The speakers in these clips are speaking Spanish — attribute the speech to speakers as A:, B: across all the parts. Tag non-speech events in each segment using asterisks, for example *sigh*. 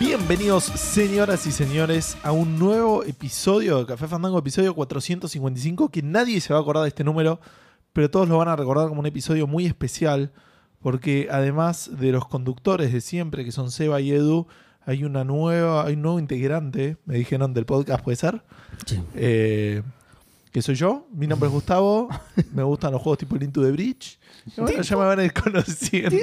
A: Bienvenidos, señoras y señores, a un nuevo episodio de Café Fandango, episodio 455, que nadie se va a acordar de este número, pero todos lo van a recordar como un episodio muy especial, porque además de los conductores de siempre, que son Seba y Edu, hay una nueva, hay un nuevo integrante, me dijeron del podcast, ¿puede ser?
B: Sí.
A: Eh, que soy yo, mi nombre es Gustavo, me gustan los juegos tipo el Into the Bridge. Y bueno, ya me van a ir conociendo.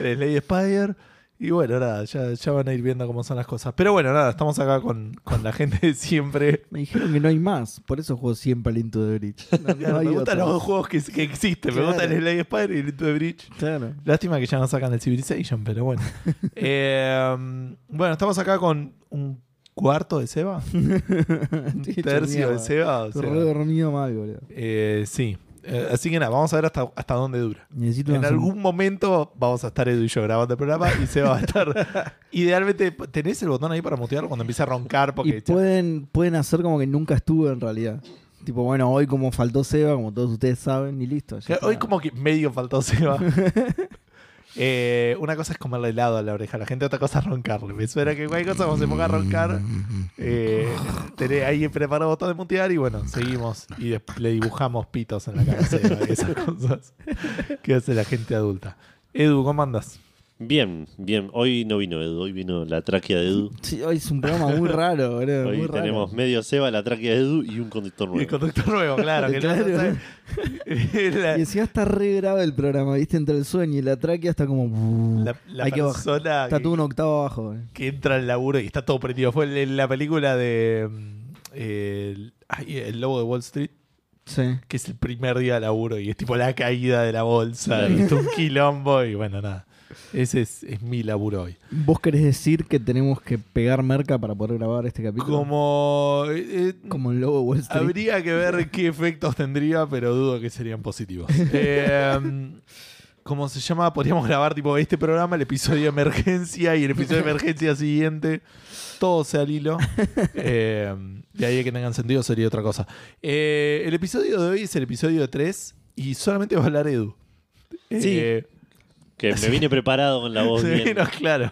A: Eres Lady Spider. Y bueno, nada, ya, ya van a ir viendo cómo son las cosas. Pero bueno, nada, estamos acá con, con la gente de siempre.
B: Me dijeron que no hay más, por eso juego siempre al Into
A: *laughs*
B: the Bridge. No, no hay
A: me gustan
B: otro.
A: los dos juegos que, que existen.
B: Claro.
A: Me gustan el Lady Spider y el Into the Bridge. *laughs*
B: Claro.
A: Lástima que ya no sacan el Civilization, pero
B: *laughs*
A: bueno. Eh, bueno, estamos acá con un cuarto de
B: *laughs*
A: Seba. Un
B: Estoy hecho
A: tercio
B: mierda.
A: de Seba. o
B: Estoy
A: sea.
B: re dormido mal, boludo.
A: Eh, sí. Eh, así que nada, vamos a ver hasta, hasta dónde dura.
B: Necesito
A: En
B: una
A: algún momento vamos a estar Edu y yo grabando el programa y se va a
B: *laughs*
A: estar. Idealmente, ¿tenés el botón ahí para mutearlo cuando empiece a roncar? Porque
B: Y pueden, pueden hacer como que nunca estuve en realidad. Tipo, bueno, hoy como faltó Seba, como todos ustedes saben, y listo. ya
A: Claro,
B: está.
A: Hoy como que medio faltó
B: *laughs*
A: Seba. Eh, una cosa es comerle helado a la oreja a la gente, otra cosa es roncarle. Me suena que cualquier cosa cuando se ponga a roncar, eh, tené ahí preparado botón de mutear y bueno, seguimos y des- le dibujamos pitos en la cara a Seba, esas cosas que hace la gente adulta. Edu, ¿cómo andas?
C: Bien, bien. Hoy no vino Edu, hoy vino la tráquea de Edu.
B: Sí, hoy es un programa muy raro, boludo. muy
C: Hoy
B: raro.
C: tenemos medio Seba, la tráquea de Edu y un conductor
A: Y el
C: nuevo.
A: conductor nuevo, claro. Que
B: *laughs* Claro.
A: no sabe- *laughs*
B: *laughs*
A: la,
B: Y encima está re grave el programa, viste, entre el sueño y la tráquea está como.
A: la- la
B: Hay que bajar.
A: persona
B: Está
A: que,
B: todo un octavo abajo, eh.
A: que entra al laburo y está todo prendido. Fue en- en la película de mm, el, ay, el Lobo de Wall Street,
B: Sí.
A: que es el primer día de laburo y es tipo la caída de la bolsa.
C: Claro.
A: y es un quilombo y bueno, nada. Ese es, es mi laburo hoy.
B: ¿Vos querés decir que tenemos que pegar merca para poder grabar este capítulo?
A: Como... eh, eh,
B: Como el lobo de Wall Street.
A: Habría que ver qué efectos tendría, pero dudo que serían positivos. Eh, ¿Cómo se llama? Podríamos grabar tipo este programa, el episodio de emergencia y el episodio de emergencia siguiente. Todo sea al hilo. Eh, de ahí a que tengan sentido sería otra cosa. Eh, el episodio de hoy es el episodio 3 y solamente va a hablar Edu.
C: Sí.
A: Eh,
C: Que me vine preparado con
A: *laughs*
B: *laughs*
C: la voz
A: se
C: bien.
A: vino, claro,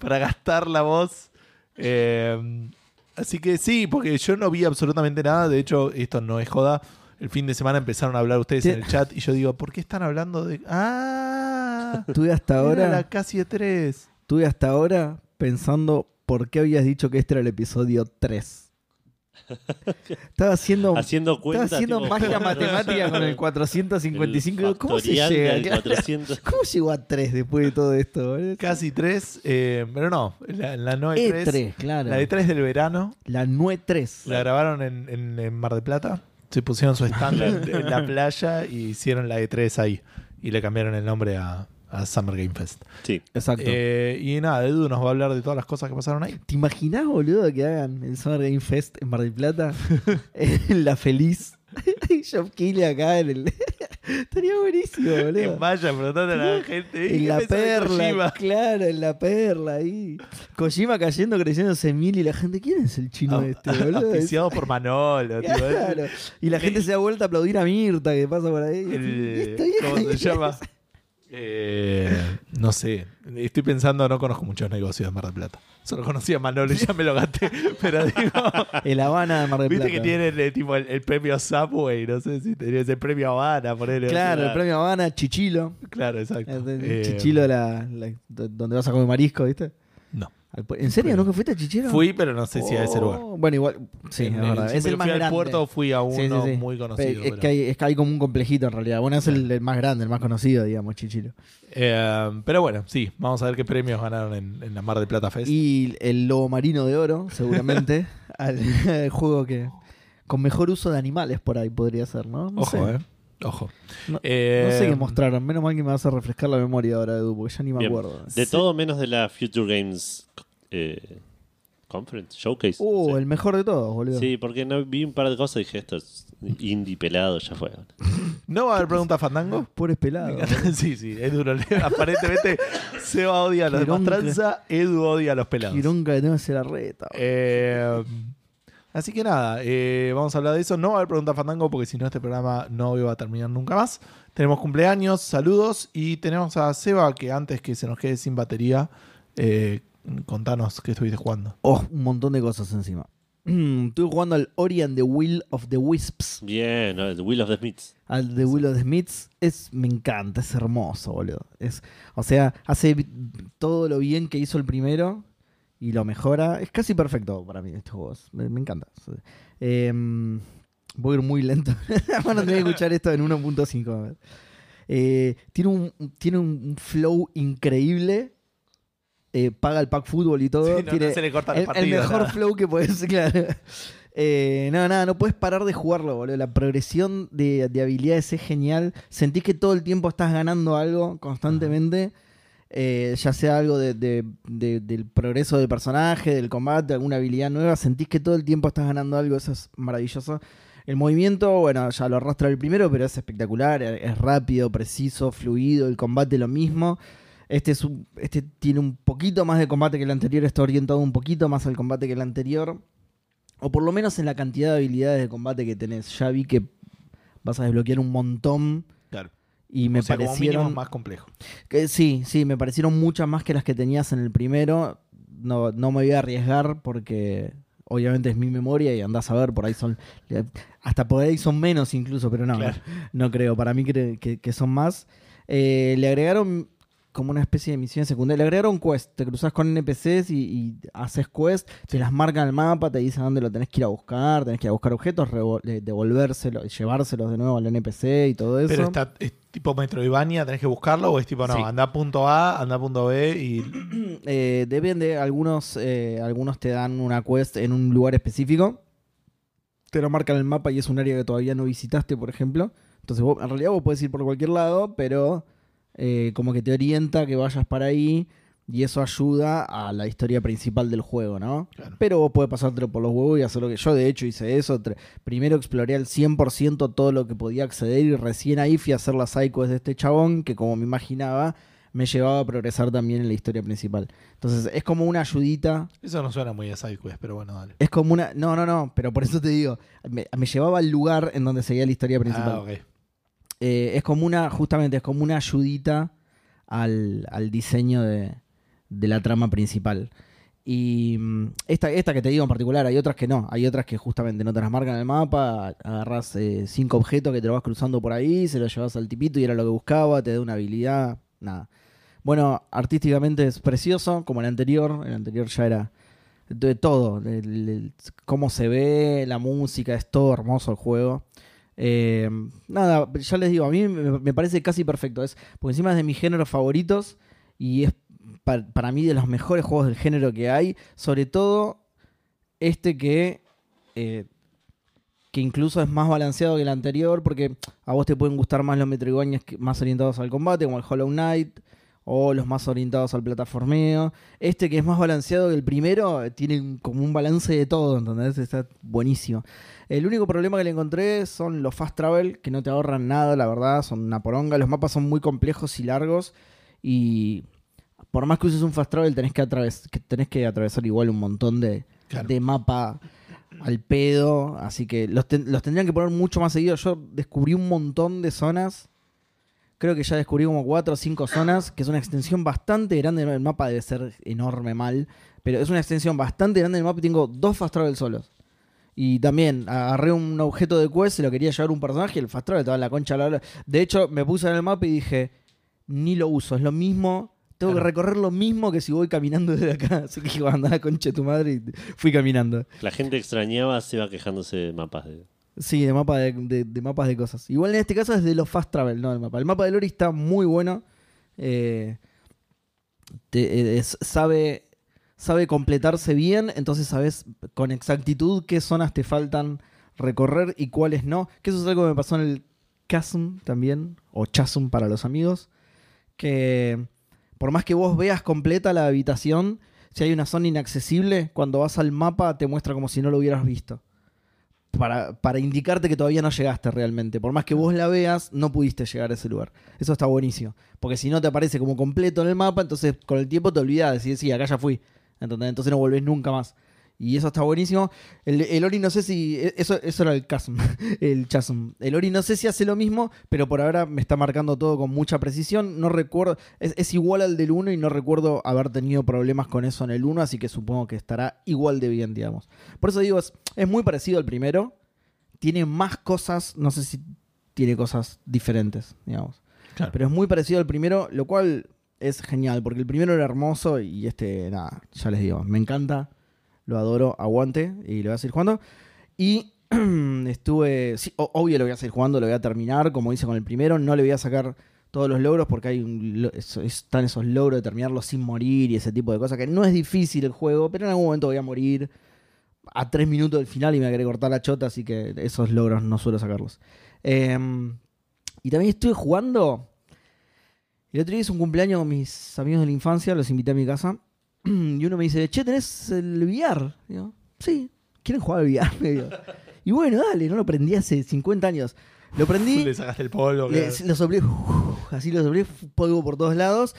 A: para gastar la voz. Eh, así que sí, porque yo no vi absolutamente nada. De hecho, esto no es joda. El fin de semana empezaron a hablar ustedes
B: Sí.
A: en el chat y yo digo, ¿por qué están hablando de.? ¡Ah!
B: Estuve hasta
A: Ahora
B: *laughs* ahora.
A: la casi 3.
B: Estuve hasta ahora pensando por qué habías dicho que este era el episodio
C: *laughs*
B: 3. Estaba haciendo,
C: Haciendo
B: estaba
C: cuenta.
B: haciendo
C: tipo, *laughs*
B: magia matemática con el 455.
C: el
B: ¿Cómo se
C: factorial
B: llega?
C: del
B: Claro.
C: 400.
B: ¿Cómo llegó a 3 después de todo esto? boludo?
A: Casi 3, pero no. La, la no E3,
B: E3, E claro.
A: La de 3 del verano.
B: La 9-3.
A: La grabaron en, en- en Mar de Plata. Se pusieron su stand en, en
B: *laughs*
A: la playa y hicieron la E3 ahí. Y le cambiaron el nombre a, a Summer Game Fest.
C: Sí.
B: Exacto.
A: Eh, y nada, Edu nos va a hablar de todas las cosas que pasaron *laughs* ahí.
B: ¿Te imaginás, boludo, que hagan el Summer Game Fest en Mar
A: *laughs*
B: del Plata? *laughs* en La Feliz. *laughs* y Job Keighley acá en el... *laughs* Estaría buenísimo, boludo.
A: En Maya, preguntando a la gente. "¿Y
B: En
A: qué
B: la
A: pensás de
B: perla,
A: Kojima?"
B: claro, en la perla ahí. Kojima cayendo, creyéndose mil y la gente, ¿quién es el chino
A: Au- *laughs*
B: este, boludo?
A: Auspiciado por Manolo, tío.
B: Claro. Y la gente se da vuelta a aplaudir a Mirta que pasa por ahí.
A: El-
B: Esta vieja
A: ¿Cómo se
B: que-
A: llama? Eh, no sé, estoy pensando, no conozco muchos negocios de Mar del Plata. Solo conocí a Manolo y ya me lo *laughs* gasté. Pero digo,
B: *laughs* El Habana de Mar del Plata.
A: Viste que tienen eh, tipo el, el premio Subway, no sé si tenías el premio Habana, ponerle.
B: Claro, el
C: Claro.
B: premio Habana, Chichilo.
A: Claro, exacto. Eh,
B: Chichilo, la, la- do- donde vas a comer marisco, ¿viste?
A: No.
B: Al pu- ¿En serio? ¿Nunca fuiste a Chichilo?
A: Fui, pero no sé si a ese
B: Oh,
A: lugar.
B: Bueno, igual, sí, es
A: En
B: verdad.
A: siempre
B: Es el
A: fui
B: más
A: al
B: grande.
A: puerto fui a uno
B: Sí, sí, sí.
A: muy
B: Pe-
A: conocido.
B: Es
A: pero-
B: que, hay, es que hay como un complejito en realidad. Bueno, es el, el más grande, el más conocido, digamos, Chichilo.
A: Eh, pero bueno, sí, vamos a ver qué premios ganaron en, en la Mar del Plata Fest.
B: Y el lobo marino de oro,
A: *laughs*
B: seguramente, al al *laughs* juego que... Con mejor uso de animales por ahí podría ser, ¿no? No
A: Ojo,
B: sé.
A: eh. Ojo.
B: No-
A: Eh,
B: No sé qué mostraron. Menos mal que me vas a refrescar la memoria ahora, Edu, porque ya ni me
C: Bien.
B: acuerdo.
C: De todo menos de la Future Games eh, Conference, Showcase.
B: Oh,
C: no sé.
B: el mejor de todos, boludo.
C: Sí, porque no, vi un par de cosas y dije, esto es indie pelado, ya fue.
A: ¿No va a haber pregunta Fandango?
B: Pobres pelados.
A: *laughs* sí, sí, Edu no le- Aparentemente Seba odia a los demás
B: Quironga.
A: tranza, Edu odia a los pelados.
B: Quironga que tengo que hacer la reta. boludo.
A: Eh, así que nada, eh, vamos a hablar de eso. No va a haber pregunta fandango porque si no, este programa no iba a terminar nunca más. Tenemos cumpleaños, saludos y tenemos a Seba que antes que se nos quede sin batería, Eh, contanos qué estuviste jugando.
B: Oh, un montón de cosas encima. Mm, Estuve jugando al Ori and the Will of the Wisps.
C: Bien, no, The Will of the Smiths.
B: Al The Will of the Smiths. Es, me encanta, es hermoso, boludo. Es, o sea, hace vi- todo lo bien que hizo el primero y lo mejora. Es casi perfecto para mí estos juegos. Me, me encanta. Em, voy a ir muy lento. *laughs* Van a tener que escuchar esto en 1.5. Eh, tiene, un, tiene un flow increíble. Eh, paga el pack fútbol y todo.
A: Sí, no,
B: Tiene-
A: no se le corta el,
B: el, el
A: partido.
B: mejor
A: nada.
B: flow que puedes, *laughs* claro. Eh, no, nada, no puedes parar de jugarlo, boludo. La progresión de, de habilidades es genial. Sentís que todo el tiempo estás ganando algo constantemente. Eh, ya sea algo de- de- de- del progreso del personaje, del combate, alguna habilidad nueva. Sentís que todo el tiempo estás ganando algo. Eso es maravilloso. El movimiento, bueno, ya lo arrastra el primero, pero es espectacular. Es es rápido, preciso, fluido. El combate lo mismo. Este, es un- este tiene un poquito más de combate que el anterior, está orientado un poquito más al combate que el anterior. O por lo menos en la cantidad de habilidades de combate que tenés. Ya vi que vas a desbloquear un montón
A: Claro.
B: y me
A: o sea, como mínimo
B: parecieron...
A: es más complejo.
B: que, sí, sí, me parecieron muchas más que las que tenías en el primero. No, no me voy a arriesgar porque obviamente es mi memoria y andás a ver, por ahí son... Hasta por ahí son menos incluso, pero no,
A: Claro.
B: no creo. Para mí cre- que, que son más. Eh, le agregaron como una especie de misión secundaria. Le agregaron quest. Te cruzas con NPCs y, y haces quest. Te las marcan el mapa, te dicen dónde lo tenés que ir a buscar. Tenés que ir a buscar objetos, revo- eh, devolvérselos, llevárselos de nuevo al NPC y todo eso.
A: Pero está, es tipo Metroidvania, tenés que buscarlo o es tipo, no,
B: Sí.
A: anda a punto A, anda a punto B *clears throat* y.
B: Eh, depende, algunos, eh, algunos te dan una quest en un lugar específico. Te lo marcan en el mapa y es un área que todavía no visitaste, por ejemplo. Entonces, vos- en realidad vos podés ir por cualquier lado, pero eh, como que te orienta que vayas para ahí y eso ayuda a la historia principal del juego, ¿no?
A: Claro.
B: Pero vos podés pasártelo por los huevos y hacer lo que yo, de hecho, hice eso. Tra- Primero exploré al 100% todo lo que podía acceder y recién ahí fui a hacer las sidequests de este chabón, que como me imaginaba, me llevaba a progresar también en la historia principal. Entonces, es como una ayudita.
A: Eso no suena muy a sidequest, pero bueno, dale.
B: Es como una. No, no, no, pero por eso te digo. Me, me llevaba al lugar en donde seguía la historia principal.
A: Ah, ok.
B: Eh, es como una. Justamente, es como una ayudita al, al diseño de, de la trama principal. Y mm, esta, esta que te digo en particular, hay otras que no. Hay otras que justamente no te las marcan en el mapa. Agarras cinco objetos que te lo vas cruzando por ahí, se los llevas al tipito y era lo que buscaba, te da una habilidad. Nada. Bueno, artísticamente es precioso, como el anterior. El anterior ya era de todo. El- el- cómo se ve, la música, es todo hermoso el juego. Eh, nada, ya les digo, a mí me, me parece casi perfecto. Es, porque encima es de mis géneros favoritos y es pa- para mí de los mejores juegos del género que hay. Sobre todo este que, eh, que incluso es más balanceado que el anterior, porque a vos te pueden gustar más los Metroidvanias que- más orientados al combate, como el Hollow Knight, o los más orientados al plataformeo. Este que es más balanceado que el primero, eh, tiene un- como un balance de todo, ¿entendés? Está buenísimo. El único problema que le encontré son los fast travel, que no te ahorran nada, la verdad, son una poronga. Los mapas son muy complejos y largos. Y por más que uses un fast travel, tenés que, atraves- que tenés que atravesar igual un montón de,
A: Claro.
B: de mapa al pedo. Así que los, ten- los tendrían que poner mucho más seguido. Yo descubrí un montón de zonas. Creo que ya descubrí como cuatro o cinco zonas, que es una extensión bastante grande. El mapa debe ser enorme mal, pero es una extensión bastante grande del mapa y tengo dos fast travel solos. Y también agarré un objeto de quest, se lo quería llevar un personaje, y el fast travel estaba en la concha. de la lora. De hecho, me puse en el mapa y dije, ni lo uso, es lo mismo. Tengo que
A: Claro.
B: recorrer lo mismo que si voy caminando desde acá. *laughs* Así que iba a andar a la concha de tu madre y fui caminando.
C: La gente extrañaba, se va quejándose de mapas. De...
B: Sí, de, mapa de, de- de mapas de cosas. Igual en este caso es de los fast travel, no el mapa. El mapa de Lori está muy bueno. Eh, te- eh, es- sabe, sabe completarse bien, entonces sabes con exactitud qué zonas te faltan recorrer y cuáles no. Que eso es algo que me pasó en el Chasm también, o Chasm para los amigos. Que por más que vos veas completa la habitación, si hay una zona inaccesible, cuando vas al mapa te muestra como si no lo hubieras visto para, para indicarte que todavía no llegaste realmente. Por más que vos la veas, no pudiste llegar a ese lugar. Eso está buenísimo. Porque si no te aparece como completo en el mapa, entonces con el tiempo te olvidas. Decís, sí, acá ya fui. ¿Entendés? Entonces no volvés nunca más. Y eso está buenísimo. El, el Ori no sé si. e- Eso, eso era el chasm. *laughs* El chasm. El Ori no sé si hace lo mismo, pero por ahora me está marcando todo con mucha precisión. No recuerdo. Es, es igual al del 1 y no recuerdo haber tenido problemas con eso en el 1, así que supongo que estará igual de bien, digamos. Por eso digo, es, es muy parecido al primero. Tiene más cosas. No sé si tiene cosas diferentes, digamos.
A: Claro.
B: Pero es muy parecido al primero, lo cual es genial, porque el primero era hermoso y este, nada, ya les digo, me encanta, lo adoro, aguante y lo voy a seguir jugando. Y *clears throat* estuve, sí, o- obvio lo voy a seguir jugando, lo voy a terminar, como hice con el primero, no le voy a sacar todos los logros porque hay un lo- eso- están esos logros de terminarlos sin morir y ese tipo de cosas, que no es difícil el juego, pero en algún momento voy a morir a tres minutos del final y me queré cortar la chota, así que esos logros no suelo sacarlos. Em, y también estuve jugando. El otro día hice un cumpleaños con mis amigos de la infancia, los invité a mi casa. *clears throat* Y uno me dice, che, ¿tenés el VR? Digo, sí, ¿quieren jugar al VR? *laughs* Me digo. Y bueno, dale, no lo prendí hace 50 años. Lo
A: *laughs*
B: prendí,
A: Le sacaste el polvo.
B: le-
A: claro.
B: lo soplé, *laughs* así lo soplé, polvo por todos lados.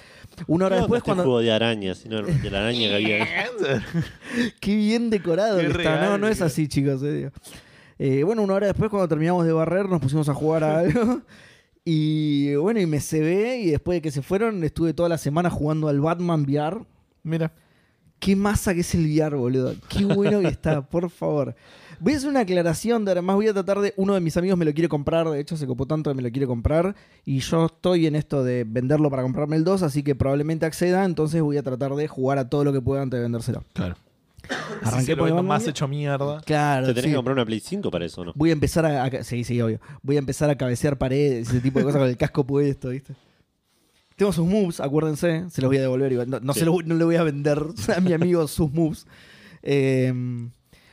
B: Una hora
C: No,
B: después,
C: no
B: cuando.
C: juego de araña, sino de la araña
B: *laughs*
C: que había.
B: Qué bien decorado
A: Qué
B: que está.
A: real,
B: No, no es
A: boludo.
B: así, chicos. eh, digo. Eh, bueno, una hora después, cuando terminamos de barrer, nos pusimos a jugar a algo. *laughs* Y bueno, y me se ve. Y después de que se fueron, estuve toda la semana jugando al Batman VR.
A: Mira.
B: Qué masa que es el VR, boludo. Qué bueno que está, por favor. Voy a hacer una aclaración de además voy a tratar de. Uno de mis amigos me lo quiere comprar, de hecho se copó tanto que me lo quiere comprar. Y yo estoy en esto de venderlo para comprarme el 2, así que probablemente acceda. Entonces voy a tratar de jugar a todo lo que pueda antes de vendérselo.
A: Claro.
B: Arranqué
A: Arranqué
B: por
A: por
B: el
A: más
B: Batmobile.
A: hecho mierda.
B: Claro,
C: Te
B: Ah,
C: tenés
B: sí.
C: que comprar una Play 5 para eso, ¿no?
B: Voy a empezar a, a- Sí, sí, obvio. Voy a empezar a cabecear paredes, ese tipo de cosas con el casco puesto, ¿viste? Tengo sus moves, acuérdense. Se los voy a devolver. igual. No, no
C: Sí.
B: se los voy- no le voy a vender *laughs* a mi amigo sus moves. Eh,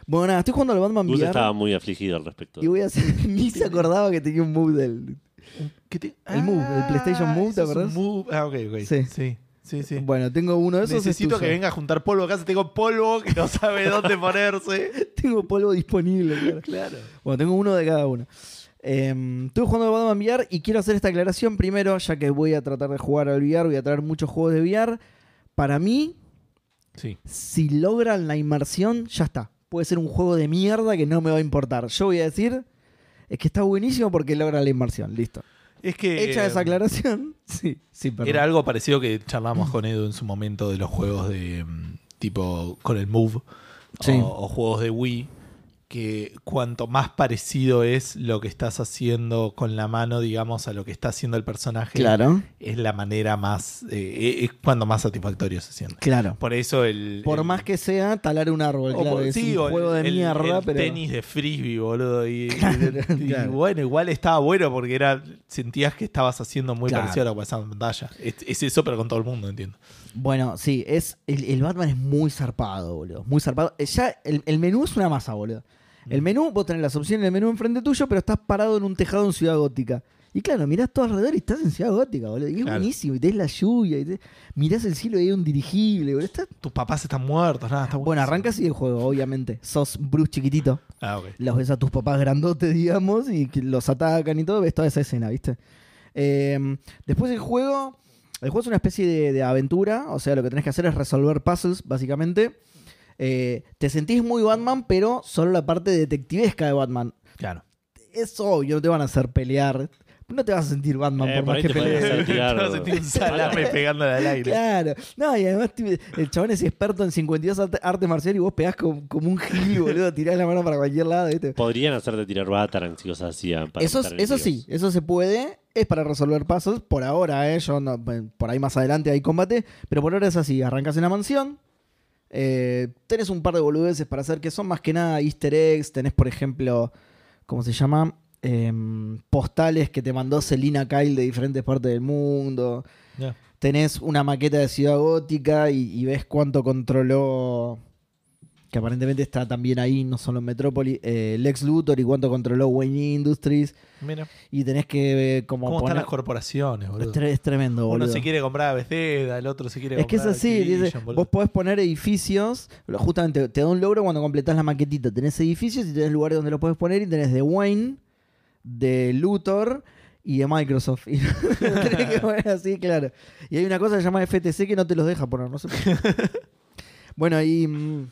B: bueno, nada, estoy jugando al Batman
C: Gus
B: VR
C: estaba muy afligido al respecto.
B: y voy a hacer... *laughs* Ni se acordaba que tenía un move del... El Move, el PlayStation Move,
A: eso
B: ¿te
A: es un
B: acordás?
A: Move. Ah, ok, ok.
B: Sí.
A: Sí. Sí, sí.
B: Bueno, tengo uno de esos. es
A: Necesito
B: tuyo.
A: que venga a juntar polvo acá. Si tengo polvo que no sabe
B: *laughs*
A: dónde ponerse.
B: Tengo polvo disponible, claro. Bueno, tengo uno de cada uno. Em, estuve jugando al Batman VR y quiero hacer esta aclaración primero, ya que voy a tratar de jugar al VR, voy a traer muchos juegos de VR. Para mí,
A: Sí.
B: si logran la inmersión, ya está. Puede ser un juego de mierda que no me va a importar. Yo voy a decir, es que está buenísimo porque logra la inmersión, listo.
A: Es que.
B: Hecha
A: eh,
B: esa aclaración, *laughs* sí, sí, perdón.
A: Era algo parecido que charlamos con Edu en su momento de los juegos de mm, tipo con el Move
B: Sí.
A: o, o juegos de Wii. Que cuanto más parecido es lo que estás haciendo con la mano, digamos, a lo que está haciendo el personaje,
B: Claro,
A: es la manera más. eh, es cuando más satisfactorio se siente.
B: claro.
A: Por eso el.
B: Por
A: el-
B: más que sea talar un árbol,
A: o
B: claro,
A: por-
B: es
A: sí, o
B: un
A: el-
B: juego de
A: el-
B: mierda,
A: el
B: pero...
A: tenis de frisbee, boludo. Y, y- y
B: *laughs* claro.
A: bueno, igual estaba bueno porque era sentías que estabas haciendo muy
B: Claro.
A: parecido a lo que pasaba en pantalla. Es, es eso, pero con todo el mundo, entiendo.
B: Bueno, sí, es el, el Batman es muy zarpado, boludo. Muy zarpado. Eh, Ya el, el menú es una masa, boludo.
A: Mm.
B: El menú, vos tenés las opciones del menú enfrente tuyo, pero estás parado en un tejado en Ciudad Gótica. Y claro, mirás todo alrededor y estás en Ciudad Gótica, boludo. Y es
A: Claro.
B: buenísimo, y tenés la lluvia, y te- mirás el cielo y hay un dirigible, boludo. Está-
A: Tus papás están muertos, nada, está
B: Bueno,
A: buenísimo.
B: arranca así el juego, obviamente. Sos Bruce chiquitito
A: Ah, ok.
B: los ves a tus papás grandotes, digamos, y que los atacan y todo, ves toda esa escena, ¿viste? Eh, después el juego, el juego es una especie de, de aventura, o sea, lo que tenés que hacer es resolver puzzles, básicamente. Eh, te sentís muy Batman, pero solo la parte detectivesca de Batman.
A: Claro.
B: Es obvio, no te van a hacer pelear, no te vas a sentir Batman
C: Eh,
B: por
C: por
B: más
C: ahí
B: que
C: te pueden
B: pelees. *laughs*
C: hacer tirar,
A: Estaba sentí un salame pegándole al aire.
B: Claro. No, y además tipo, el chabón es experto en 52 arte- artes marciales y vos pegás como, como un gil, boludo, tirás la mano para cualquier lado, ¿viste?
C: Podrían hacerte tirar batarangs y cosas así. ah, para
B: Eso, es-
C: matar
B: eso sí,
C: enemigos.
B: eso se puede. Es para resolver pasos por ahora, ¿eh? Yo no- por ahí más adelante hay combate. Pero por ahora es así: arrancas en la mansión. eh, tenés un par de boludeces para hacer que son más que nada easter eggs. Tenés, por ejemplo, ¿cómo se llama? Em, postales que te mandó Selina Kyle de diferentes partes del mundo.
A: Ya.
B: Tenés una maqueta de Ciudad Gótica y, y ves cuánto controló. Que aparentemente está también ahí, no solo en Metrópoli. eh, Lex Luthor y cuánto controló Wayne Industries.
A: Mira,
B: Y tenés que eh, como
A: cómo están
B: poner-
A: las corporaciones, boludo.
B: es, tre- es tremendo,
A: Uno
B: boludo.
A: se quiere comprar a Bethesda, el otro se quiere
B: es que
A: comprar
B: es así, dice,
A: Activision, boludo.
B: vos podés poner edificios, lo- justamente te da un logro cuando completás la maquetita, tenés edificios y tenés lugares donde los podés poner y tenés de Wayne, de Luthor y de Microsoft. *laughs* Y tenés que poner así, claro. Y hay una cosa que se llama FTC que no te los deja poner, no sé por qué. bueno, y mm,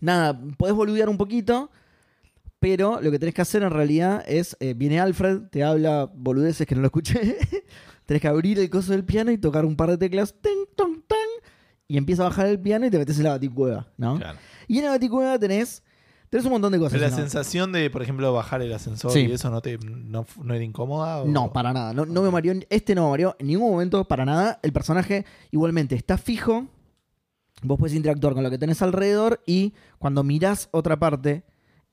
B: nada, podés boludear un poquito, pero lo que tenés que hacer en realidad es, eh, viene Alfred, te habla boludeces que no lo escuché, *laughs* tenés que abrir el coso del piano y tocar un par de teclas, ting, tong, tang, y empieza a bajar el piano y te metes en la baticueva, ¿no?
A: Claro.
B: Y en la baticueva tenés, tenés un montón de cosas.
A: Pero la
B: ¿no?
A: sensación de, por ejemplo, bajar el ascensor
B: Sí.
A: y eso no te no, no era incómoda. o-
B: No, para nada. No, no me mareó. Este no me mareó en ningún momento, para nada. El personaje igualmente está fijo. Vos podés interactuar con lo que tenés alrededor y cuando mirás otra parte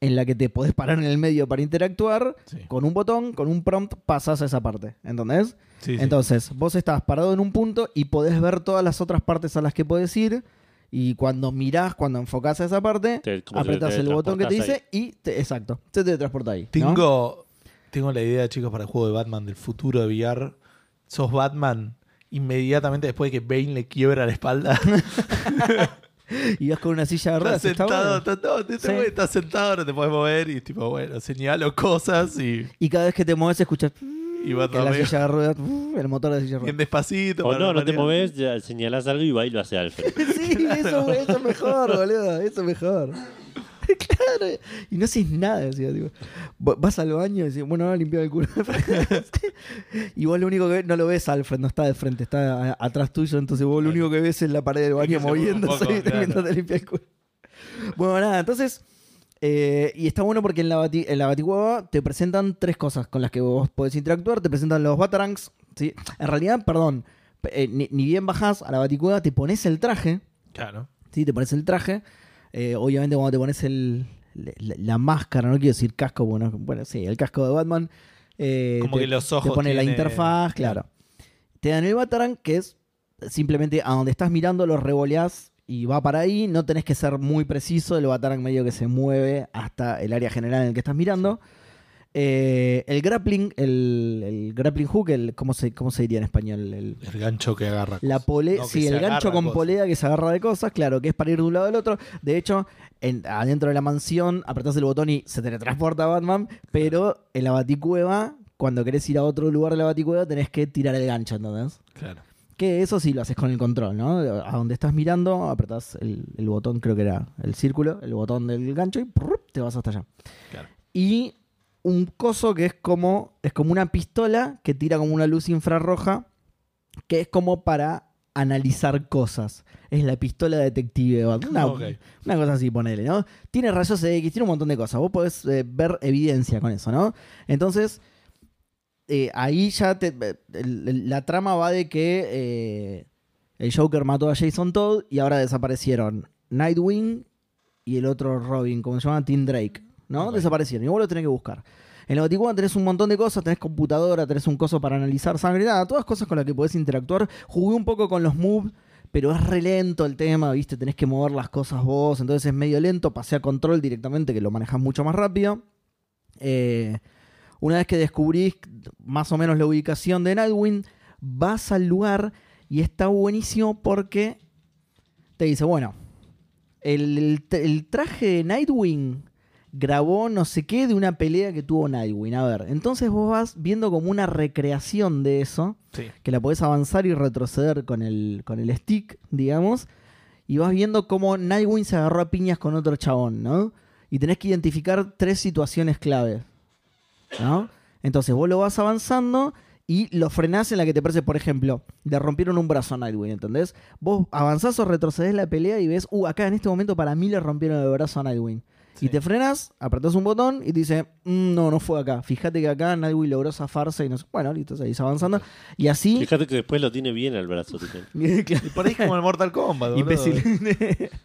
B: en la que te podés parar en el medio para interactuar,
A: Sí.
B: con un botón, con un prompt, pasás a esa parte. ¿Entendés?
A: Sí, sí.
B: Entonces, vos estás parado en un punto y podés ver todas las otras partes a las que podés ir. Y cuando mirás, cuando enfocás a esa parte,
C: Te- como te
B: apretás el botón que te dice
C: teletransportás
B: y te, exacto, te teletransporta ahí. ¿no?
A: Tengo, tengo la idea, chicos, para el juego de Batman del futuro de VR. Sos Batman inmediatamente después de que Bane le quiebra la
B: *laughs*
A: espalda.
B: Y vas con una silla de
A: Estás
B: ruedas. está
A: sentado,
B: bueno.
A: estás, no, te- te-
B: Sí.
A: estás sentado, no te puedes mover y tipo, bueno, señalo cosas y,
B: Y cada vez que te mueves escuchas
A: y
B: que
A: Batman
B: la
A: medio
B: silla de ruedas, uh, el motor de la silla
A: *laughs*
B: de
A: bien
B: ruedas.
A: despacito.
C: O
A: para
C: no, no te
A: marear.
C: moves, ya señalás algo y va y lo hace Alfred.
B: *laughs* Sí, eso, eso es mejor, boludo, eso es mejor. *laughs* claro, y no haces nada, decía, tipo, va- vas al baño y decís, bueno, ahora limpiar el *laughs* culo. y vos lo único que ves, no lo ves, Alfred, no está de frente, está a- atrás tuyo, entonces vos lo único que ves es la pared del baño
A: se mueve un
B: moviéndose
A: poco,
B: y
A: claro.
B: mientras te limpia el culo. Bueno, nada, entonces... eh, y está bueno porque en la, bati- en la Baticueva te presentan tres cosas con las que vos podés interactuar. Te presentan los Batarangs. ¿sí? En realidad, perdón, eh, ni, ni bien bajás a la Baticueva, te pones el traje.
A: Claro.
B: ¿sí? Te pones el traje. Eh, obviamente, cuando te pones el, la, la- la máscara, no quiero decir casco, bueno, bueno sí, el casco de Batman. eh,
A: Como
B: te-
A: que los ojos
B: Te pone la
A: tiene-
B: interfaz, claro. Te dan el Batarang, que es simplemente a donde estás mirando, lo revoleás y va para ahí. No tenés que ser muy preciso. El Batarang medio que se mueve hasta el área general en el que estás mirando. Eh, el grappling, el, el grappling hook, el, ¿cómo, se, ¿cómo se diría en español? El,
A: El gancho que agarra.
B: la
A: cosas.
B: pole,
A: No, que
B: sí,
A: se
B: el gancho
A: agarra
B: con
A: cosas.
B: polea que se agarra de cosas, claro, que es para ir de un lado al otro. De hecho, en- adentro de la mansión apretás el botón y se teletransporta Batman, pero en la baticueva, cuando querés ir a otro lugar de la baticueva, tenés que tirar el gancho, ¿entendés?
A: Claro.
B: Que eso sí lo haces con el control, ¿no? A donde estás mirando, apretás el, el botón, creo que era el círculo, el botón del gancho y ¡prrup! te vas hasta allá.
A: Claro.
B: Y un coso que es como, es como una pistola que tira como una luz infrarroja, que es como para analizar cosas. Es la pistola detective de Batman. Una,
A: Ok.
B: una cosa así, ponele, ¿no? Tiene rayos X, tiene un montón de cosas. Vos podés eh, ver evidencia con eso, ¿no? Entonces, eh, ahí ya te- el- el- la trama va de que eh, el Joker mató a Jason Todd y ahora desaparecieron Nightwing y el otro Robin, como se llama, Tim Drake, ¿no?
A: Ok.
B: Desaparecieron y vos lo tenés que buscar. En la Baticueva tenés un montón de cosas, tenés computadora, tenés un coso para analizar sangre, nada, todas cosas con las que podés interactuar. Jugué un poco con los moves, pero es re lento el tema, ¿viste? Tenés que mover las cosas vos, entonces es medio lento. Pasé a control directamente, que lo manejás mucho más rápido. Eh, una vez que descubrís más o menos la ubicación de Nightwing, vas al lugar y está buenísimo porque te dice, bueno, el, el t- el traje de Nightwing grabó no sé qué de una pelea que tuvo Nightwing. A ver, entonces vos vas viendo como una recreación de eso
A: Sí.
B: que la podés avanzar y retroceder con el, con el stick, digamos, y vas viendo cómo Nightwing se agarró a piñas con otro chabón, ¿no? Y tenés que identificar tres situaciones clave, ¿no? Entonces vos lo vas avanzando y lo frenás en la que te parece, por ejemplo, le rompieron un brazo a Nightwing, ¿entendés? Vos avanzás o retrocedés la pelea y ves, uh, acá en este momento para mí le rompieron el brazo a Nightwing.
A: Sí.
B: Y te frenás, apretás un botón y te dice, "Mm, no, no fue acá. Fíjate que acá Nightwing logró zafarse y no sé. Bueno, listo, seguís avanzando. Y así. *laughs*
C: Fíjate que después lo tiene bien al brazo. tipo.
B: Claro.
A: Y por ahí es
B: *laughs*
A: como el Mortal Kombat, boludo.
B: Imbécil. *laughs*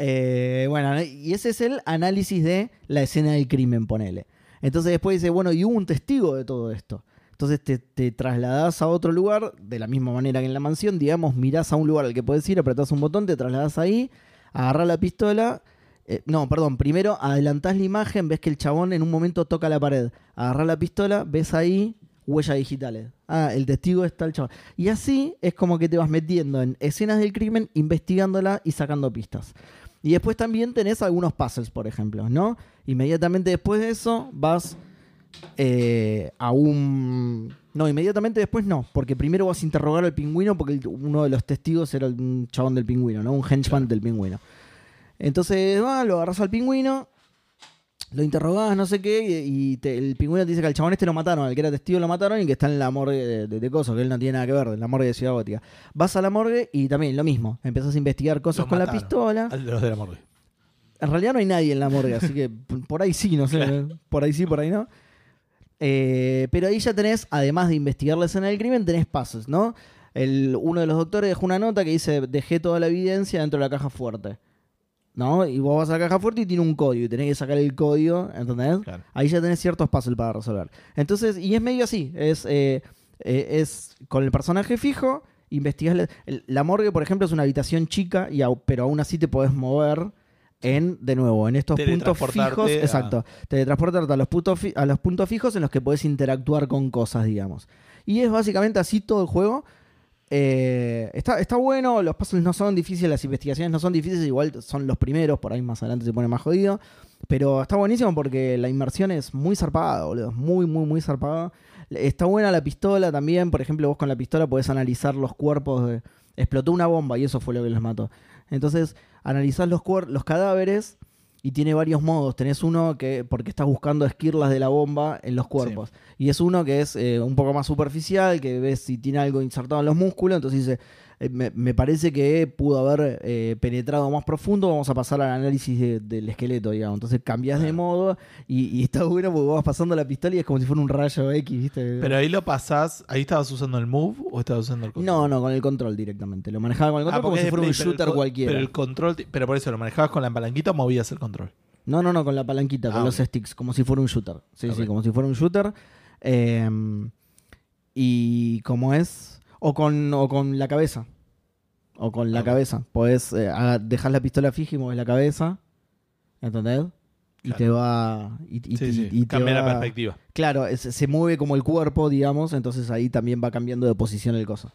B: Eh, bueno, y ese es el análisis de la escena del crimen, ponele. Entonces después dice, bueno, y hubo un testigo de todo esto. Entonces te, te trasladás a otro lugar, de la misma manera que en la mansión, digamos, mirás a un lugar al que podés ir, apretás un botón, te trasladás ahí, agarrás la pistola. eh, no, perdón, primero adelantás la imagen, ves que el chabón en un momento toca la pared. Agarrás la pistola, ves ahí huellas digitales. Ah, el testigo está el chabón. Y así es como que te vas metiendo en escenas del crimen, investigándola y sacando pistas. Y después también tenés algunos puzzles, por ejemplo, ¿no? Inmediatamente después de eso vas eh, a un... No, inmediatamente después no, porque primero vas a interrogar al pingüino porque el- uno de los testigos era un chabón del pingüino, ¿no? Un henchman del pingüino. Entonces, va, lo agarras al pingüino, lo interrogás, no sé qué, y, y te- el pingüino te dice que al chabón este lo mataron, al que era testigo lo mataron y que está en la morgue de, de, de Coso, que él no tiene nada que ver, en la morgue de Ciudad Gótica. Vas a la morgue y también lo mismo, empezás a investigar cosas
A: Los
B: con la
A: mataron.
B: pistola.
A: A Los de la morgue.
B: En realidad no hay nadie en la morgue, así que *laughs* p- por ahí sí, no sé. Por ahí sí, por ahí no. Eh, pero ahí ya tenés, además de investigar la escena del crimen, tenés pasos, ¿no? El, uno de los doctores dejó una nota que dice, dejé toda la evidencia dentro de la caja fuerte. ¿No? Y vos vas a la caja fuerte y tiene un código, y tenés que sacar el código, ¿entendés?
A: Claro.
B: Ahí ya tenés ciertos pasos para resolver. Entonces, y es medio así, es, eh, eh, es con el personaje fijo, investigás... La, el- la morgue, por ejemplo, es una habitación chica, y au- pero aún así te podés mover en, de nuevo, en estos puntos
A: Teletransportarte
B: fijos.
A: a-
B: Exacto. Teletransportarte a los, puntos fi- a los puntos fijos en los que podés interactuar con cosas, digamos. Y es básicamente así todo el juego. Eh, está, está bueno, los puzzles no son difíciles, las investigaciones no son difíciles, igual son los primeros, por ahí más adelante se pone más jodido. Pero está buenísimo porque la inmersión es muy zarpada, boludo. es Muy, muy, muy zarpada. Está buena la pistola también. Por ejemplo, vos con la pistola podés analizar los cuerpos. De... Explotó una bomba y eso fue lo que los mató. Entonces, analizás los, cuer- los cadáveres y tiene varios modos. Tenés uno que, porque estás buscando esquirlas de la bomba en los cuerpos. Y es uno que es eh, un poco más superficial, que ves si tiene algo insertado en los músculos. Entonces dice, eh, me, me parece que pudo haber eh, penetrado más profundo, vamos a pasar al análisis de- del esqueleto, digamos. Entonces cambias de modo y, y está bueno porque vas pasando la pistola y es como si fuera un rayo X, ¿viste?
A: Pero ahí lo pasás, ahí estabas usando el move o estabas usando el control.
B: no, no, con el control directamente. Lo manejaba con el control
A: Ah,
B: como
A: porque
B: si
A: es
B: fuera un
A: Play, pero el
B: shooter
A: con-
B: cualquiera.
A: Pero el control, ti- pero por eso lo manejabas con la palanquita o movías el control.
B: No, no, no, con la palanquita, con
A: Ah,
B: los
A: ok.
B: sticks, como si fuera un shooter. Sí, sí,
A: Ok.
B: como si fuera un shooter. Eh, y como es. O con, o con la cabeza. O con la
A: Ah, ok.
B: cabeza. Podés eh, aga- dejás la pistola fija y moves la cabeza. ¿Entendés? Y
A: Claro.
B: te va. Y, y-
A: sí,
B: y-
A: sí.
B: y te
A: Cambia la
B: va-
A: perspectiva.
B: Claro, es- se mueve como el cuerpo, digamos. Entonces ahí también va cambiando de posición el coso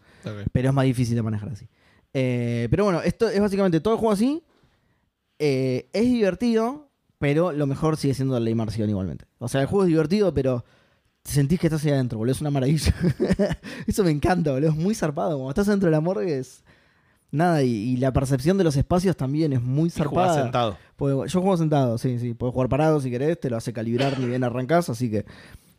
B: pero es más difícil de manejar así. Eh, pero bueno, esto es básicamente todo el juego así. Eh, es divertido, pero lo mejor sigue siendo la inmersión igualmente. O sea, el juego es divertido, pero sentís que estás ahí adentro, boludo. Es una maravilla. *laughs* Eso me encanta, boludo. Es muy zarpado. Como estás dentro de la morgue es... Nada, y, y la percepción de los espacios también es muy
A: Y jugás
B: zarpada.
A: sentado.
B: Puedo- yo juego sentado, sí, sí. Puedes jugar parado si querés, te lo hace calibrar ni bien arrancás, así que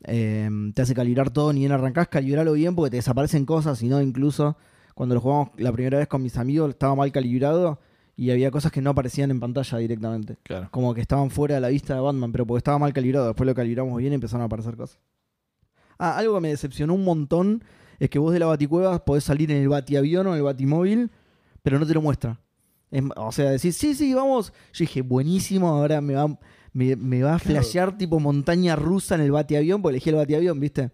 B: eh, te hace calibrar todo ni bien arrancás, calibralo bien porque te desaparecen cosas, y no incluso cuando lo jugamos la primera vez con mis amigos estaba mal calibrado y había cosas que no aparecían en pantalla directamente.
A: Claro.
B: Como que estaban fuera de la vista de Batman, pero porque estaba mal calibrado, después lo calibramos bien y empezaron a aparecer cosas. Ah, algo que me decepcionó un montón es que vos de la baticueva podés salir en el batiavión o en el batimóvil, pero no te lo muestra. Es m- o sea, decís, sí, sí, vamos. Yo dije, buenísimo, ahora me va, me, me va a flashear tipo montaña rusa en el bateavión, porque elegí el bateavión, ¿viste?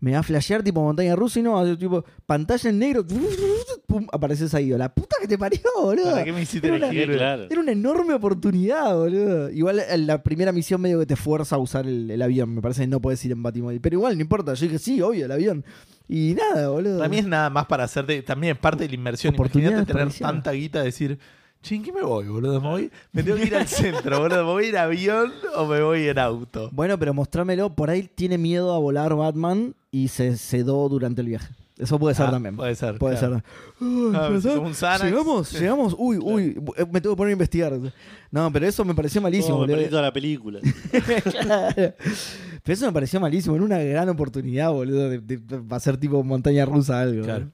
B: Me va a flashear tipo montaña rusa y no, hace tipo pantalla en negro, *laughs* pum, apareces ahí. La puta que te parió, boludo.
A: ¿Para qué me hiciste
B: Era una-
A: elegir?
C: claro.
B: Era una enorme oportunidad, boludo. Igual eh, la primera misión medio que te fuerza a usar el, el avión. Me parece que no puedes ir en batimóvil. Pero igual, no importa. Yo dije, sí, obvio, el avión. Y nada, boludo.
A: También es nada más para hacerte, también es parte de la inversión.
B: Oportunidades
A: Imagínate tener
B: desperdiciadas.
A: tanta guita, decir, ching, ¿qué me voy, boludo? ¿Me, voy? me tengo que ir al centro, boludo. ¿Me voy en avión o me voy en auto?
B: Bueno, pero mostrámelo. Por ahí tiene miedo a volar Batman y se sedó durante el viaje. Eso puede ser
A: Ah,
B: también. Puede,
A: Puede ser.
B: ser.
A: claro.
B: Ay,
A: Ah,
B: ¿verdad?
A: como un Xanax.
B: Llegamos, llegamos. Uy, uy, eh, me tengo que poner a investigar. No, pero eso me pareció malísimo,
C: Oh, me
B: boludo.
C: perdí toda la película.
B: Claro. Pero eso me pareció malísimo. Era una gran oportunidad, boludo, de, de- de hacer tipo montaña rusa algo.
A: Claro.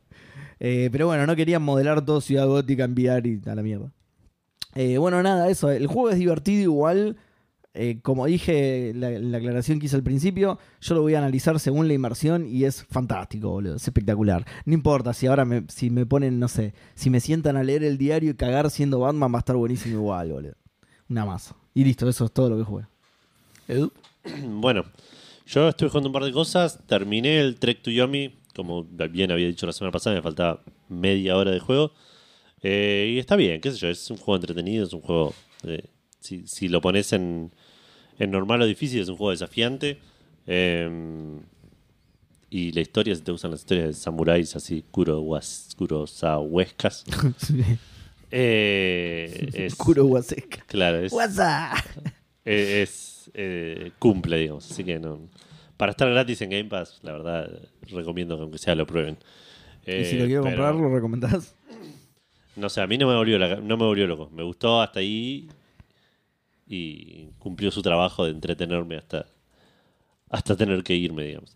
B: Eh, pero bueno, no querían modelar todo Ciudad Gótica en VR y a la mierda. Eh, bueno, nada, eso. El juego es divertido igual. Eh, como dije, la, la aclaración que hice al principio, yo lo voy a analizar según la inmersión y es fantástico, boludo. Es espectacular. No importa si ahora me, si me ponen, no sé, si me sientan a leer el diario y cagar siendo Batman, va a estar buenísimo igual, boludo. Una masa. Y listo, eso es todo lo que jugué. *laughs*
A: Edu,
C: *clears throat* Bueno, yo estuve jugando un par de cosas. Terminé el Trek to Yomi. Como bien había dicho la semana pasada, me faltaba media hora de juego. Eh, y está bien, qué sé yo. Es un juego entretenido, es un juego. eh, si, si lo pones en, en normal o difícil, es un juego desafiante. Eh, y la historia, si te gustan las historias de samuráis así, kurowas- kurosawaescas. *laughs* eh,
B: *laughs*
C: es,
B: Kuro Waseka.
C: claro, es,
B: WhatsApp.
C: eh, es eh, cumple, digamos. Así que no. Para estar gratis en Game Pass, la verdad, recomiendo que aunque sea lo prueben.
B: Y si
C: Eh,
B: lo quiero
C: pero-
B: comprar, ¿lo recomendás?
C: No sé, a mí no me volvió, la- no me volvió loco. Me gustó hasta ahí y cumplió su trabajo de entretenerme hasta, hasta tener que irme, digamos.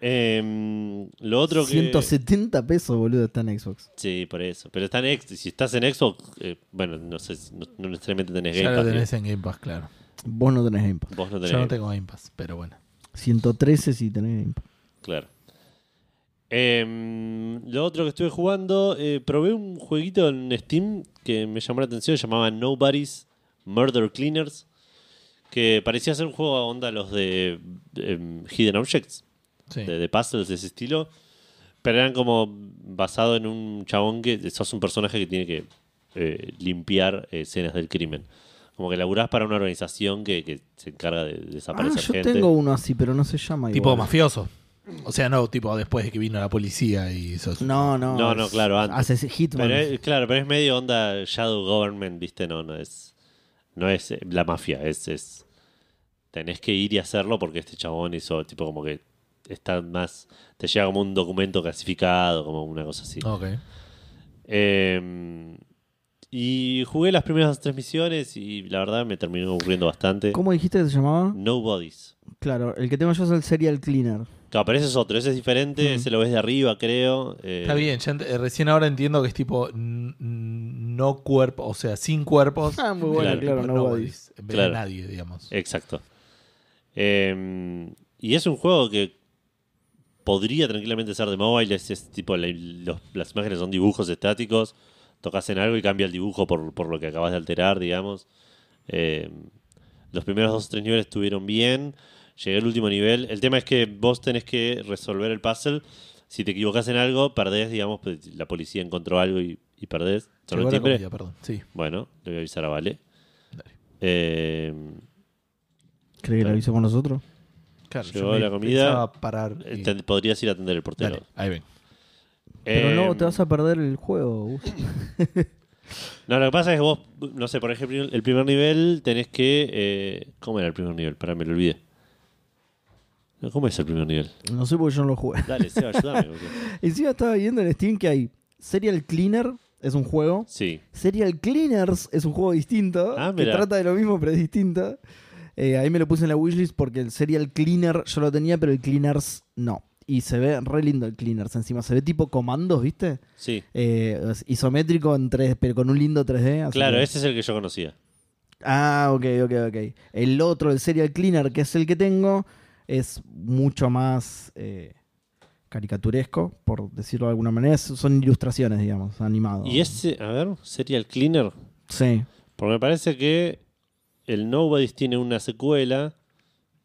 C: Em, lo otro que...
B: 170 pesos, boludo, está en Xbox.
C: Sí, por eso. Pero está en Xbox. Si estás en Xbox, eh, bueno, no sé, si- no, no necesariamente tenés
A: Ya
C: Game
A: lo
C: Pass.
A: tenés en Game Pass, claro.
B: Vos no tenés Game Pass.
C: digamos. Vos no tenés
A: Yo no
C: Game
A: tengo Game Pass, pero bueno.
B: 113 si tenés Game Pass.
C: Pass, Claro. Em, lo otro que estuve jugando, eh, probé un jueguito en Steam que me llamó la atención, se llamaba Nobody's Murder Cleaners, que parecía ser un juego a onda los de em, Hidden Objects.
A: Sí.
C: de, de puzzles de ese estilo. Pero eran como basado en un chabón que sos un personaje que tiene que eh, limpiar eh, escenas del crimen. Como que laburás para una organización que, que se encarga de
B: Ah,
C: desaparecer
B: yo
C: gente.
B: tengo uno así, pero no se llama
A: Tipo
B: igual.
A: mafioso. O sea, no, tipo después de que vino la policía y sos-
B: No, no.
C: No, no,
B: es-
C: claro, antes.
B: haces Hitman.
C: Pero eh, es- claro, pero es medio onda Shadow Government, ¿viste? No, no es. No es eh, la mafia, es, es. Tenés que ir y hacerlo porque este chabón hizo, tipo, como que está más. Te llega como un documento clasificado, como una cosa así.
A: Ok.
C: Eh, y jugué las primeras tres misiones y la verdad me terminó aburriendo bastante.
B: ¿Cómo dijiste que se llamaba?
C: Nobodies.
B: Claro, el que tengo yo es el Serial Cleaner.
C: Claro, pero ese es otro, ese es diferente, ese lo ves de arriba, creo. eh,
A: Está bien, ya ent- eh, recién ahora entiendo que es tipo n- n- no cuerpo, o sea, sin cuerpos.
B: Ah, muy bueno,
A: Tipo
B: claro, nobodies.
A: En vez
C: Claro.
A: de nadie, digamos.
C: Exacto. Eh, y es un juego que podría tranquilamente ser de mobile, es, es tipo la- los- las imágenes son dibujos estáticos, tocas en algo y cambia el dibujo por, por lo que acabas de alterar, digamos. Eh, los primeros dos o tres niveles estuvieron bien, llegué al último nivel. El tema es que vos tenés que resolver el puzzle. Si te equivocas en algo, perdés, digamos, pues, la policía encontró algo y, y perdés. Sonó el
A: Llegó la
C: timbre.
A: comida, perdón. Sí.
C: Bueno, le voy a avisar a Vale.
A: Dale.
C: Eh,
B: ¿Cree que lo hizo con nosotros?
A: Claro,
C: Llegó
A: yo
C: la
A: me
C: comida.
A: pensaba parar. y-
C: Te- podrías ir a atender el portero.
A: Dale, ahí ven.
B: Pero
C: Eh,
B: luego te vas a perder el juego. Gus.
C: No, lo que pasa es que vos, no sé, por ejemplo, el primer nivel tenés que. eh, ¿Cómo era el primer nivel? Pará, me lo olvidé. No, ¿Cómo es el primer nivel?
B: No sé por qué yo no lo jugué. *laughs*
C: Dale, Seba, ayúdame. boludo.
B: Encima estaba viendo en Steam que hay Serial Cleaner, es un juego.
C: Sí.
B: Serial Cleaners es un juego distinto.
C: Ah,
B: que
C: mirá.
B: trata de lo mismo, pero es distinto. Eh, ahí me lo puse en la wishlist porque el Serial Cleaner yo lo tenía, pero el Cleaners no. Y se ve re lindo el Cleaners encima. Se ve tipo comandos, ¿viste?
C: Sí.
B: Eh, es isométrico, en 3D, pero con un lindo 3D. así
C: Claro,
B: que-
C: ese es el que yo conocía.
B: Ah, ok, ok, ok. El otro, el Serial Cleaner, que es el que tengo, es mucho más eh, caricaturesco, por decirlo de alguna manera. Es- Son ilustraciones, digamos, animados.
C: Y ese, a ver, Serial Cleaner.
B: Sí.
C: Porque me parece que el Nobody's tiene una secuela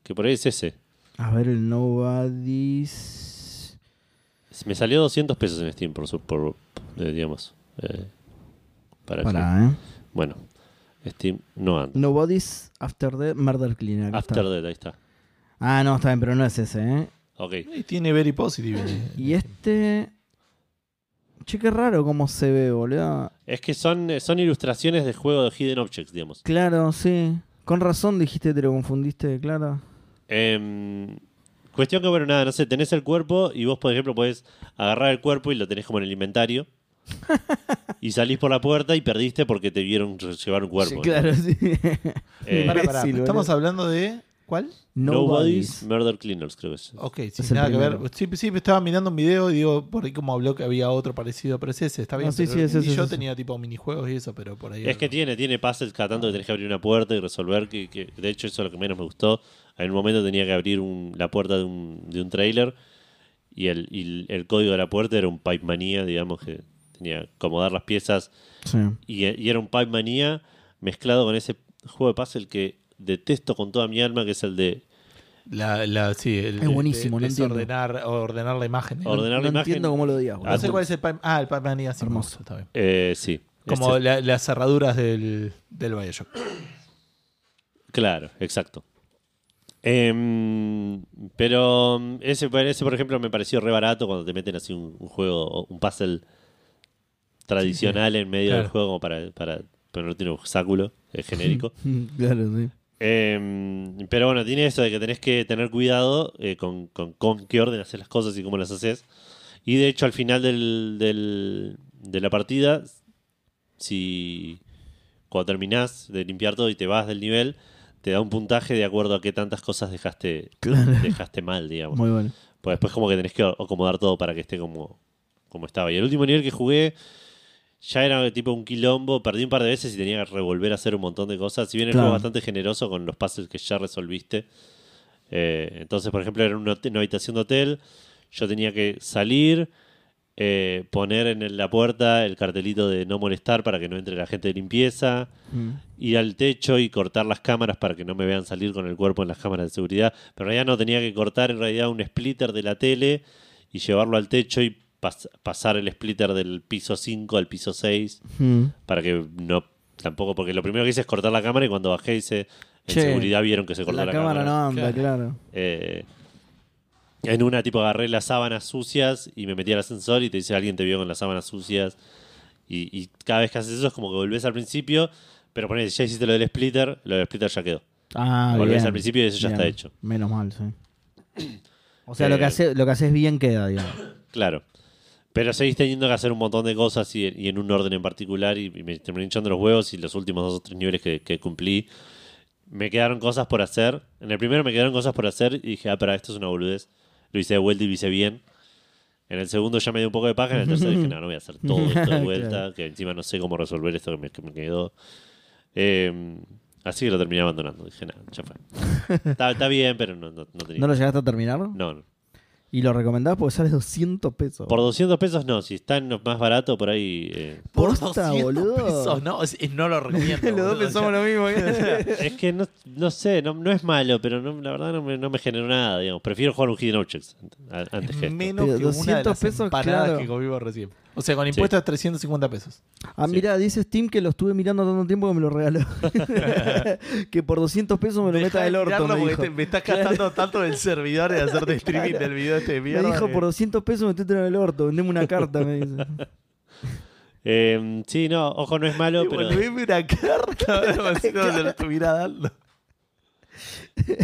C: que por ahí es ese.
B: A ver, el Nobody's.
C: Me salió 200 pesos en Steam, por, su- por eh, digamos. eh, para que-
B: Pará, ¿eh?
C: Bueno, Steam no anda.
B: Nobody's After the Murder Cleaner. acá está.
C: After Death, ahí está.
B: Ah, no, está bien, pero no es ese, ¿eh?
C: Ok.
A: Y tiene very positive. eh.
B: Y este. Che, qué raro cómo se ve, boludo.
C: Es que son, eh, son ilustraciones de juego de Hidden Objects, digamos.
B: Claro, sí. Con razón dijiste, te lo confundiste, claro.
C: Em, cuestión que, bueno, nada, no sé, tenés el cuerpo y vos, por ejemplo, podés agarrar el cuerpo y lo tenés como en el inventario. y salís por la puerta y perdiste porque te vieron re- llevar un cuerpo.
B: Sí,
C: ¿no?
B: claro, sí.
C: Eh,
A: Pará, pará,
B: imbécil,
A: Estamos
B: boludo.
A: hablando de. ¿Cuál?
C: Nobody's Murder Cleaners, creo que es.
A: Ok,
B: Es
A: sin
B: el
A: nada que
B: primero.
A: ver. Sí, sí, estaba mirando un video y digo, por ahí como habló que había otro parecido, pero es ese, está bien.
B: No, Ah, sí,
A: pero
B: sí, es
A: ni
B: ese, es
A: yo
B: ese.
A: tenía tipo minijuegos y eso, pero por ahí.
C: Es que tiene, tiene puzzles cada
B: Ah.
C: tanto que tenés que abrir una puerta y resolver. Que, que- de hecho, eso es lo que menos me gustó. En un momento tenía que abrir un- la puerta de un, de un trailer y el, y el código de la puerta era un pipe manía, digamos que tenía que acomodar las piezas.
B: Sí.
C: Y, eh, y era un pipe manía mezclado con ese juego de puzzle que detesto con toda mi alma, que es el de
A: La, la, sí, el,
B: Es buenísimo,
A: de-
B: no entiendo.
A: desordenar- ordenar la imagen.
C: Orden- Ordenar
B: no
C: la imagen.
B: entiendo cómo lo digas.
A: No sé
B: boludo.
A: cuál es el Pime. Ah, el Pime Manía, sí,
B: Hermoso.
A: está bien.
C: eh, sí.
A: Como
C: Ese-
A: la- las cerraduras del, del Bioshock.
C: Claro, exacto. Em, pero mm, ese, ese, por ejemplo, me pareció re barato cuando te meten así un, un juego, o un puzzle tradicional en medio del
A: claro.
C: juego como para, para- pero no tiene obstáculo, es genérico.
B: Mm, *laughs* Claro, sí.
C: Em, pero bueno, tiene eso de que tenés que tener cuidado eh, con, con- con qué orden haces las cosas y cómo las haces. Y de hecho, al final del- del- de la partida si cuando terminás de limpiar todo y te vas del nivel, te da un puntaje de acuerdo a qué tantas cosas dejaste,
B: Claro.
C: dejaste mal, digamos.
B: Muy bueno.
C: Pues después como que tenés que acomodar todo para que esté como, como estaba. Y el último nivel que jugué ya era tipo un quilombo, perdí un par de veces y tenía que revolver a hacer un montón de cosas. Si bien el
B: Claro.
C: juego es bastante generoso con los puzzles que ya resolviste. eh, entonces, por ejemplo, era una, hot- una habitación de hotel, yo tenía que salir, eh, poner en el- la puerta el cartelito de no molestar para que no entre la gente de limpieza
B: Mm.
C: ir al techo y cortar las cámaras para que no me vean salir con el cuerpo en las cámaras de seguridad. Pero en realidad no tenía que cortar en realidad un splitter de la tele y llevarlo al techo y pas- pasar el splitter del piso 5 al piso 6
B: Mm.
C: para que no tampoco porque lo primero que hice es cortar la cámara y cuando bajé hice en
B: Che,
C: seguridad vieron que se cortó
B: La,
C: la,
B: cámara, no anda,
A: Claro.
B: claro.
C: Eh, en una tipo agarré las sábanas sucias y me metí al ascensor y te dice alguien te vio con las sábanas sucias. Y, y cada vez que haces eso es como que volvés al principio, pero ponés, ya hiciste lo del splitter, lo del splitter ya quedó.
B: Ah,
C: Volvés
B: bien,
C: al principio y eso ya
B: bien.
C: está hecho.
B: Menos mal, sí. *clears throat* O sea,
C: Eh,
B: lo que haces lo que haces bien queda,
C: *clears throat*
B: digamos.
C: Claro. Pero seguís teniendo que hacer un montón de cosas y, y en un orden en particular y, y me terminé hinchando los huevos y los últimos dos o tres niveles que, que cumplí me quedaron cosas por hacer. En el primero me quedaron cosas por hacer y dije, ah, pero esto es una boludez. Lo hice de vuelta y lo hice bien. En el segundo ya me dio un poco de paja. En el tercero dije, no, no voy a hacer todo esto de
B: *laughs*
C: vuelta.
B: Claro.
C: Que encima no sé cómo resolver esto que me, que me quedó. Eh, así que lo terminé abandonando. Dije, no, ya fue.
B: *laughs*
C: está, está bien, pero no, no, no tenía.
B: ¿No lo llegaste a terminar?
C: no, no.
B: Y lo recomendás porque sale 200 pesos.
C: Por 200 pesos no, si está en lo más barato por ahí. eh.
B: Posta, boludo.
A: pesos, no, es- no
B: *laughs*
A: lo recomiendo.
B: Los dos
A: boludo, o sea,
B: pensamos lo
A: *laughs*
B: mismo. ¿eh?
C: Es que no, no sé, no, no es malo, pero no- la verdad no me, no me generó nada, digamos. Prefiero jugar un Hidden Objects an- antes que esto.
A: Menos
B: Pero
A: que una de
B: 200
A: las
B: pesos,
A: empanadas
B: claro.
A: que comimos recién. O sea, con
C: Sí.
A: impuestos 350 pesos.
B: Ah,
C: Sí.
B: mira, dice Steam que lo estuve mirando tanto tiempo que me lo regaló. *laughs* que por 200 pesos me lo meta
A: Dejá
B: del
A: de
B: orto.
A: mirarlo
B: Me
A: porque
B: dijo.
A: te- me estás gastando tanto del servidor de *laughs* hacerte streaming del video este de
B: Me
A: mierda.
B: dijo
A: que-
B: por 200 pesos me estoy en el orto. Vendeme una carta, me
C: *laughs*
B: dice.
C: Eh, sí, no, ojo, no es malo,
A: Y
C: pero
A: volveme una carta, *laughs* a ver si no se lo estuviera dando.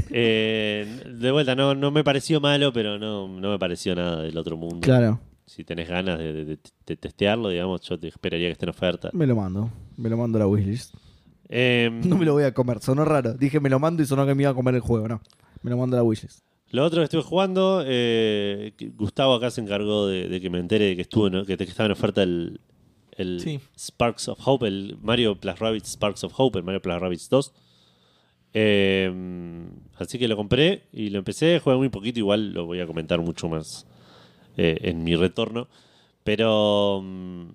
C: eh, de vuelta, no, no me pareció malo, pero no, no me pareció nada del otro mundo.
B: Claro,
C: Si tenés ganas de, de- de- de testearlo, digamos, yo te esperaría que esté en oferta.
B: me lo mando. Me lo mando a la wishlist.
C: Eh,
B: No me lo voy a comer, sonó raro. Dije me lo mando y sonó que me iba a comer el juego, no. Me lo mando a la wishlist.
C: Lo otro que estuve jugando, eh, que Gustavo acá se encargó de, de que me entere de que estuvo, ¿no? que, te- que estaba en oferta el, el
A: Sí.
C: Sparks of Hope, el Mario Plus Rabbids Sparks of Hope, el Mario Plus Rabbids 2. Eh, así que lo compré y lo empecé, jugué muy poquito, igual lo voy a comentar mucho más eh, en mi retorno. Pero mm,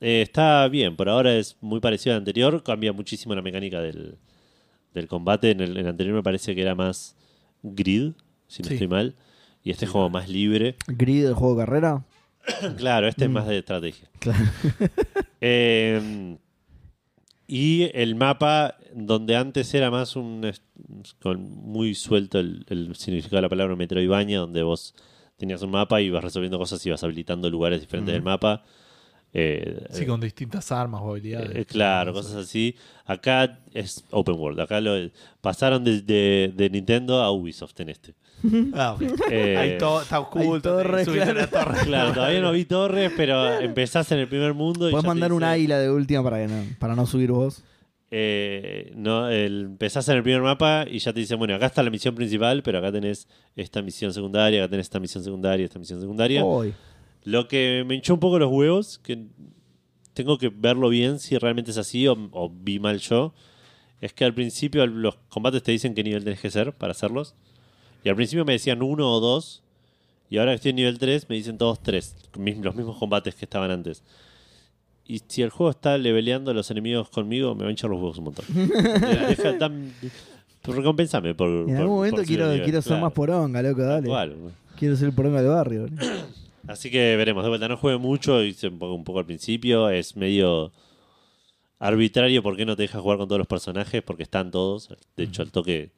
C: eh, está bien, por ahora es muy parecido al anterior, cambia muchísimo la mecánica del, del combate. En el, en el anterior me parece que era más grid, si no
A: Sí.
C: estoy mal, y este es como
A: *coughs*
C: más libre.
B: Grid del juego de carrera.
C: claro,
A: Mm.
C: este es más de estrategia. *laughs*
B: Claro.
C: Eh, y el mapa, donde antes era más un. es- con muy suelto el, el significado de la palabra Metroidvania, donde vos tenías un mapa y vas resolviendo cosas y vas habilitando lugares diferentes del mapa. Eh,
A: Mm. Sí, con distintas armas o habilidades.
C: eh, claro, cosas así. Acá es open world. Acá lo pasaron de, de- de Nintendo a Ubisoft en este.
A: Ah, ok.
C: Eh,
A: Ahí todo está oculto.
B: torres,
A: subite a la torre. *laughs*
C: Claro, todavía no vi torres, pero empezás en el primer mundo. y ya
B: Puedes
C: te
B: mandar un
C: dice-
B: águila de última para, que no, para no subir vos.
C: Eh, no, el- empezás en el primer mapa y ya te dicen, bueno, acá está la misión principal, pero acá tenés esta misión secundaria, acá tenés esta misión secundaria, esta misión secundaria.
B: Hoy.
C: Lo que me hinchó un poco los huevos, que tengo que verlo bien si realmente es así o, o vi mal yo, es que al principio al- los combates te dicen qué nivel tenés que ser para hacerlos. Y al principio me decían uno o dos, y ahora que estoy en nivel 3 me dicen todos tres, mis- los mismos combates que estaban antes. Y si el juego está leveleando a los enemigos conmigo, me va a hinchar los huevos un montón. Deja, dam- recompensame por...
B: En algún momento quiero, quiero ser más poronga, loco, dale. Quiero ser el poronga del barrio. boludo.
C: Así que veremos. De vuelta, no juegue mucho, hice un poco, un poco al principio. Es medio arbitrario porque no te deja jugar con todos los personajes, porque están todos. De hecho, al toque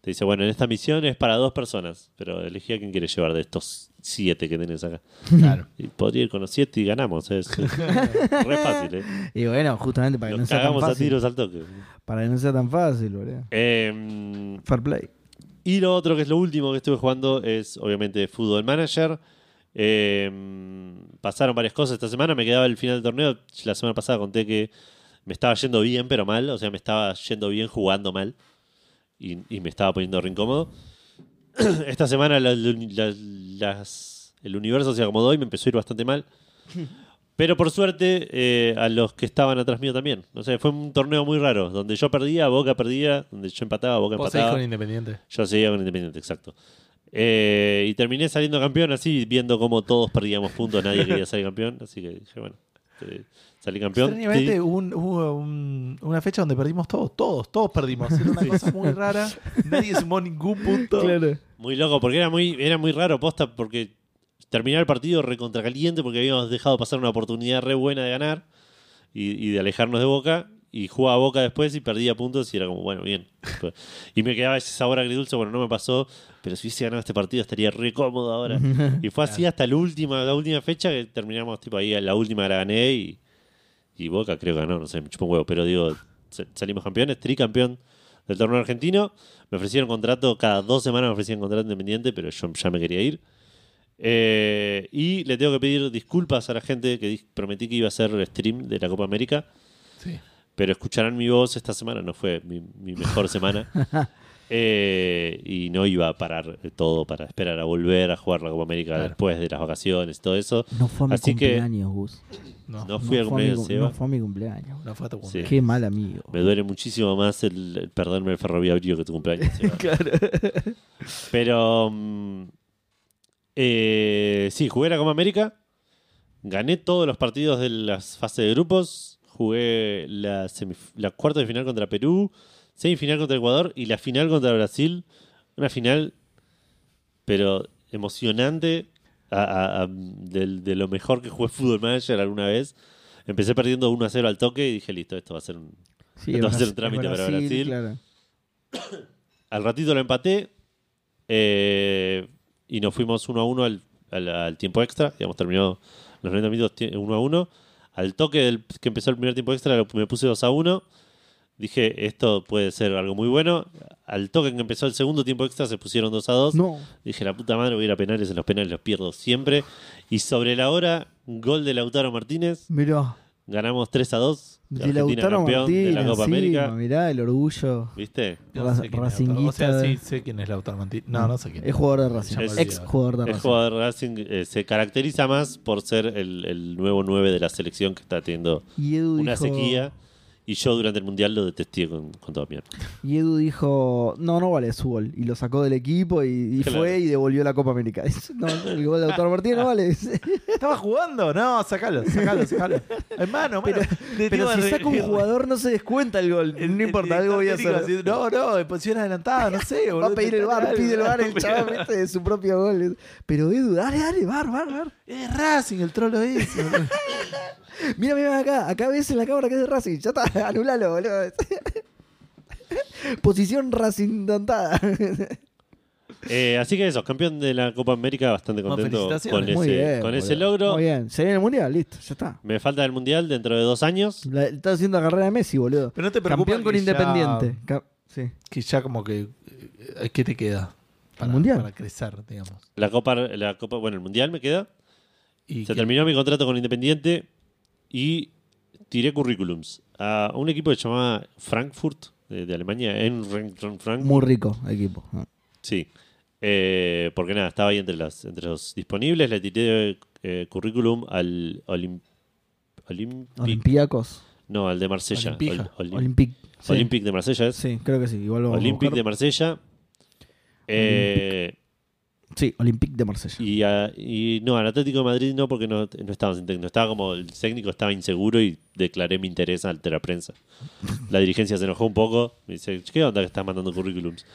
C: te dice, bueno, en esta misión es para dos personas, pero elegí a quién quieres llevar de estos siete que tenés acá.
A: Claro.
C: Y podría ir con los siete y ganamos. ¿eh? Es,
B: *laughs*
C: es re fácil, ¿eh?
B: Y bueno, justamente para que no
C: Nos
B: sea tan
C: cagamos a
B: fácil.
C: tiros al toque.
B: Para que no sea tan fácil, boludo.
C: Em,
B: Fair play.
C: Y lo otro que es lo último que estuve jugando es obviamente Fútbol Manager. Eh, pasaron varias cosas esta semana, me quedaba el final del torneo. La semana pasada conté que me estaba yendo bien, pero mal. O sea, me estaba yendo bien jugando mal. Y, y me estaba poniendo re incómodo. *clears throat* Esta semana la- la- las- el universo se acomodó y me empezó a ir
A: *laughs*
C: bastante mal. Pero por suerte, eh, a los que estaban atrás mío también. O sea, fue un torneo muy raro. Donde yo perdía, Boca perdía. Donde yo empataba, Boca
A: Vos seguís
C: empataba.
A: con Independiente.
C: Yo seguía con Independiente, exacto. Eh, y terminé saliendo campeón así, viendo cómo todos perdíamos puntos, nadie quería salir campeón, así que dije, bueno, eh, salí campeón.
A: Extrañamente hubo un- hubo un- una fecha donde perdimos todos, todos, todos perdimos. Era una cosa muy rara. Nadie sumó ningún punto.
C: Muy loco, porque era muy, era muy raro, posta, porque terminar el partido recontracaliente porque habíamos dejado pasar una oportunidad re buena de ganar y, y de alejarnos de Boca. Y jugaba a Boca después y perdía puntos y era como, bueno, bien. Y me quedaba ese sabor agridulce, bueno, no me pasó, pero si hubiese ganado este partido estaría re cómodo ahora. Y fue así hasta la última, la última fecha que terminamos, tipo, ahí la última la gané y, y Boca creo que ganó, no sé, me chupa un huevo, pero digo, sa- salimos campeones, tricampeón del torneo argentino. Me ofrecieron contrato, cada dos semanas me ofrecían contrato independiente, pero yo ya me quería ir. Eh, y le tengo que pedir disculpas a la gente que di- prometí que iba a hacer stream de la Copa América,
A: Sí.
C: pero escucharán mi voz esta semana, no fue mi, mi mejor semana. Eh, y no iba a parar todo para esperar a volver a jugar la Copa América
A: Claro.
C: después de las vacaciones y todo eso.
B: No fue a mi
C: Así que
B: cumpleaños, Gus.
A: No,
C: no
A: no,
C: fui al
B: no, fue a mi
C: cumpleaños de
B: cum-
C: Seba.
B: no fue a mi cumpleaños.
A: fue a tu
C: Sí.
A: cumpleaños.
B: Qué mal amigo.
C: Me duele muchísimo más el, el perderme el ferroviario que tu cumpleaños. Seba. Pero. mm, eh, sí, jugué la Copa América. Gané todos los partidos de las fases de grupos. Jugué la, semif- la cuarta de final contra Perú, semifinal contra Ecuador y la final contra Brasil. Una final, pero emocionante, a- a- a- del- de, lo mejor que jugué *laughs* Fútbol Manager alguna vez. Empecé perdiendo 1 a 0 al toque y dije, listo, esto va a ser un,
B: Sí,
C: Esto va a ser
B: Brasil-
C: un trámite para Brasil.
B: claro.
C: Al ratito lo empaté eh, y nos fuimos uno a uno al, al- al tiempo extra. Digamos, terminó los 90 minutos ti- uno a uno. Al toque del, que empezó el primer tiempo extra lo- me puse 2 a 1. Dije, esto puede ser algo muy bueno. Al toque que empezó el segundo tiempo extra se pusieron 2 a 2.
B: No.
C: Dije, la puta madre, voy a ir a penales. En los penales los pierdo siempre. Y sobre la hora, gol de Lautaro Martínez.
B: Mirá.
C: Ganamos 3 a 2.
B: De
C: Argentina
B: Lautaro
C: campeón
B: Martínez.
C: de la Copa
B: encima,
C: América.
B: Mirá el orgullo.
C: ¿Viste?
A: Yo no sé quién es Lautaro. O sea,
B: Racinguista.
A: sí, sé quién es Lautaro Martínez. No, no sé quién.
B: Es jugador de
A: Ya
B: Racing.
A: me
B: Ex
A: olvidaba.
B: jugador de
C: El
B: Racing.
C: jugador de Racing eh, se caracteriza más por ser el, el nuevo 9 de la selección que está teniendo
B: Y Edu
C: una
B: dijo-
C: sequía. Y yo durante el mundial lo detesté con, con toda mierda.
B: Y Edu dijo, no, no vale su gol. Y lo sacó del equipo y, y
C: Claro.
B: fue y devolvió la Copa América. *laughs* Dice, No, el gol de Lautaro Martínez
A: *laughs*
B: no vale. Dice,
A: Estaba jugando. No, sacalo, sacalo, sacalo. Hermano,
B: Pero-
A: mano, le
B: Pero
A: digo,
B: si
A: re-
B: saca un jugador no se descuenta el gol.
A: el-
B: no
A: el
B: importa,
A: director
B: algo voy a
A: técnico
B: hacer.
A: así, No, no, en posición adelantada, no sé.
B: Va
A: boludo,
B: a pedir el
A: intentá
B: bar,
A: algo.
B: pide el bar, el chaval mete de su propio gol. Pero Edu, dale, dale, bar, bar, bar.
A: Es Racing, el trolo ese. boludo.
B: Mira, mira acá, acá ves en la cámara que es de Racing. Ya está, *laughs* anulalo, boludo. Posición Racing dantada.
C: Eh, así que eso, campeón de la Copa América, bastante
A: Bueno,
C: contento con
A: felicitaciones.
C: ese,
B: Muy bien.
C: con ese
B: boludo.
C: logro.
B: Muy bien, se viene el mundial, listo, ya está.
C: Me falta el mundial dentro de dos años.
B: La, está haciendo la carrera de Messi, boludo.
A: Pero no te preocupes.
B: Campeón con
A: que ya-
B: Independiente. Ca- sí.
A: Que ya como que. eh, ¿Qué te queda? Para,
B: Mundial.
A: para crecer, digamos.
C: La Copa, la Copa, bueno, el mundial me queda.
A: Y que-
C: Se terminó mi contrato con Independiente y tiré currículums a un equipo que se llamaba Frankfurt de, de Alemania, en Frankfurt.
B: Muy rico equipo. ¿no?
C: Sí. Eh, porque nada, estaba ahí entre, las, entre los disponibles. Le tiré eh, currículum al Olim- Olympic.
B: Olympiacos.
C: No, al de Marsella.
A: Olimpija.
C: Ol- Olim-
B: Olympic. Sí.
C: Olympic de Marsella es.
B: Sí, creo que sí. Igual lo vamos a
C: Olympic de
B: buscar.
C: Marsella. Eh,
B: Sí, Olympic de Marsella.
C: y, a- y no, al Atlético de Madrid no, porque no, no estaba sin técnico. Estaba como el técnico estaba inseguro y declaré mi interés ante
B: *laughs*
C: la prensa. La dirigencia se enojó un poco. Me dice, ¿qué onda que estás mandando currículums?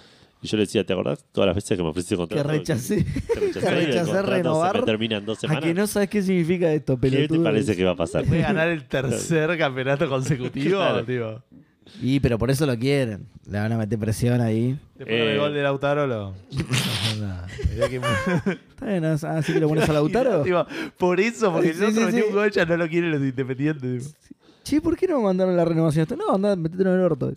C: Y yo le decía, ¿te acordás todas las veces que me ofreciste
B: Que
C: contrato? *laughs*
B: rechacé.
C: Te rechacé,
B: Te
C: el
B: rechacé
C: contrato
B: renovar.
C: Se me termina en dos
B: ¿A
C: semanas.
B: que no sabes qué significa esto,
C: ¿Qué
B: pelotudo?
C: te parece que va a pasar?
A: Puede ganar
C: *laughs*
A: el tercer campeonato consecutivo,
C: Claro.
A: tío.
B: Y pero por eso lo quieren. Le van a meter presión ahí.
A: Después del
C: Eh.
A: gol de Lautaro lo. No, no, mirá que-
B: Está bien, ah, así que lo pones *laughs*
A: *laughs*
B: a Lautaro.
A: Tipo, por eso, porque
B: Sí,
A: el otro
B: sí,
A: metió
B: sí.
A: un gol, ya no lo quieren los independientes. tipo.
B: Che, ¿por qué no mandaron la renovación? Esto, No, andá, metete en el orto.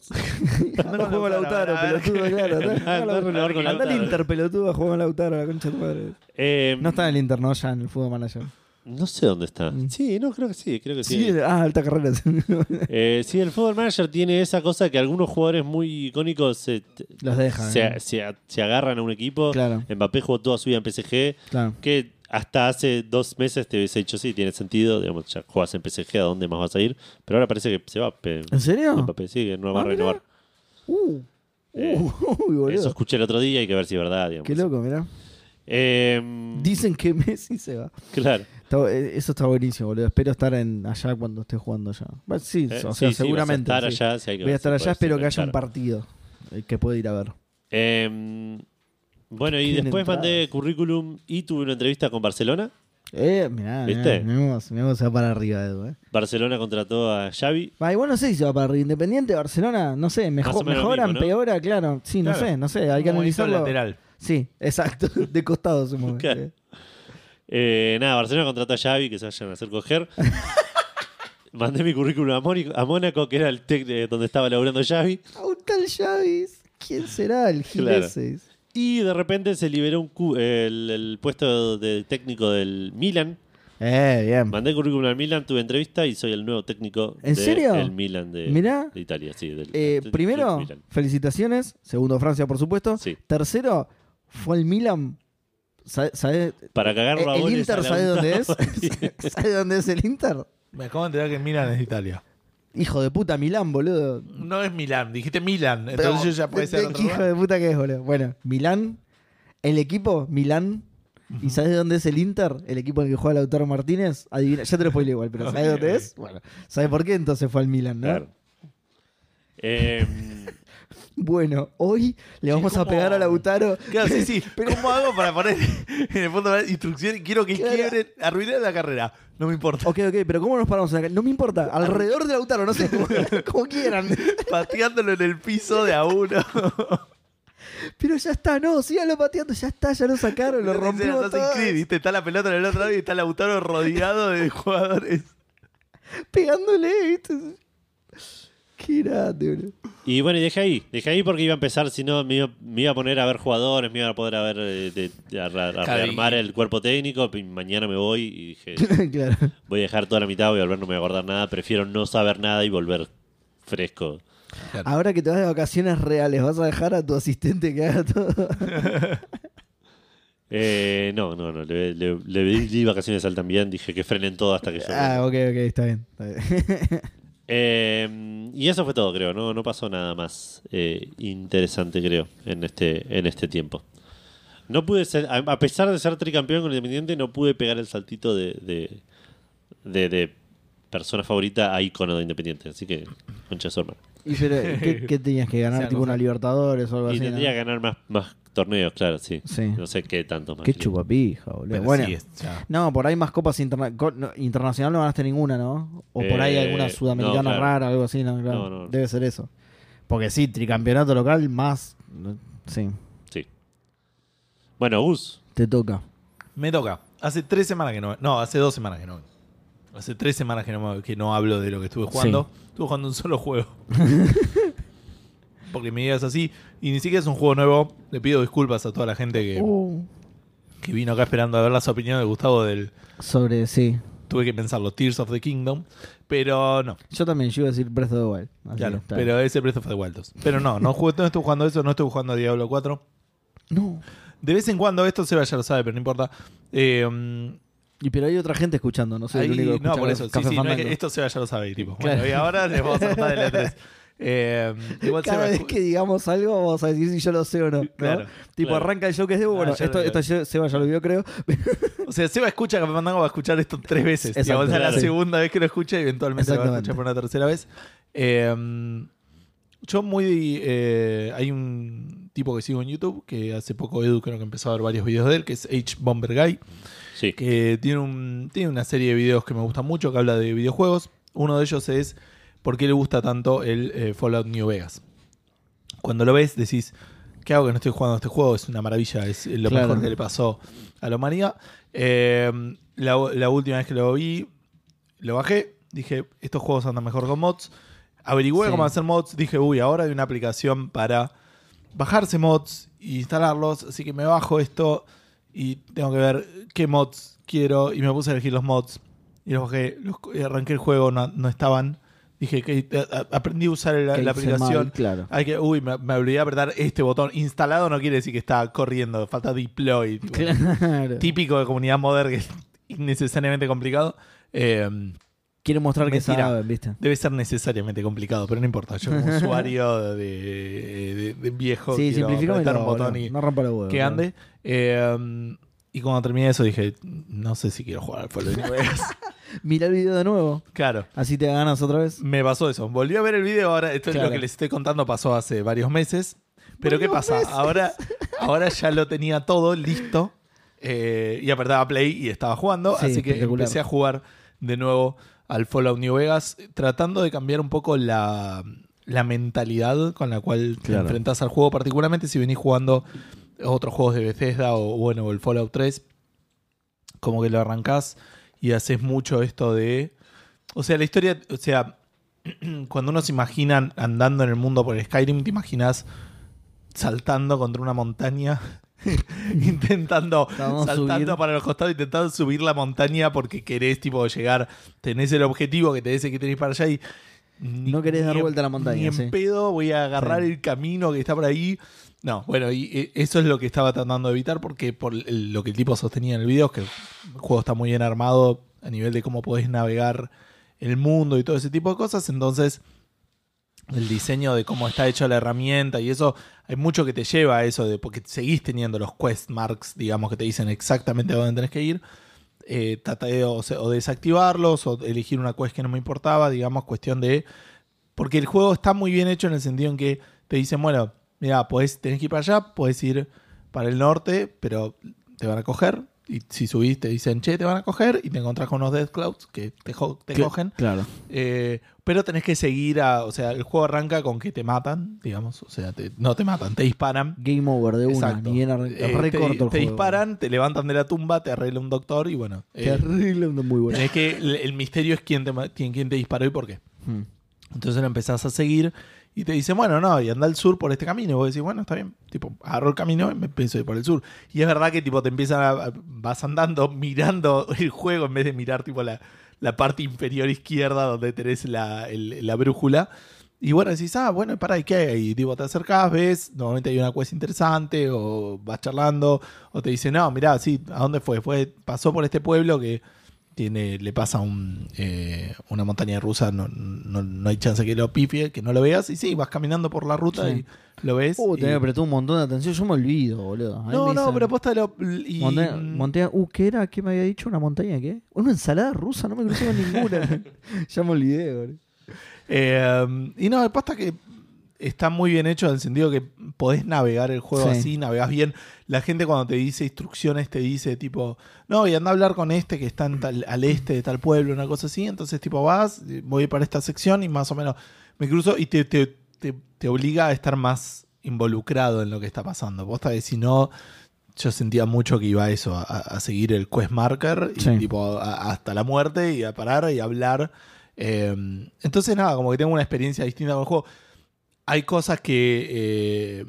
B: Andá a jugar con Lautaro,
A: a ver.
B: pelotudo, claro. Andá,
C: Andá, andá a renovar con
B: andá al
C: Lautaro.
B: Inter, pelotudo, a jugar con Lautaro, la concha de tu madre.
C: Eh,
B: No está en el Inter, no, ya en el fútbol manager.
C: No sé dónde está. Sí, no, creo que sí, creo que sí.
B: Mm. Sí, ah, alta carrera.
C: Eh, sí, el Football Manager tiene esa cosa que algunos jugadores muy icónicos se,
B: Los dejan. ¿eh?
C: se, se a- se agarran a un equipo.
B: Claro.
C: Mbappé jugó toda su vida en PSG,
B: *laughs* Claro.
C: que hasta hace dos meses te hubiese dicho, sí, tiene sentido, digamos, ya juegas en PSG, ¿a dónde más vas a ir? Pero ahora parece que se va. pe-
B: ¿En serio?
C: Mbappé sí, que no va
B: Ah,
C: a
B: mirá.
C: renovar.
B: Uh,
C: Eh,
B: uh, *laughs* uy, boludo.
C: Eso escuché el otro día, hay que ver si es verdad, digamos.
B: Qué loco, mirá.
C: Eh,
B: Dicen que Messi se va. *laughs*
C: Claro.
B: Está bu- eh, eso está buenísimo, boludo. Espero estar en allá cuando esté jugando ya. Bueno, sí,
C: Eh,
B: o
C: sí, sí,
B: sea,
C: vas a
B: seguramente.
C: estar
B: sí.
C: allá, sí, hay que
B: Voy a
C: ver
B: estar
C: si
B: allá,
C: podés
B: espero que haya un
C: enganchar.
B: partido eh, que pueda ir a ver.
C: Eh, bueno, y
B: Tiene
C: después mandé
B: entradas.
C: currículum y tuve una entrevista con Barcelona.
B: Eh, mirá,
C: ¿Viste?
B: mirá, mirá cómo- mirá cómo se va para arriba, Edu, eh.
C: Barcelona contrató a Xavi.
B: Va, igual no sé si se va para arriba. Independiente, Barcelona, no sé,
C: Más o
B: mejor,
C: menos lo
B: mejora,
C: mismo, ¿no?
B: empeora, claro. Sí, no
A: Claro.
B: sé, no sé, hay que
A: Movimiento
B: analizarlo.
A: lateral.
B: Sí, exacto, *laughs* de costado se mueve.
C: Claro.
B: eh.
C: Eh, nada, Barcelona contrató a Xavi, que se vayan a
B: *laughs*
C: hacer coger. Mandé mi currículum a, Mónico- a Mónaco, que era el tec de donde estaba laburando Xavi.
B: A un tal Xavis, ¿quién será el Gil
C: *laughs* Claro.
B: ese?
C: Y de repente se liberó un cu- el, el puesto de técnico del Milan.
B: Eh, bien.
C: Mandé currículum al Milan, tuve entrevista y soy el nuevo técnico
B: ¿En
C: de
B: serio?
C: el Milan de,
B: Mirá.
C: de Italia. Sí, del-
B: Eh,
C: del
B: primero,
C: Milan.
B: felicitaciones. Segundo, Francia, por supuesto.
C: Sí.
B: Tercero, fue el Milan. ¿Sabe, sabe- eh,
C: para cagarlo a
B: el
C: goles a
B: Inter
C: la
B: sabe dónde
C: *laughs*
B: es?
C: Gustavo Martínez.
B: ¿Sabe dónde es el Inter?
A: Me acabo de enterar que Milan es de Italia.
B: Hijo de puta, Milán, boludo.
A: No es Milán, dijiste Milan,
B: Pero,
A: entonces ya puede ser
B: ¿qué
A: otro
B: hijo
A: lugar.
B: de puta que es, boludo. Bueno, Milán, el equipo, Milán. ¿Y sabes dónde es el Inter? El equipo en el que juega Lautaro Martínez. Adivina, ya te lo spoilé igual,
A: *laughs*
B: pero ¿sabes dónde es? Bueno, ¿sabes por qué entonces fue al Milán, *laughs* no?
C: Claro. Em,
B: Bueno, hoy le
A: Sí,
B: vamos a
A: ¿cómo?
B: pegar a Lautaro.
A: *laughs* Claro,
B: *laughs*
A: sí, sí. ¿Cómo hago para poner en el fondo de la instrucción? Quiero que
B: Claro.
A: quiebren, arruinar la carrera. No me importa.
B: Ok, ok, pero ¿cómo nos paramos acá? No me importa. Alrededor de Lautaro, no sé. *laughs* Como, como quieran.
A: Pateándolo en el piso de a
B: *laughs*
A: uno.
B: Pero ya está, no, síganlo pateando. Ya está, ya lo
A: *laughs*
B: sacaron, lo rompimos
A: Assassin's
B: todo.
A: Creed, ¿viste? Está la pelota en el otro lado y está Lautaro rodeado de jugadores.
B: Pegándole, ¿viste? Qué grande, boludo.
C: y bueno, y dejé ahí. Dejé ahí porque iba a empezar, si no, me iba, me iba a poner a ver jugadores, me iba a poder a ver, eh, de- de- a, ra- a
A: Claro, y-
C: rearmar el cuerpo técnico. y mañana me voy y dije,
B: *laughs* claro.
C: voy a dejar toda la mitad, voy a volver, no me voy a acordar nada. Prefiero no saber nada y volver fresco.
B: Ahora que te vas de vacaciones reales, ¿vas a dejar a tu asistente que haga todo?
C: Eh, no, no, no. Le, le, le di vacaciones a él también. Dije que frenen todo hasta que yo.
B: Ah, ok, ok, está bien. está bien.
C: Eh, y eso fue todo, creo. No, no pasó nada más eh, interesante, creo, en este, en este tiempo. No pude ser, a, a pesar de ser tricampeón con Independiente, no pude pegar el saltito de, de, de- de persona favorita a icono de Independiente. Así que, concha de su hermana.
B: *laughs* ¿Y pero qué, *laughs* qué tenías que ganar?
A: Esa
B: ¿Tipo
A: cosa.
B: una Libertadores o algo
C: Y
B: así? no?
C: tendría que ganar más, más torneos, claro, sí.
B: Sí.
C: No sé qué tanto más.
B: Qué
C: creo.
B: chupapija, boludo.
A: Pero
B: bueno,
A: sí, es- ya.
B: No, por ahí más copas interna co- no, internacional no ganaste ninguna, ¿no? O por ahí
C: Eh,
B: alguna sudamericana
C: no, claro.
B: rara, algo así, ¿no? Claro,
C: No, no, no.
B: Debe ser eso. Porque sí, tricampeonato local más. no, Sí,
C: Sí. Bueno, Gus,
B: te toca.
A: Me toca. Hace tres semanas que no. No, hace dos semanas que no. Hace tres semanas que no, que no hablo de lo que estuve jugando. Estuve jugando un solo juego. *laughs* Porque mi idea es así. Y ni siquiera es un juego nuevo. Le pido disculpas a toda la gente que,
B: Uh.
A: que vino acá esperando a ver las opiniones de Gustavo del.
B: Sobre, sí.
A: Tuve que pensar los Tears of the Kingdom. Pero no.
B: Yo también, yo iba a decir Breath of the Wild. así que
A: Claro,
B: está bien.
A: pero ese Breath of the Wild 2. Pero no, no, jugué, no estuve jugando eso, no estuve jugando a Diablo 4.
B: No.
A: De vez en cuando, esto Seba ya lo sabe, pero no importa. Eh, mm,
B: Y pero hay otra gente escuchando, no soy
A: ahí-
B: el único que
A: no,
B: escucha
A: por eso, sí,
B: Café
A: sí, no es que este
B: Fandango.
A: esto Seba ya lo sabe. y Tipo,
B: Claro.
A: bueno, y ahora les vamos a contar de la
B: *laughs*
A: 3. Eh, igual
B: Cada
A: Seba
B: vez
A: escu-
B: que digamos algo, vamos a decir si yo lo sé o no. ¿no?
A: Claro,
B: tipo,
C: claro.
B: arranca el show que es de bueno.
A: Ah, ya
B: esto,
A: lo-
B: esto yo- Seba ya lo vio,
A: *laughs*
B: creo.
A: O sea, Seba escucha Café Fandango, va a escuchar esto tres veces.
B: Exacto,
A: digamos, es la
C: claro.
A: segunda vez que lo escucha y eventualmente lo va a
B: Exactamente.
A: escuchar por una tercera vez. Eh, yo muy... eh, hay un tipo que sigo en YouTube que hace poco Edu creo que empezó a ver varios videos de él, que es H. Bomber Guy.
C: sí.
A: que tiene, un, tiene una serie de videos que me gustan mucho, que habla de videojuegos. Uno de ellos es por qué le gusta tanto el eh, Fallout New Vegas. Cuando lo ves, decís, ¿qué hago que no estoy jugando a este juego? Es una maravilla, es lo
B: Claro.
A: mejor que le pasó a la humanidad. Eh, la, la última vez que lo vi, lo bajé, dije, estos juegos andan mejor con mods. Averigüé
B: Sí.
A: cómo hacer mods, dije, uy, ahora hay una aplicación para bajarse mods e instalarlos, así que me bajo esto y tengo que ver qué mods quiero. Y me puse a elegir los mods. Y los bajé, los- y arranqué el juego, no, no estaban. Dije que eh, a- aprendí a usar la,
B: Que
A: la
B: hice mal,
A: aplicación. *laughs*
B: claro.
A: Hay que, uy, me, me olvidé de apretar este botón. Instalado no quiere decir que está corriendo, falta deploy. tipo,
B: Claro.
A: Típico de comunidad modern que es innecesariamente complicado. Eh,
B: Quiero mostrar que
A: Mentira.
B: saben, ¿viste?
A: Debe ser necesariamente complicado, pero no importa. Yo
B: *laughs*
A: como usuario de, de- de viejo
B: Sí,
A: quiero
B: simplificame
A: apretar un botón y
B: No rompa los huevos.
A: que
B: claro.
A: ande. Eh, y cuando terminé eso dije, no sé si quiero jugar al Fallout New Vegas.
B: Mira el video de nuevo.
A: claro.
B: Así te ganas otra vez.
A: Me pasó eso. Volví a ver el video ahora. Esto es
B: Claro.
A: lo que les estoy contando. Pasó hace varios meses. Pero ¿qué
B: Varios
A: pasa?
B: meses. *laughs*
A: Ahora, ahora ya lo tenía todo listo. eh, y apretaba play y estaba jugando.
B: Sí,
A: así que
B: espectacular.
A: empecé a jugar de nuevo al Fallout New Vegas. Tratando de cambiar un poco la, la mentalidad con la cual te
B: Claro.
A: enfrentás al juego. Particularmente si venís jugando otros juegos de Bethesda o bueno, el Fallout 3. Como que lo arrancás y haces mucho esto de. O sea, la historia. O sea, *clears throat* cuando uno se imagina andando en el mundo por el Skyrim, te imaginas saltando contra una montaña. *laughs* intentando
B: Intentando
A: saltando
B: subir.
A: para los costados, intentando subir la montaña porque querés tipo llegar, tenés el objetivo que te dice que tenés para allá y ni-
B: No querés dar
A: ni en-
B: vuelta a la montaña,
A: Ni en
B: sí.
A: pedo voy a agarrar
B: Sí.
A: el camino que está por ahí. No, bueno, y eh, eso es lo que estaba tratando de evitar porque por el- lo que el tipo sostenía en el video es que el juego está muy bien armado a nivel de cómo podés navegar el mundo y todo ese tipo de cosas, entonces el diseño de cómo está hecha la herramienta y eso, hay mucho que te lleva a eso, de, porque seguís teniendo los quest marks, digamos, que te dicen exactamente a dónde tenés que ir. Eh, trata de o, se- o desactivarlos o elegir una quest que no me importaba, digamos, cuestión de... Porque el juego está muy bien hecho en el sentido en que te dicen, bueno, mira, podés, tenés que ir para allá, podés ir para el norte, pero te van a coger. Y si subís te dicen, che, te van a coger y te encontrás con unos Death Clouds que te, jo- te
B: Que-
A: cogen.
B: Claro.
A: Eh, pero tenés que seguir a. O sea, el juego arranca con que te matan, digamos. O sea, te- no te matan, te disparan.
B: Game over de una.
A: Exacto.
B: Ni bien arran-
A: Eh,
B: re
A: te,
B: corto el
A: te
B: juego.
A: disparan, te levantan de la tumba, te arregla un doctor y bueno.
B: Te
A: eh,
B: arregla una muy buena.
A: tenés que. El, el misterio es quién te, ma- quién, quién te disparó y por qué.
B: Mm.
A: Entonces lo empezás a seguir y te dice, bueno, no, y anda al sur por este camino. Y vos decís, bueno, está bien. Tipo, agarro el camino y me empiezo a ir por el sur. Y es verdad que tipo te empiezan a, a- vas andando *laughs* mirando el juego en vez de mirar tipo la, la parte inferior izquierda donde tenés la, el- la brújula. Y bueno, decís, ah, bueno, para, ¿y qué hay? Y tipo, te acercás, ves, normalmente hay una cuesta interesante, o vas charlando, o te dice, no, mirá, sí, ¿a dónde fue? Fue, pasó por este pueblo que tiene, le pasa un, eh, una montaña rusa, no, no, no hay chance que lo pifie, que no lo veas, y sí, vas caminando por la ruta
B: Sí.
A: y lo ves.
B: Uh,
A: y-
B: te me apretó un montón de atención. Yo me olvido, boludo. A mí
A: eh. no,
B: me
A: no,
B: dicen-
A: pero aposta lo. y- mm,
B: Montaña, montaña- uh, ¿qué era? ¿Qué me había dicho? ¿Una montaña qué? Una ensalada rusa, no me crucé con
A: *laughs*
B: ninguna. ya me olvidé, boludo.
A: Eh, y no, el posta que está muy bien hecho en el sentido que podés navegar el juego
B: Sí.
A: así, navegás bien. La gente cuando te dice instrucciones te dice tipo, no, y anda a hablar con este que está en tal- al este de tal pueblo, una cosa así. Entonces tipo vas, eh, voy para esta sección y más o menos me cruzo y te, te- te- te obliga a estar más involucrado en lo que está pasando. Posta que si no... Yo sentía mucho que iba a eso, a, a seguir el quest marker y
B: Sí.
A: tipo a- hasta la muerte y a parar y a hablar eh, entonces, nada, como que tengo una experiencia distinta con el juego. Hay cosas que eh,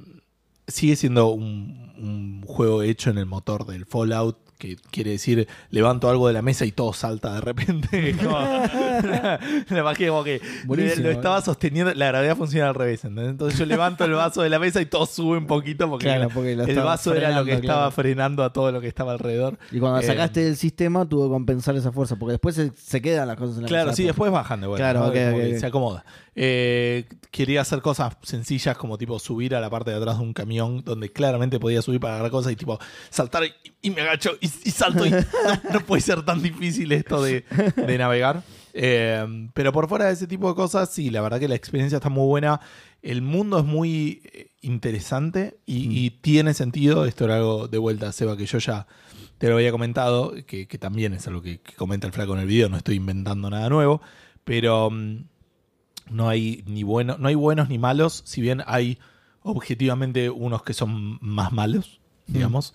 A: sigue siendo un, un juego hecho en el motor del Fallout, que quiere decir, levanto algo de la mesa y todo salta de
B: *laughs*
A: repente. Como- la verdad que como que
B: Buenísimo, eh.
A: lo estaba sosteniendo, la gravedad funciona al revés, ¿entendés? Entonces yo levanto el vaso de la mesa y todo sube un poquito porque
B: Claro, porque lo
A: el
B: estaba
A: vaso era lo que
B: frenando,
A: estaba
B: claro.
A: frenando a todo lo que estaba alrededor.
B: Y cuando la
A: Eh,
B: sacaste del sistema, tuvo que compensar esa fuerza, porque después se, se quedan las cosas en la
A: Claro,
B: mesa,
A: sí,
B: pues.
A: después bajan de vuelta.
B: Claro,
A: ¿no?
B: ok,
A: Como
B: ok,
A: que
B: ok.
A: Se acomoda. Eh, quería hacer cosas sencillas como tipo subir a la parte de atrás de un camión donde claramente podía subir para agarrar cosas y tipo saltar y, y me agacho y, y salto y *laughs* no, no puede ser tan difícil esto de, de navegar. Eh, pero por fuera de ese tipo de cosas, sí, la verdad que la experiencia está muy buena. El mundo es muy eh, interesante
B: Mm.
A: y, y tiene sentido. Esto era algo de vuelta, Seba, que yo ya te lo había comentado, que, que también es algo que, que comenta el flaco en el video, no estoy inventando nada nuevo, pero mm, no hay ni bueno, no hay buenos ni malos, si bien hay objetivamente unos que son más malos, digamos,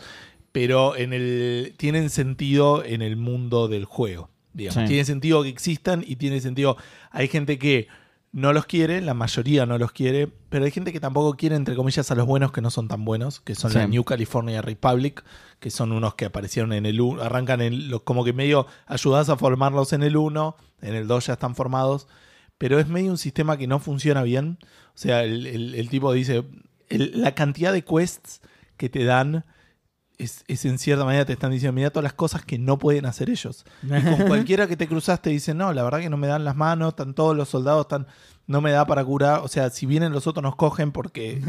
A: pero en el tienen sentido en el mundo del juego, digamos.
B: Sí.
A: Tiene sentido que existan y tiene sentido hay gente que no los quiere, la mayoría no los quiere, pero hay gente que tampoco quiere, entre comillas, a los buenos que no son tan buenos, que son la
B: Sí.
A: New California Republic, que son unos que aparecieron en el 1, arrancan en los, como que medio ayudás a formarlos en el 1, en el 2 ya están formados, pero es medio un sistema que no funciona bien. O sea, el, el- el tipo dice, el- la cantidad de quests que te dan es, es en cierta manera te están diciendo, mira todas las cosas que no pueden hacer ellos. Y con cualquiera que te cruzaste dicen, no, la verdad que no me dan las manos, están todos los soldados, están, no me da para curar. O sea, si vienen los otros nos cogen porque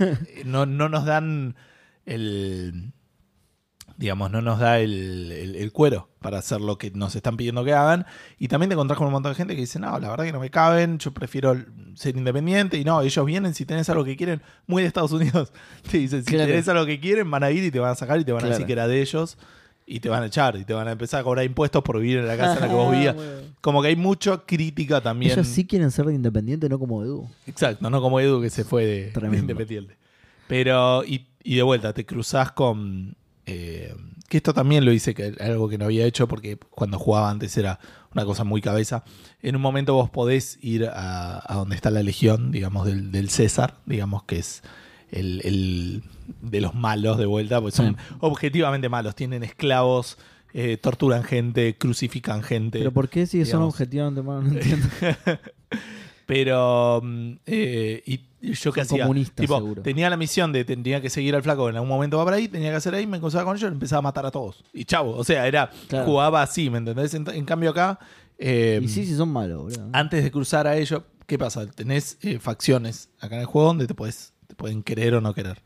A: eh, no, no nos dan el digamos, no nos da el, el- el cuero para hacer lo que nos están pidiendo que hagan. Y también te encontrás con un montón de gente que dice, no, la verdad que no me caben, yo prefiero ser independiente. Y no, ellos vienen, si tenés algo que quieren, muy de Estados Unidos, *laughs* te dicen, si
B: Claro.
A: tenés algo que quieren, van a ir y te van a sacar y te van a
B: Claro.
A: decir que era de ellos. Y te van a echar y te van a empezar a cobrar impuestos por vivir en la casa en la que vos vivías. Como que hay mucha crítica también.
B: Ah, Ellos sí quieren ser independientes, no como Edu.
A: Exacto, no como Edu que se fue de, de
B: Tremendo.
A: Independiente. Pero, y, y de vuelta, te cruzás con. eh, que esto también lo hice, que algo que no había hecho, porque cuando jugaba antes era una cosa muy cabeza. En un momento vos podés ir a, a donde está la legión, digamos, del, del César, digamos, que es el, el- de los malos de vuelta, porque son objetivamente malos, tienen esclavos, eh, torturan gente, crucifican gente.
B: Pero ¿por qué si son
A: digamos.
B: objetivamente malos? No entiendo.
A: Pero. mm, eh, y y yo que hacía.
B: comunistas,
A: tipo,
B: seguro.
A: tenía la misión de tenía que seguir al flaco en algún momento va por ahí, tenía que hacer ahí, me encontraba con ellos y empezaba a matar a todos. Y chavo, o sea, era.
B: Claro.
A: Jugaba así, ¿me entendés? En, en cambio acá. eh, Ah,
B: y sí, sí son malos, boludo.
A: Antes de cruzar a ellos, ¿qué pasa? Tenés eh, facciones acá en el juego donde te, podés, te pueden querer o no querer.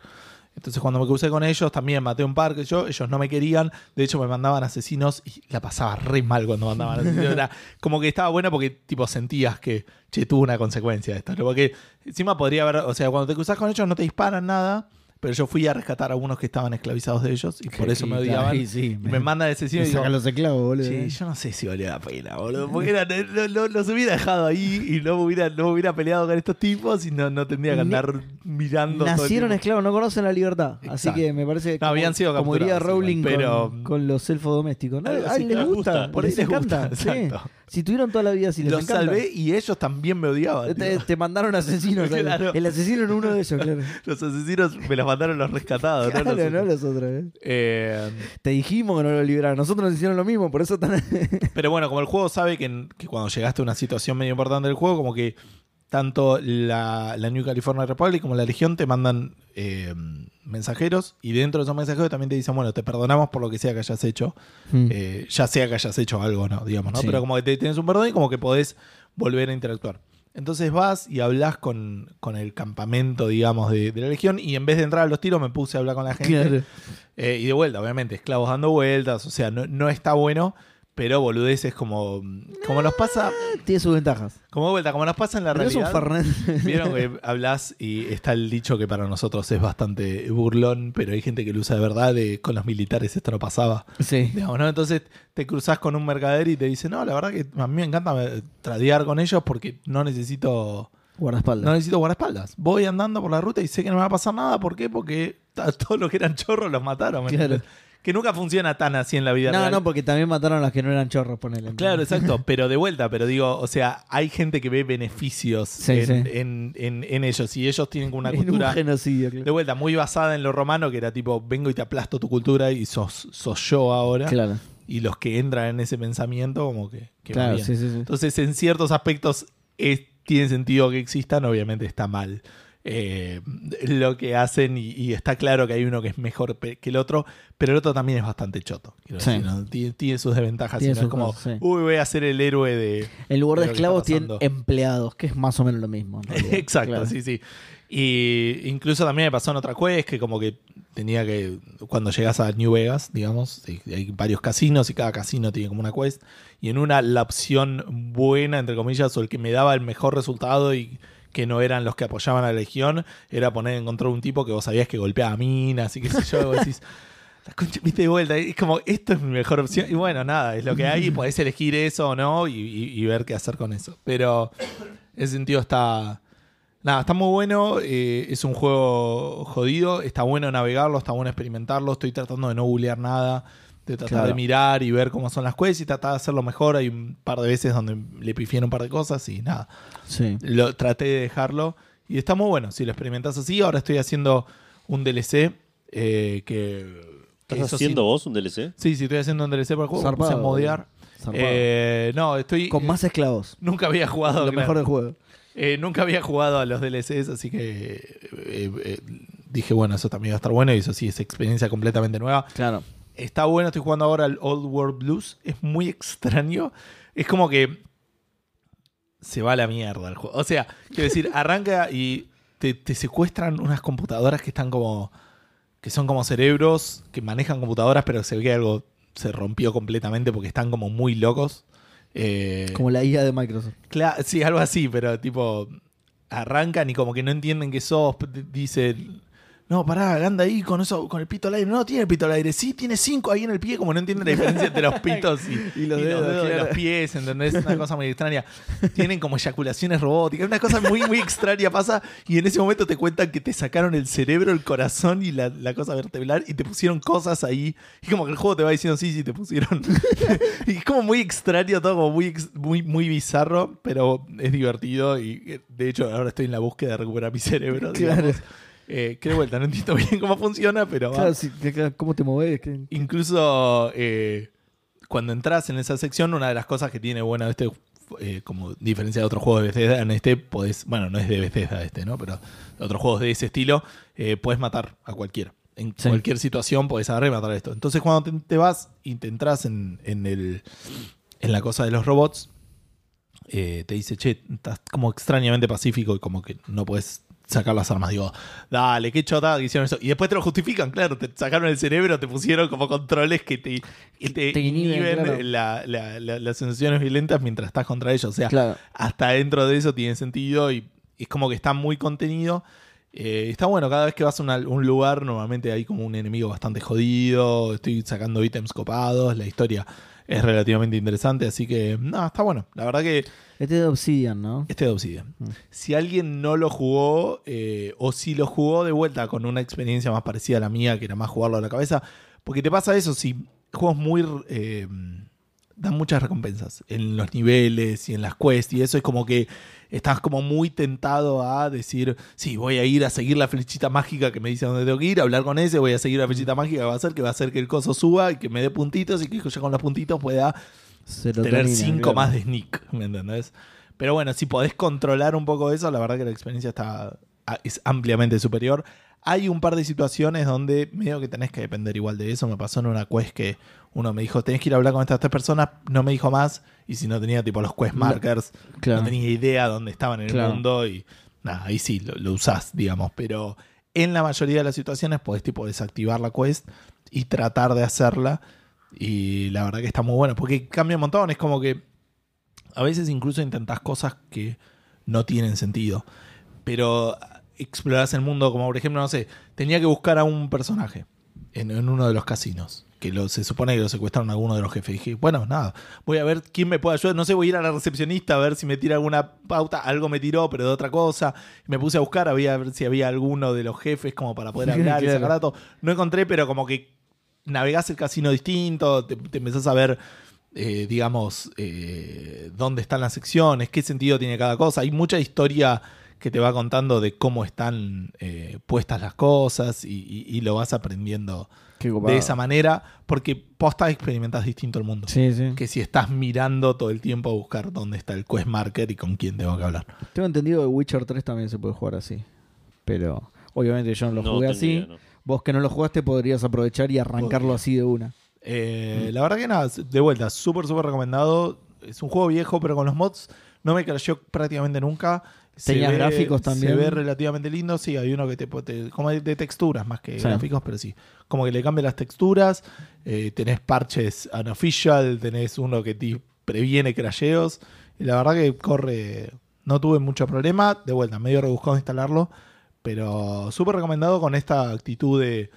A: Entonces cuando me crucé con ellos también maté un par que yo, ellos no me querían, de hecho me mandaban asesinos y la pasaba re mal cuando mandaban
B: *laughs*
A: asesinos. Era como que estaba bueno porque tipo sentías que, che, tuvo una consecuencia esto. ¿no? Porque encima podría haber, o sea, cuando te cruzas con ellos no te disparan nada, pero yo fui a rescatar a unos que estaban esclavizados de ellos y por eso me odiaban.
B: Y sí,
A: Y me mandan asesinos
B: me
A: y digo,
B: sacan los esclavos, boludo.
A: Sí, yo no sé si valía la pena, boludo. Porque era- no- no- los hubiera dejado ahí y no me hubiera, no me hubiera peleado con estos tipos y no, no tendría que
B: Ni-
A: andar mirando. todo el
B: Nacieron
A: tiempo.
B: esclavos, no conocen la libertad.
A: Exacto.
B: Así que me parece que.
A: No, habían sido
B: Como diría
A: capturados igual,
B: Rowling
A: pero-
B: con, con los elfos domésticos. No,
A: Ah,
B: a
A: sí,
B: él
A: claro,
B: les gusta.
C: gusta,
A: por ahí
B: les
A: les gusta,
B: encanta, sí.
A: exacto.
B: Si tuvieron toda la vida así, les
A: Los
B: encanta. Este
A: salvé y ellos también me odiaban.
B: Te,
A: tipo.
B: te
A: *laughs*
B: mandaron asesinos. ¿sabes?
A: Claro.
B: El asesino era uno de ellos, claro.
A: Los asesinos me los mandaron los rescatados. ¿no?
B: Claro,
A: Los-
B: no los otros. ¿eh?
A: Eh,
B: Te dijimos que no lo liberaron. Nosotros nos hicieron lo mismo, por eso tan.
A: Pero bueno, como el juego sabe que, en- que cuando llegaste a una situación medio importante del juego, como que tanto la, la New California Republic como la Legión te mandan eh, mensajeros y dentro de esos mensajeros también te dicen, bueno, te perdonamos por lo que sea que hayas hecho,
B: Hmm.
A: eh, ya sea que hayas hecho algo, ¿no? Digamos, ¿no?
B: Mm. Sí.
A: Pero como que te, tienes un perdón y como que podés volver a interactuar. Entonces vas y hablas con, con el campamento, digamos, de, de la Legión y en vez de entrar a los tiros me puse a hablar con la gente.
B: *laughs* Claro.
A: Eh, y de vuelta, obviamente, esclavos dando vueltas, o sea, no, no está bueno, pero boludeces como, como nos pasa,
B: Tiene sus ventajas.
A: como de vuelta, como nos pasa en la
B: Pero es un
A: realidad.
B: Fernández.
A: Vieron que hablas y está el dicho que para nosotros es bastante burlón, pero hay gente que lo usa de verdad, de, con los militares esto no pasaba.
B: *laughs* Sí.
A: Digamos, ¿no? Entonces te cruzas con un mercader y te dice, no, la verdad que a mí me encanta eh, tradear con ellos porque no necesito,
B: Guardaespaldas.
A: no necesito guardaespaldas. Voy andando por la ruta y sé que no me va a pasar nada. ¿Por qué? Porque a todos los que eran chorros los mataron. ¿me
B: Claro.
A: entendés? Que nunca funciona tan así en la vida
B: No,
A: real.
B: no, porque también mataron a los que no eran chorros, ponele.
A: Claro,
B: *laughs*
A: exacto, pero de vuelta, pero digo, o sea, hay gente que ve beneficios
B: Sí,
A: en,
B: sí.
A: en- en- en ellos y ellos tienen como una
B: *laughs* En
A: cultura
B: un genocidio,
A: de
B: claro.
A: vuelta muy basada en lo romano que era tipo, vengo y te aplasto tu cultura y sos, sos yo ahora
B: Claro,
A: y los que entran en ese pensamiento como que, que va
B: claro,
A: bien.
B: sí, sí, sí.
A: Entonces, en ciertos aspectos es- tiene sentido que existan, obviamente está mal eh, lo que hacen y, y está claro que hay uno que es mejor pe- que el otro, pero el otro también es bastante choto. quiero
B: Sí.
A: decir, ¿no? tiene, tiene sus desventajas,
B: Tiene
A: y no
B: sus
A: es como,
B: cosas, sí.
A: uy, voy a ser el héroe de...
B: En lugar de
A: Pero que
B: esclavos
A: está
B: tienen
A: pasando.
B: empleados, que es más o menos lo mismo. en
A: *laughs*
B: realidad.
A: Exacto,
B: Claro.
A: sí, sí. Y incluso también me pasó en otra quest que como que tenía que, cuando llegas a New Vegas, digamos, y hay varios casinos y cada casino tiene como una quest, y en una la opción buena, entre comillas, o el que me daba el mejor resultado y que no eran los que apoyaban a la Legión, era poner encontrar un tipo que vos sabías que golpeaba minas y qué sé yo, y vos decís... La concha, viste de vuelta, es como, esto es mi mejor opción. Y bueno, nada, es lo que hay, y podés elegir eso o no y- y- y ver qué hacer con eso. Pero en ese sentido está. Nada, está muy bueno. eh, es un juego jodido. Está bueno navegarlo, está bueno experimentarlo. Estoy tratando de no googlear nada. de tratar
B: Claro.
A: de mirar y ver cómo son las quests y tratar de hacerlo mejor. Hay un par de veces donde le pifié un par de cosas y nada.
B: Sí.
A: Lo, traté de dejarlo y está muy bueno. Si lo experimentas así, ahora estoy haciendo un DLC eh, que... que
C: ¿Estás
A: eso sí-
C: haciendo vos un DLC?
A: Sí, sí, estoy haciendo un DLC para el juego. me puse
B: Zarpado,
A: a modear.
B: zarpado.
A: Eh, no, estoy...
B: Con más esclavos.
A: Nunca había jugado...
B: Lo
A: claro.
B: mejor del juego.
A: Eh, nunca había jugado a los DLCs, así que eh, eh, dije, bueno, eso también va a estar bueno y eso sí es experiencia completamente nueva.
B: Claro.
A: Está bueno, estoy jugando ahora al Old World Blues. Es muy extraño. Es como que se va a la mierda el juego. O sea, quiero decir, arranca y te, te secuestran unas computadoras que están como. que son como cerebros, que manejan computadoras, pero se ve que algo se rompió completamente porque están como muy locos. Eh,
B: Como la IA de Microsoft.
A: Cla- sí, algo así, pero tipo arrancan y como que no entienden que sos, p- d- dice, no, pará, anda ahí con eso, con el pito al aire. No, tiene el pito al aire, sí, tiene cinco ahí en el pie, como no entienden la diferencia entre
B: *laughs*
A: los pitos y,
B: Y los dedos,
A: de
B: claro.
A: los pies, ¿entendés?
B: *laughs*
A: Es una cosa muy extraña. Tienen como eyaculaciones robóticas, una cosa muy, muy extraña pasa y en ese momento te cuentan que te sacaron el cerebro, el corazón y la, la cosa vertebral y te pusieron cosas ahí. Y como que el juego te va diciendo, sí, sí, te
B: *laughs*
A: pusieron. *laughs* y es como muy extraño todo, como muy, ex- muy, muy bizarro, pero es divertido y eh, de hecho ahora estoy en la búsqueda de recuperar mi cerebro.
B: Claro.
A: digamos. Eh, que de vuelta, no entiendo *laughs* bien cómo funciona, pero... va.
B: Claro, sí, que- que- ¿cómo te mueves? ¿Qué-
A: Incluso eh, cuando entras en esa sección, una de las cosas que tiene bueno este, eh, como diferencia de otros juegos de Bethesda, en este podés, bueno, no es de Bethesda este, ¿no? Pero otros juegos de ese estilo, eh, podés matar a cualquiera. En
B: Sí.
A: cualquier situación podés agarrar y matar a esto. Entonces cuando te, te vas y te entras en, en el, en la cosa de los robots, eh, te dice, che, estás como extrañamente pacífico y como que no puedes sacar las armas. Digo, dale, qué chota que hicieron eso. Y después te lo justifican, claro, te sacaron el cerebro, te pusieron como controles que te, que te
B: Te inhiben,
A: inhiben
B: claro.
A: la- la- la- las sensaciones violentas mientras estás contra ellos. O sea,
B: Claro.
A: hasta dentro de eso tiene sentido y es como que está muy contenido. Eh, está bueno, cada vez que vas a una- un lugar, normalmente hay como un enemigo bastante jodido. Estoy sacando ítems copados, la historia es relativamente interesante, así que no, está bueno. La verdad que
B: Este es de Obsidian, ¿no?
A: este de Obsidian. Si alguien no lo jugó, eh, o si lo jugó de vuelta con una experiencia más parecida a la mía, que era más jugarlo a la cabeza, porque te pasa eso, si juegos muy... eh, dan muchas recompensas en los niveles y en las quests y eso es como que estás como muy tentado a decir, sí, voy a ir a seguir la flechita mágica que me dice dónde tengo que ir, a hablar con ese, voy a seguir la flechita mágica que va a hacer, que va a hacer que el coso suba y que me dé puntitos y que yo con los puntitos pueda tener cinco más de sneak, ¿me entendés? Pero bueno, si podés controlar un poco eso, la verdad que la experiencia está a- es ampliamente superior. Hay un par de situaciones donde medio que tenés que depender igual de eso. Me pasó en una quest que uno me dijo, tenés que ir a hablar con estas tres personas, no me dijo más, y si no tenía tipo los quest
B: No,
A: markers,
B: claro.
A: no tenía idea dónde estaban en el
B: Claro.
A: mundo, y nada, ahí sí, lo, lo usás, digamos. Pero en la mayoría de las situaciones podés tipo desactivar la quest y tratar de hacerla. Y la verdad que está muy bueno, porque cambia un montón. Es como que a veces incluso intentás cosas que no tienen sentido, pero explorás el mundo, como por ejemplo, no sé, tenía que buscar a un personaje en, en uno de los casinos. Que lo, se supone que lo secuestraron a alguno de los jefes. Dije, bueno, nada, voy a ver quién me puede ayudar. No sé, voy a ir a la recepcionista a ver si me tira alguna pauta. Algo me tiró, pero de otra cosa. Me puse a buscar, había- a ver si había alguno de los jefes como para poder hablar. y
B: Claro.
A: sacar datos. No encontré, pero como que navegás el casino distinto, te, te empezás a ver, eh, digamos, eh, dónde están las secciones, qué sentido tiene cada cosa. Hay mucha historia que te va contando de cómo están eh, puestas las cosas y, y- y lo vas aprendiendo
B: Qué copado.
A: de esa manera, porque posta experimentas distinto el mundo.
B: Sí, sí.
A: Que si estás mirando todo el tiempo a buscar dónde está el quest marker y con quién tengo que hablar.
B: Tengo entendido que Witcher 3 también se puede jugar así. Pero obviamente yo no lo
C: No
B: jugué
C: tengo
B: así.
C: idea, no.
B: Vos que no lo jugaste podrías aprovechar y arrancarlo
A: Podría.
B: así de una.
A: Eh, La verdad que nada, de vuelta, súper, súper recomendado. Es un juego viejo, pero con los mods no me crasheó prácticamente nunca. Se
B: Tenía
A: ve-
B: gráficos también.
A: Se ve relativamente lindo, sí, hay uno que te, po- te- como de, de texturas más que
B: Sí.
A: gráficos, pero sí. Como que le cambia las texturas, eh, tenés parches unofficial, tenés uno que te previene crasheos. Y la verdad que corre, no tuve mucho problema. De vuelta, medio rebuscado instalarlo, pero súper recomendado con esta actitud de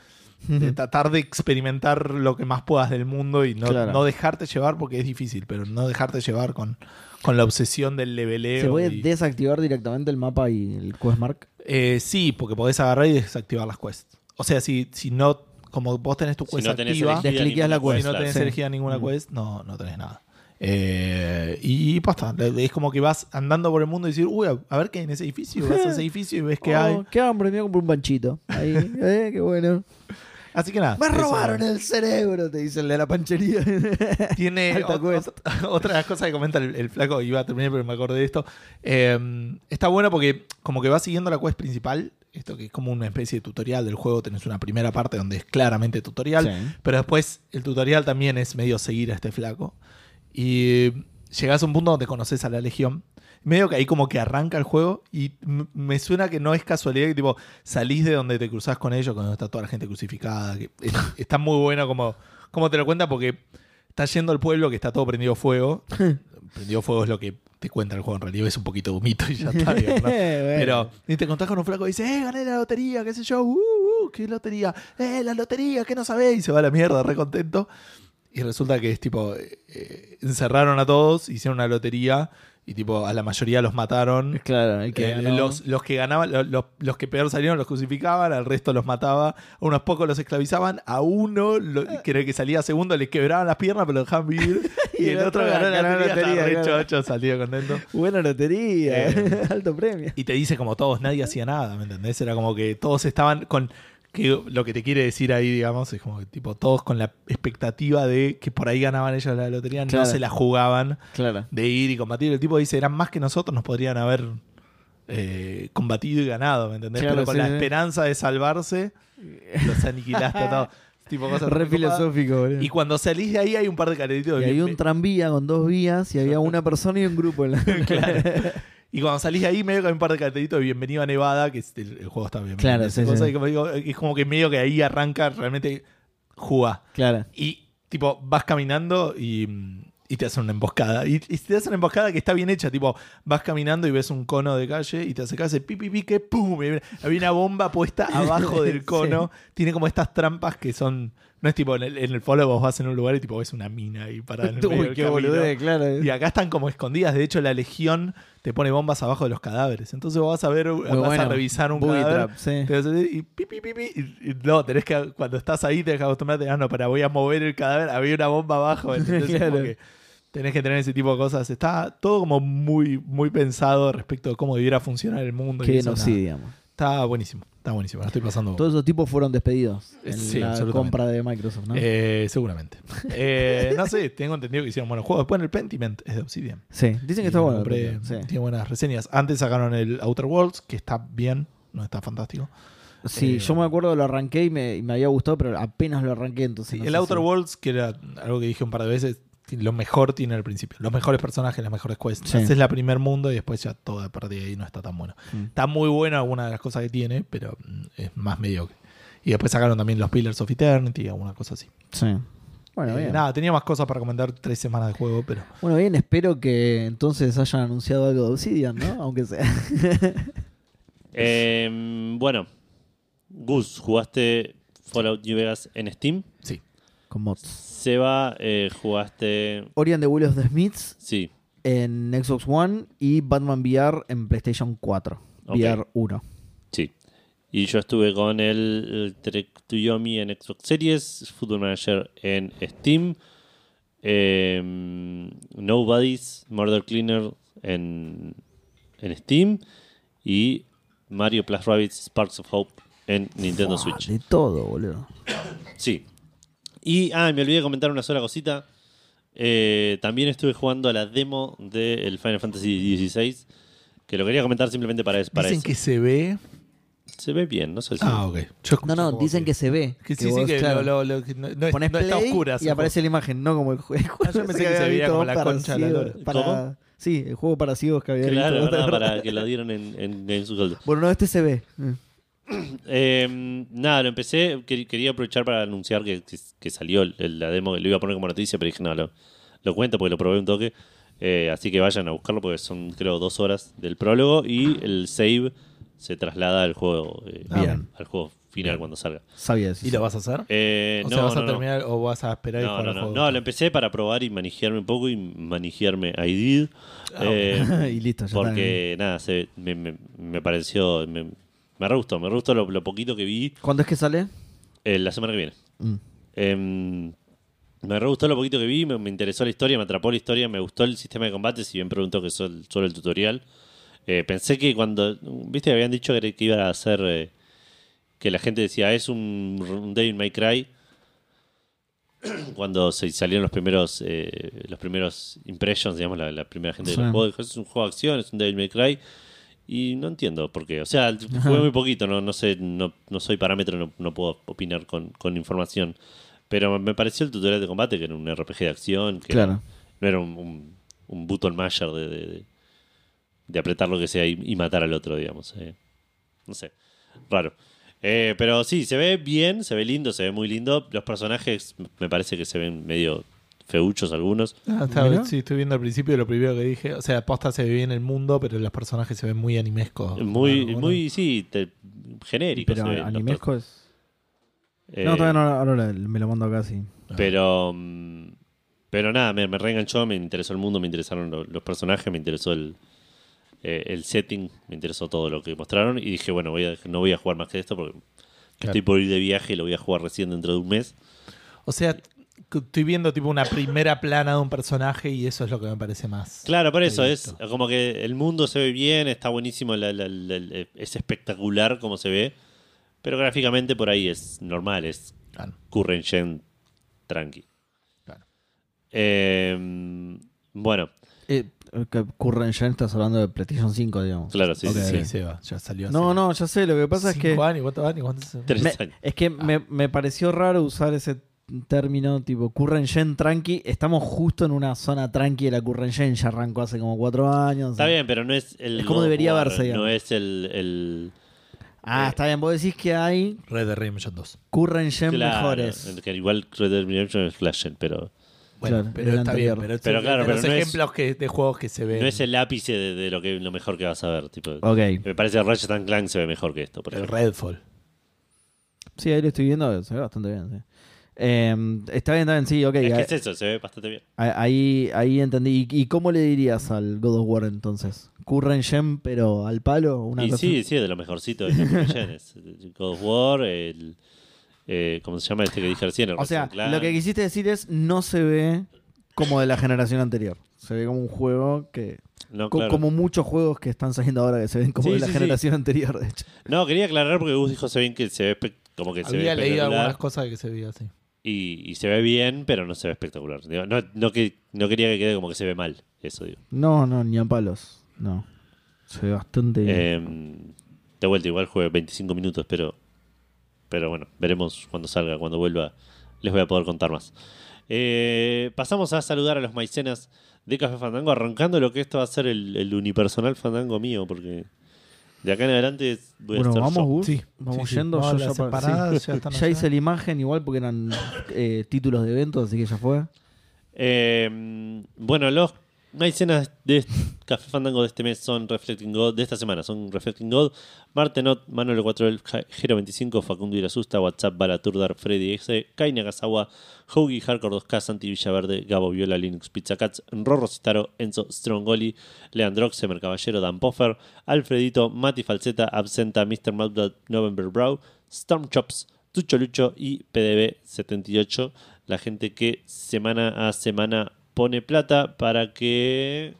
A: de tratar de experimentar lo que más puedas del mundo y no,
B: Claro.
A: no dejarte llevar, porque es difícil, pero no dejarte llevar con, con la obsesión del leveleo.
B: Se puede
A: y-
B: desactivar directamente el mapa y el quest mark.
A: Eh, sí, porque podés agarrar y desactivar las quests. O sea, si, si no como vos tenés tu
C: Si
A: quest
C: no tenés
A: activa,
C: elegida
B: Descliqueás
C: ninguna
B: la quest.
A: si no
C: claro.
A: tenés
B: sí.
A: elegida ninguna
B: Mm.
A: quest, no, no tenés nada. Eh, y posta, es como que vas andando por el mundo y decir, uy, a, a ver qué hay en ese edificio, vas a
B: *laughs*
A: ese edificio y ves qué
B: Oh,
A: hay.
B: Qué hambre, me voy a comprar un panchito. Ahí, *laughs* eh, qué bueno.
A: Así que nada.
B: Me
A: Ah, eso.
B: robaron el cerebro, te dice el de la panchería. *laughs*
A: *laughs* Tiene
B: Alta
A: ot- ot- otra cosa que comenta el, el flaco, iba a terminar, pero me acordé de esto. Eh, está bueno porque como que va siguiendo la quest principal, esto que es como una especie de tutorial del juego, tenés una primera parte donde es claramente tutorial,
B: Sí.
A: pero después el tutorial también es medio seguir a este flaco. Y llegás a un punto donde conoces a la Legión. Medio que ahí como que arranca el juego y m- me suena que no es casualidad que tipo salís de donde te cruzás con ellos, cuando está toda la gente crucificada. que es- está muy bueno como, como te lo cuenta porque está yendo al pueblo que está todo prendido fuego. prendido fuego es lo que te cuenta el juego en realidad, es un poquito de humito y ya está. digamos, ¿no? Pero y te contás con un flaco y dice, eh, gané la lotería, qué sé yo, uh, uh, qué lotería, eh, la lotería, que no sabéis, y se va a la mierda, re contento. Y resulta que es tipo, eh, eh, encerraron a todos, hicieron una lotería y tipo, a la mayoría los mataron.
B: Claro, el que
A: Eh,
B: ganó.
A: los, los que ganaban, lo- los, los que peor salieron los crucificaban, al resto los mataba, a unos pocos los esclavizaban, a uno lo- que era el que salía segundo le quebraban las piernas pero lo dejaban vivir *laughs* y, el otro ganó la lotería, estaba re
B: claro.
A: chocho, salía contento.
B: Buena lotería,
A: Eh.
B: *laughs* alto premio.
A: Y te dice como todos, nadie hacía nada, ¿me entendés? Era como que todos estaban con. Que lo que te quiere decir ahí, digamos, es como que tipo, todos con la expectativa de que por ahí ganaban ellos la lotería,
B: Claro.
A: no se la jugaban
B: Claro.
A: de ir y combatir. El tipo dice, eran más que nosotros, nos podrían haber eh, combatido y ganado, ¿me entendés?
B: Claro,
A: Pero con
B: sí,
A: la
B: sí.
A: esperanza de salvarse, los aniquilaste a
B: *laughs*
A: todos. Tipo cosas
B: *laughs*
A: re
B: Re
A: copadas.
B: filosófico, boludo.
A: Y cuando salís de ahí hay un par de caretitos.
B: Y
A: de
B: había
A: me-
B: un tranvía con dos vías y había una persona y un grupo. En la...
A: *laughs* Claro. Y cuando salís de ahí, medio que hay un par de cartelitos de Bienvenido a Nevada, que es el, el juego está bien.
B: Claro,
A: es,
B: sí, sí.
A: como digo, es como que medio que ahí arranca realmente jugá.
B: claro.
A: Y tipo, vas caminando y, y te hacen una emboscada. Y, y te hacen una emboscada que está bien hecha. Tipo, vas caminando y ves un cono de calle y te acercas y pi, pi, pi, que pum. y Había una bomba
B: *laughs*
A: puesta abajo del cono. Tiene como estas trampas que son. No es tipo, en el, en el follow vos vas en un lugar y tipo ves una mina ahí para en el medio
B: *laughs* Uy,
A: del
B: qué
A: camino.
B: boludez, claro. eh.
A: Y acá están como escondidas. De hecho, la legión te pone bombas abajo de los cadáveres. Entonces vos vas a ver, vas a
B: bueno.
A: revisar un
B: Booby
A: cadáver.
B: trap, sí.
A: te vas a decir, y, pi, pi, pi, pi, y- y no, tenés que, cuando estás ahí, tenés que acostumbrarte. Ah, no, para voy a mover el cadáver. Había una bomba
B: *laughs*
A: abajo. Entonces, como
B: Claro.
A: que tenés que tener ese tipo de cosas. Está todo como muy, muy pensado respecto a cómo debiera funcionar el mundo. y
B: Qué
A: eso, nada.
B: digamos.
A: Está buenísimo. Está buenísimo. La estoy pasando.
B: Todos esos tipos fueron despedidos en
A: Sí,
B: la
A: absolutamente.
B: compra de Microsoft, ¿no?
A: Eh, seguramente. Eh, no sé, tengo entendido que hicieron buenos juegos. Después en el Pentiment es de Obsidian.
B: sí, dicen que
A: Y
B: está
A: lo
B: bueno.
A: compré,
B: pero, sí.
A: Tiene buenas reseñas. Antes sacaron el Outer Worlds, que está bien, no está fantástico.
B: Sí,
A: eh,
B: yo me acuerdo, lo arranqué y me, y me había gustado, pero apenas lo arranqué, entonces. no
A: el
B: sé
A: Outer
B: si-
A: Worlds, que era algo que dije un par de veces, lo mejor tiene al principio. Los mejores personajes, las mejores quests.
B: Sí.
A: Haces la primer mundo y después ya toda perdida y no está tan bueno.
B: Mm.
A: Está muy buena alguna de las cosas que tiene, pero mm, es más mediocre. Y después sacaron también los Pillars of Eternity, alguna cosa así.
B: Sí. Bueno,
A: Eh,
B: bien.
A: nada, tenía más cosas para comentar tres semanas de juego, pero.
B: Bueno, bien, espero que entonces hayan anunciado algo de Obsidian, ¿no?
A: *laughs*
B: Aunque sea.
C: Eh, bueno, Gus, jugaste Fallout New Vegas en Steam.
A: Sí.
B: Con mods.
C: Seba, eh, jugaste.
B: Orion de Will of the Smiths
C: Sí,
B: en Xbox One y Batman VR en PlayStation 4.
C: Ok.
B: VR 1.
C: sí. Y yo estuve con el, el Trek to Yomi en Xbox Series, Football Manager en Steam, eh, Nobody's Murder Cleaner en, en Steam y Mario Plus Rabbits Sparks of Hope en Nintendo
B: Fua,
C: Switch.
B: De todo, boludo.
C: Sí. Y, ah, me olvidé de comentar una sola cosita. Eh, también estuve jugando a la demo del Final Fantasy XVI, que lo quería comentar simplemente para, para
A: Dicen
C: eso.
A: que se ve.
C: Se ve bien, no sé si...
A: Ah, ok. Yo escuché
B: No, no,
A: como
B: dicen que se ve.
A: que sí, sí,
B: vos,
A: que
B: claro,
A: lo- lo- lo- que no, no es-
B: Ponés
A: no
B: play
A: está oscura.
B: y
A: ese
B: aparece la imagen, no como el juego. el juego
A: Ah, pensé
B: ese
A: que se
B: había
A: veía
B: visto
A: como
B: vos
A: la
B: para
A: concha de la
B: ciegos,
A: lora.
B: para-
C: ¿Cómo?
B: Sí, el juego para ciegos que había
C: Claro,
A: *laughs*
B: visto.
C: ¿verdad? para que la dieron en, en Games Gold.
B: Bueno, no, este se ve. Mm.
C: Eh, nada, lo empecé. quer- Quería aprovechar para anunciar que, que- que salió el- la demo. que Lo iba a poner como noticia, pero dije, no, lo, lo cuento porque lo probé un toque. Eh, así que vayan a buscarlo porque son, creo, dos horas del prólogo. Y el save se traslada al juego, eh,
A: Ah,
B: bien.
C: al juego final cuando salga.
B: Sabía eso.
A: ¿Y lo vas a hacer?
C: Eh,
A: o
C: no,
A: sea, ¿vas
C: no,
A: a
C: no.
A: terminar o vas a esperar y
C: No,
A: jugar
C: no,
A: al
C: no.
A: juego?
C: No, lo empecé para probar y manejarme un poco y manejarme I did.
A: Ah, *laughs*
B: *laughs*
C: Eh,
B: y listo, ya está.
C: porque nada, se- me, me- me pareció, me, me re gustó, me re gustó lo, lo poquito que vi
B: ¿Cuándo es que sale?
C: eh, la semana que viene.
B: Mm.
C: Em, me re gustó lo poquito que vi, me, me interesó la historia, me atrapó la historia, me gustó el sistema de combate, si bien preguntó que sol- solo el tutorial. Eh, pensé que cuando, viste, habían dicho que, que iba a ser, eh, que la gente decía, es un, un Devil May Cry. *clears throat* Cuando se salieron los primeros eh, los primeros impressions, digamos, la, la primera gente
B: Sí.
C: de los juegos, dijo, es un juego de acción, es un Devil May Cry. Y no entiendo por qué.
B: *laughs*
C: O sea, jugué muy poquito, no, no sé, no, no soy parámetro, no, no puedo opinar con, con información. Pero me pareció el tutorial de combate, que era un RPG de acción, que
B: Claro.
C: era- no era un, un, un button masher de, de, de- de apretar lo que sea y, y matar al otro, digamos. eh. No sé, raro. Eh, pero sí, se ve bien, se ve lindo, se ve muy lindo. Los personajes me parece que se ven medio feuchos algunos.
A: Ah, está-
B: Mirá.
A: sí, estoy viendo al principio lo primero que dije. O sea, posta se ve bien el mundo, pero los personajes se ven muy animescos.
C: Muy,
A: Bueno,
C: muy sí, te- genéricos.
B: Pero
C: se ven los
B: animesco es.
C: per-
B: no,
C: eh,
B: todavía no, ahora la- me lo mando acá sí.
C: Pero, mm, pero nada, me, me reenganchó, me interesó el mundo, me interesaron lo- los personajes, me interesó el, eh, el setting, me interesó todo lo que mostraron. Y dije, bueno, voy a, no voy a jugar más que esto porque
A: Claro.
C: estoy por ir de viaje y lo voy a jugar recién dentro de un mes.
A: O sea, que estoy viendo tipo una primera plana de un personaje y eso es lo que me parece más.
C: Claro, por eso es
A: Listo.
C: como que el mundo se ve bien, está buenísimo, la- la- la- la- es espectacular como se ve. Pero gráficamente por ahí es normal, es
A: Claro.
C: current gen tranqui.
A: Claro.
C: Eh, bueno,
B: Eh, que Current Gen estás hablando de PlayStation 5, digamos.
C: claro, sí,
A: Ok,
C: sí, sí.
A: sí, Seba, ya salió.
B: No, no, ya sé, lo que pasa es que.
A: Años, ¿Cuántos años? ¿Cuántos años?
C: Tres
B: me-
C: años. Ah.
B: es que me, me pareció raro usar ese término tipo Current Gen tranqui. Estamos justo en una zona tranqui de la Current Gen, ya arrancó hace como cuatro años.
C: Está bien, pero no es el.
B: Es como
C: God of
B: debería
C: War,
B: verse,
C: No
B: digamos.
C: es el. el-
B: Ah, está bien, vos decís que hay
A: Red Dead Redemption 2.
B: Current Gen
C: claro,
B: mejores.
C: el que igual Red Dead Redemption es Flash, pero.
A: Bueno,
B: Claro,
A: pero
B: el
A: está
B: anterior.
A: bien. Pero,
C: Pero
A: sí,
C: claro,
A: de
C: pero
A: los
C: no es-
A: ejemplos que, de juegos que se ven.
C: No es el ápice de, de lo que lo mejor que vas a ver. Tipo,
B: Ok.
C: Me parece que Ratchet and Clank se ve mejor que esto. Por
A: el
C: ejemplo.
A: Redfall.
B: Sí, ahí lo estoy viendo, se ve bastante bien. sí. Eh, está bien, está bien, sí, ok.
C: es
B: ahí-
C: que es eso, se ve bastante bien.
B: Ahí, ahí entendí. ¿Y, y cómo le dirías al God of War entonces? ¿Current Gem, pero al palo? Una
C: y
B: cosa-
C: sí, sí, es de lo mejorcito de los Genes. God of War, el. eh, ¿Cómo se llama este que dije recién? El
B: O sea,
C: Ratchet and Clank.
B: lo que quisiste decir es no se ve como de la generación anterior. Se ve como un juego que...
C: No,
B: co-
C: claro.
B: Como muchos juegos que están saliendo ahora que se ven como
C: Sí,
B: de la
C: sí, sí.
B: generación anterior, de hecho.
C: No, quería aclarar porque Gus dijo se ven que se ve espe- como que se ve
A: Había leído
C: espectacular.
A: algunas cosas que se veía así.
C: Y, y se ve bien, pero no se ve espectacular. Digo, no, no, que, no quería que quede como que se ve mal, eso digo.
B: No, no, ni a palos. No. Se ve bastante... bien.
C: Eh, de vuelta, igual juegue 25 minutos, pero, pero bueno, veremos cuando salga, cuando vuelva, les voy a poder contar más. Eh, pasamos a saludar a los maicenas de Café Fandango, arrancando lo que esto va a ser el, el unipersonal Fandango mío, porque de acá en adelante voy a
B: bueno,
C: ser
B: vamos,
C: yo.
B: Gus.
A: Sí,
B: Vamos
A: sí, sí.
B: yendo.
A: No,
B: yo
A: las
B: ya, pa- sí.
A: separadas ya están
B: *laughs* Ya
A: allá.
B: hice la imagen igual porque eran eh, títulos de eventos, así que ya fue.
C: Eh, bueno, los maicenas de est- Café Fandango de este mes son Reflecting God, de esta semana son Reflecting God, Martenot, Manuel 4 Gero 25, Facundo Irasusta, WhatsApp, Balaturdar, Freddy X, Kai Nagasawa, Hoagie, Hardcore 2K, Santi Villaverde, Gabo Viola, Linux Pizza Cats, Rorro Citaro, Enzo Strongoli, Leandrox, Semer Caballero, Dan Poffer, Alfredito, Mati Falseta, Absenta, Mr. Mouth November Brow, Storm Chops, Tucho Lucho y PDB78. La gente que semana a semana pone plata para que.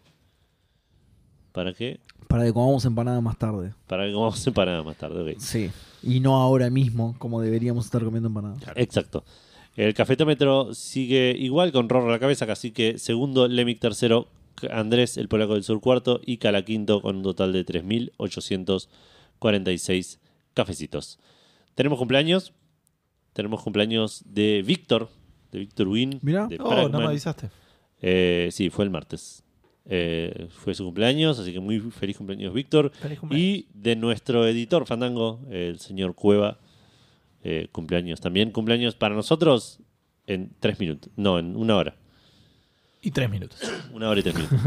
C: ¿Para qué?
B: Para que comamos empanada más tarde.
C: Para que comamos *laughs* separadas más tarde, ok.
B: Sí. Y no ahora mismo, como deberíamos estar comiendo empanada.
C: Exacto. El cafetómetro sigue igual con Rorro a la cabeza, así que segundo, Lemic tercero, Andrés el polaco del sur cuarto y Cala quinto con un total de 3.846 cafecitos. Tenemos cumpleaños. Tenemos cumpleaños de Víctor, de Víctor Win.
B: Mirá.
C: de
A: Oh, no
C: Pragman.
A: me avisaste.
C: Eh, sí, fue el martes. Eh, fue su cumpleaños, así que muy feliz cumpleaños, Víctor.
A: Feliz cumpleaños.
C: Y de nuestro editor Fandango, el señor Cueva, eh, cumpleaños también. Cumpleaños para nosotros en tres minutos. No, en una hora.
A: Y tres minutos.
C: Una hora y tres minutos.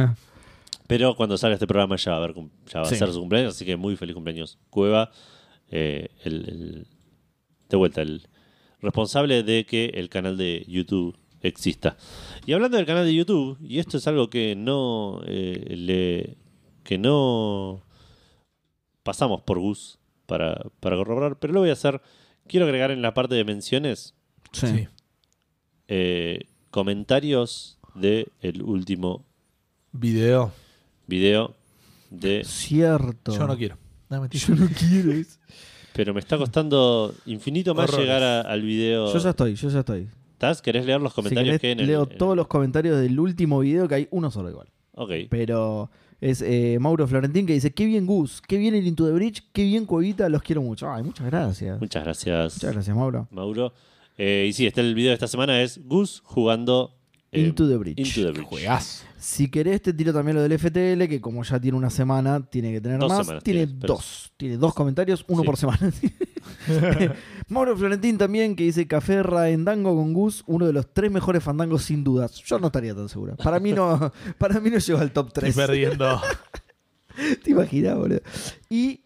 C: Pero cuando salga este programa ya va a, haber cum- ya va
A: Sí.
C: a ser su cumpleaños, así que muy feliz cumpleaños, Cueva. Eh, el- el- de vuelta, el responsable de que el canal de YouTube exista. Y hablando del canal de YouTube, y esto es algo que no eh, le que no pasamos por Gus para, para corroborar, pero lo voy a hacer. Quiero agregar en la parte de menciones
B: Sí.
A: Sí.
C: Eh, comentarios del el último
A: Video.
C: video de...
B: Cierto.
A: Yo no quiero. No, mentira.
B: Yo no quiero
C: *laughs*
B: eso.
C: Pero me está costando infinito más
A: Horrores.
C: llegar a- al video.
B: Yo ya estoy, yo ya estoy.
C: ¿Estás? ¿Querés leer los comentarios
B: Si querés,
C: que hay en el-
B: leo
C: en-
B: todos los comentarios del último video, que hay uno solo igual.
C: Ok.
B: Pero es eh, Mauro Florentín que dice, qué bien Gus, qué bien el Into the Bridge, qué bien Cuevita, los quiero mucho. Ay, muchas gracias.
C: Muchas gracias,
B: Muchas gracias, Mauro.
C: Mauro. Eh, y sí, este el video de esta semana es Gus jugando eh,
B: Into the Bridge.
C: Into the Bridge.
A: Juegazo.
B: Si querés, te tiro también lo del FTL, que como ya tiene una semana, tiene que tener
C: Dos
B: más.
C: semanas
B: Tiene
C: tiene, pero-
B: dos. Tiene dos comentarios, uno
C: Sí.
B: por semana. *laughs* Mauro Florentín también, que dice Café Raendango con Gus, uno de los tres mejores fandangos sin dudas. Yo no estaría tan segura. Para mí no, *laughs* para mí no lleva al top
A: Estoy
B: 3.
A: perdiendo.
B: *laughs* Te imaginas, boludo. Y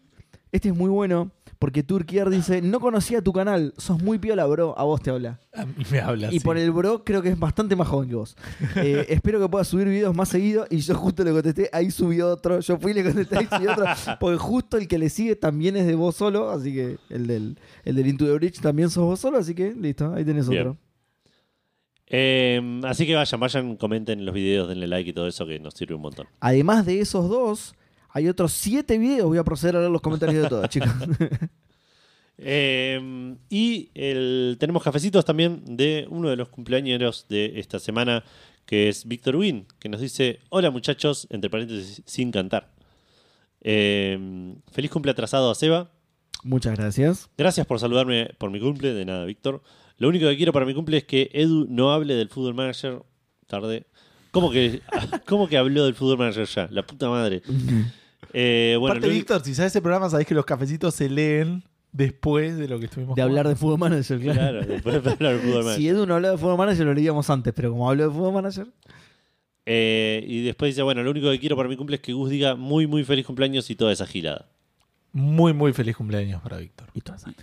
B: este es muy bueno, porque Turkier dice, no conocía tu canal, sos muy piola, bro, a vos te habla.
A: A mí me hablas.
B: Y por el bro creo que es bastante más joven que *laughs* vos. Eh, espero que puedas subir videos más seguido. Y yo justo le contesté, ahí subió otro. Yo fui y le contesté, ahí subió *laughs* otro. Porque justo el que le sigue también es de vos solo. Así que el del, el del Into the Bridge también sos vos solo. Así que listo, ahí tenés
C: Bien.
B: otro.
C: Eh, así que vayan, vayan, comenten los videos, denle like y todo eso que nos sirve un montón.
B: Además de esos dos, hay otros siete videos. Voy a proceder a leer los comentarios de *laughs* todos, chicos.
C: Eh, y el- tenemos cafecitos también de uno de los cumpleañeros de esta semana, que es Víctor Win, que nos dice, hola muchachos, entre paréntesis, sin cantar. Eh, feliz cumple atrasado a Seba,
B: Muchas gracias.
C: Gracias por saludarme por mi cumple, de nada, Víctor. Lo único que quiero para mi cumple es que Edu no hable del Fútbol Manager tarde. ¿Cómo que, *laughs* ¿cómo que habló del Fútbol Manager ya? La puta madre. Eh, bueno,
A: Aparte,
C: lo único-
A: Víctor, si sabes ese programa, sabés que los cafecitos se leen después de lo que estuvimos
B: De hablar de Fútbol Manager, claro.
C: *laughs* Claro, después de hablar del Fútbol Manager.
B: Si Edu no hablaba de Fútbol Manager, lo leíamos antes. Pero como habló de Fútbol Manager...
C: Eh, y después dice, bueno, lo único que quiero para mi cumple es que Gus diga muy, muy feliz cumpleaños y toda esa gilada.
A: Muy, muy feliz cumpleaños para Víctor.
B: Y todas esas-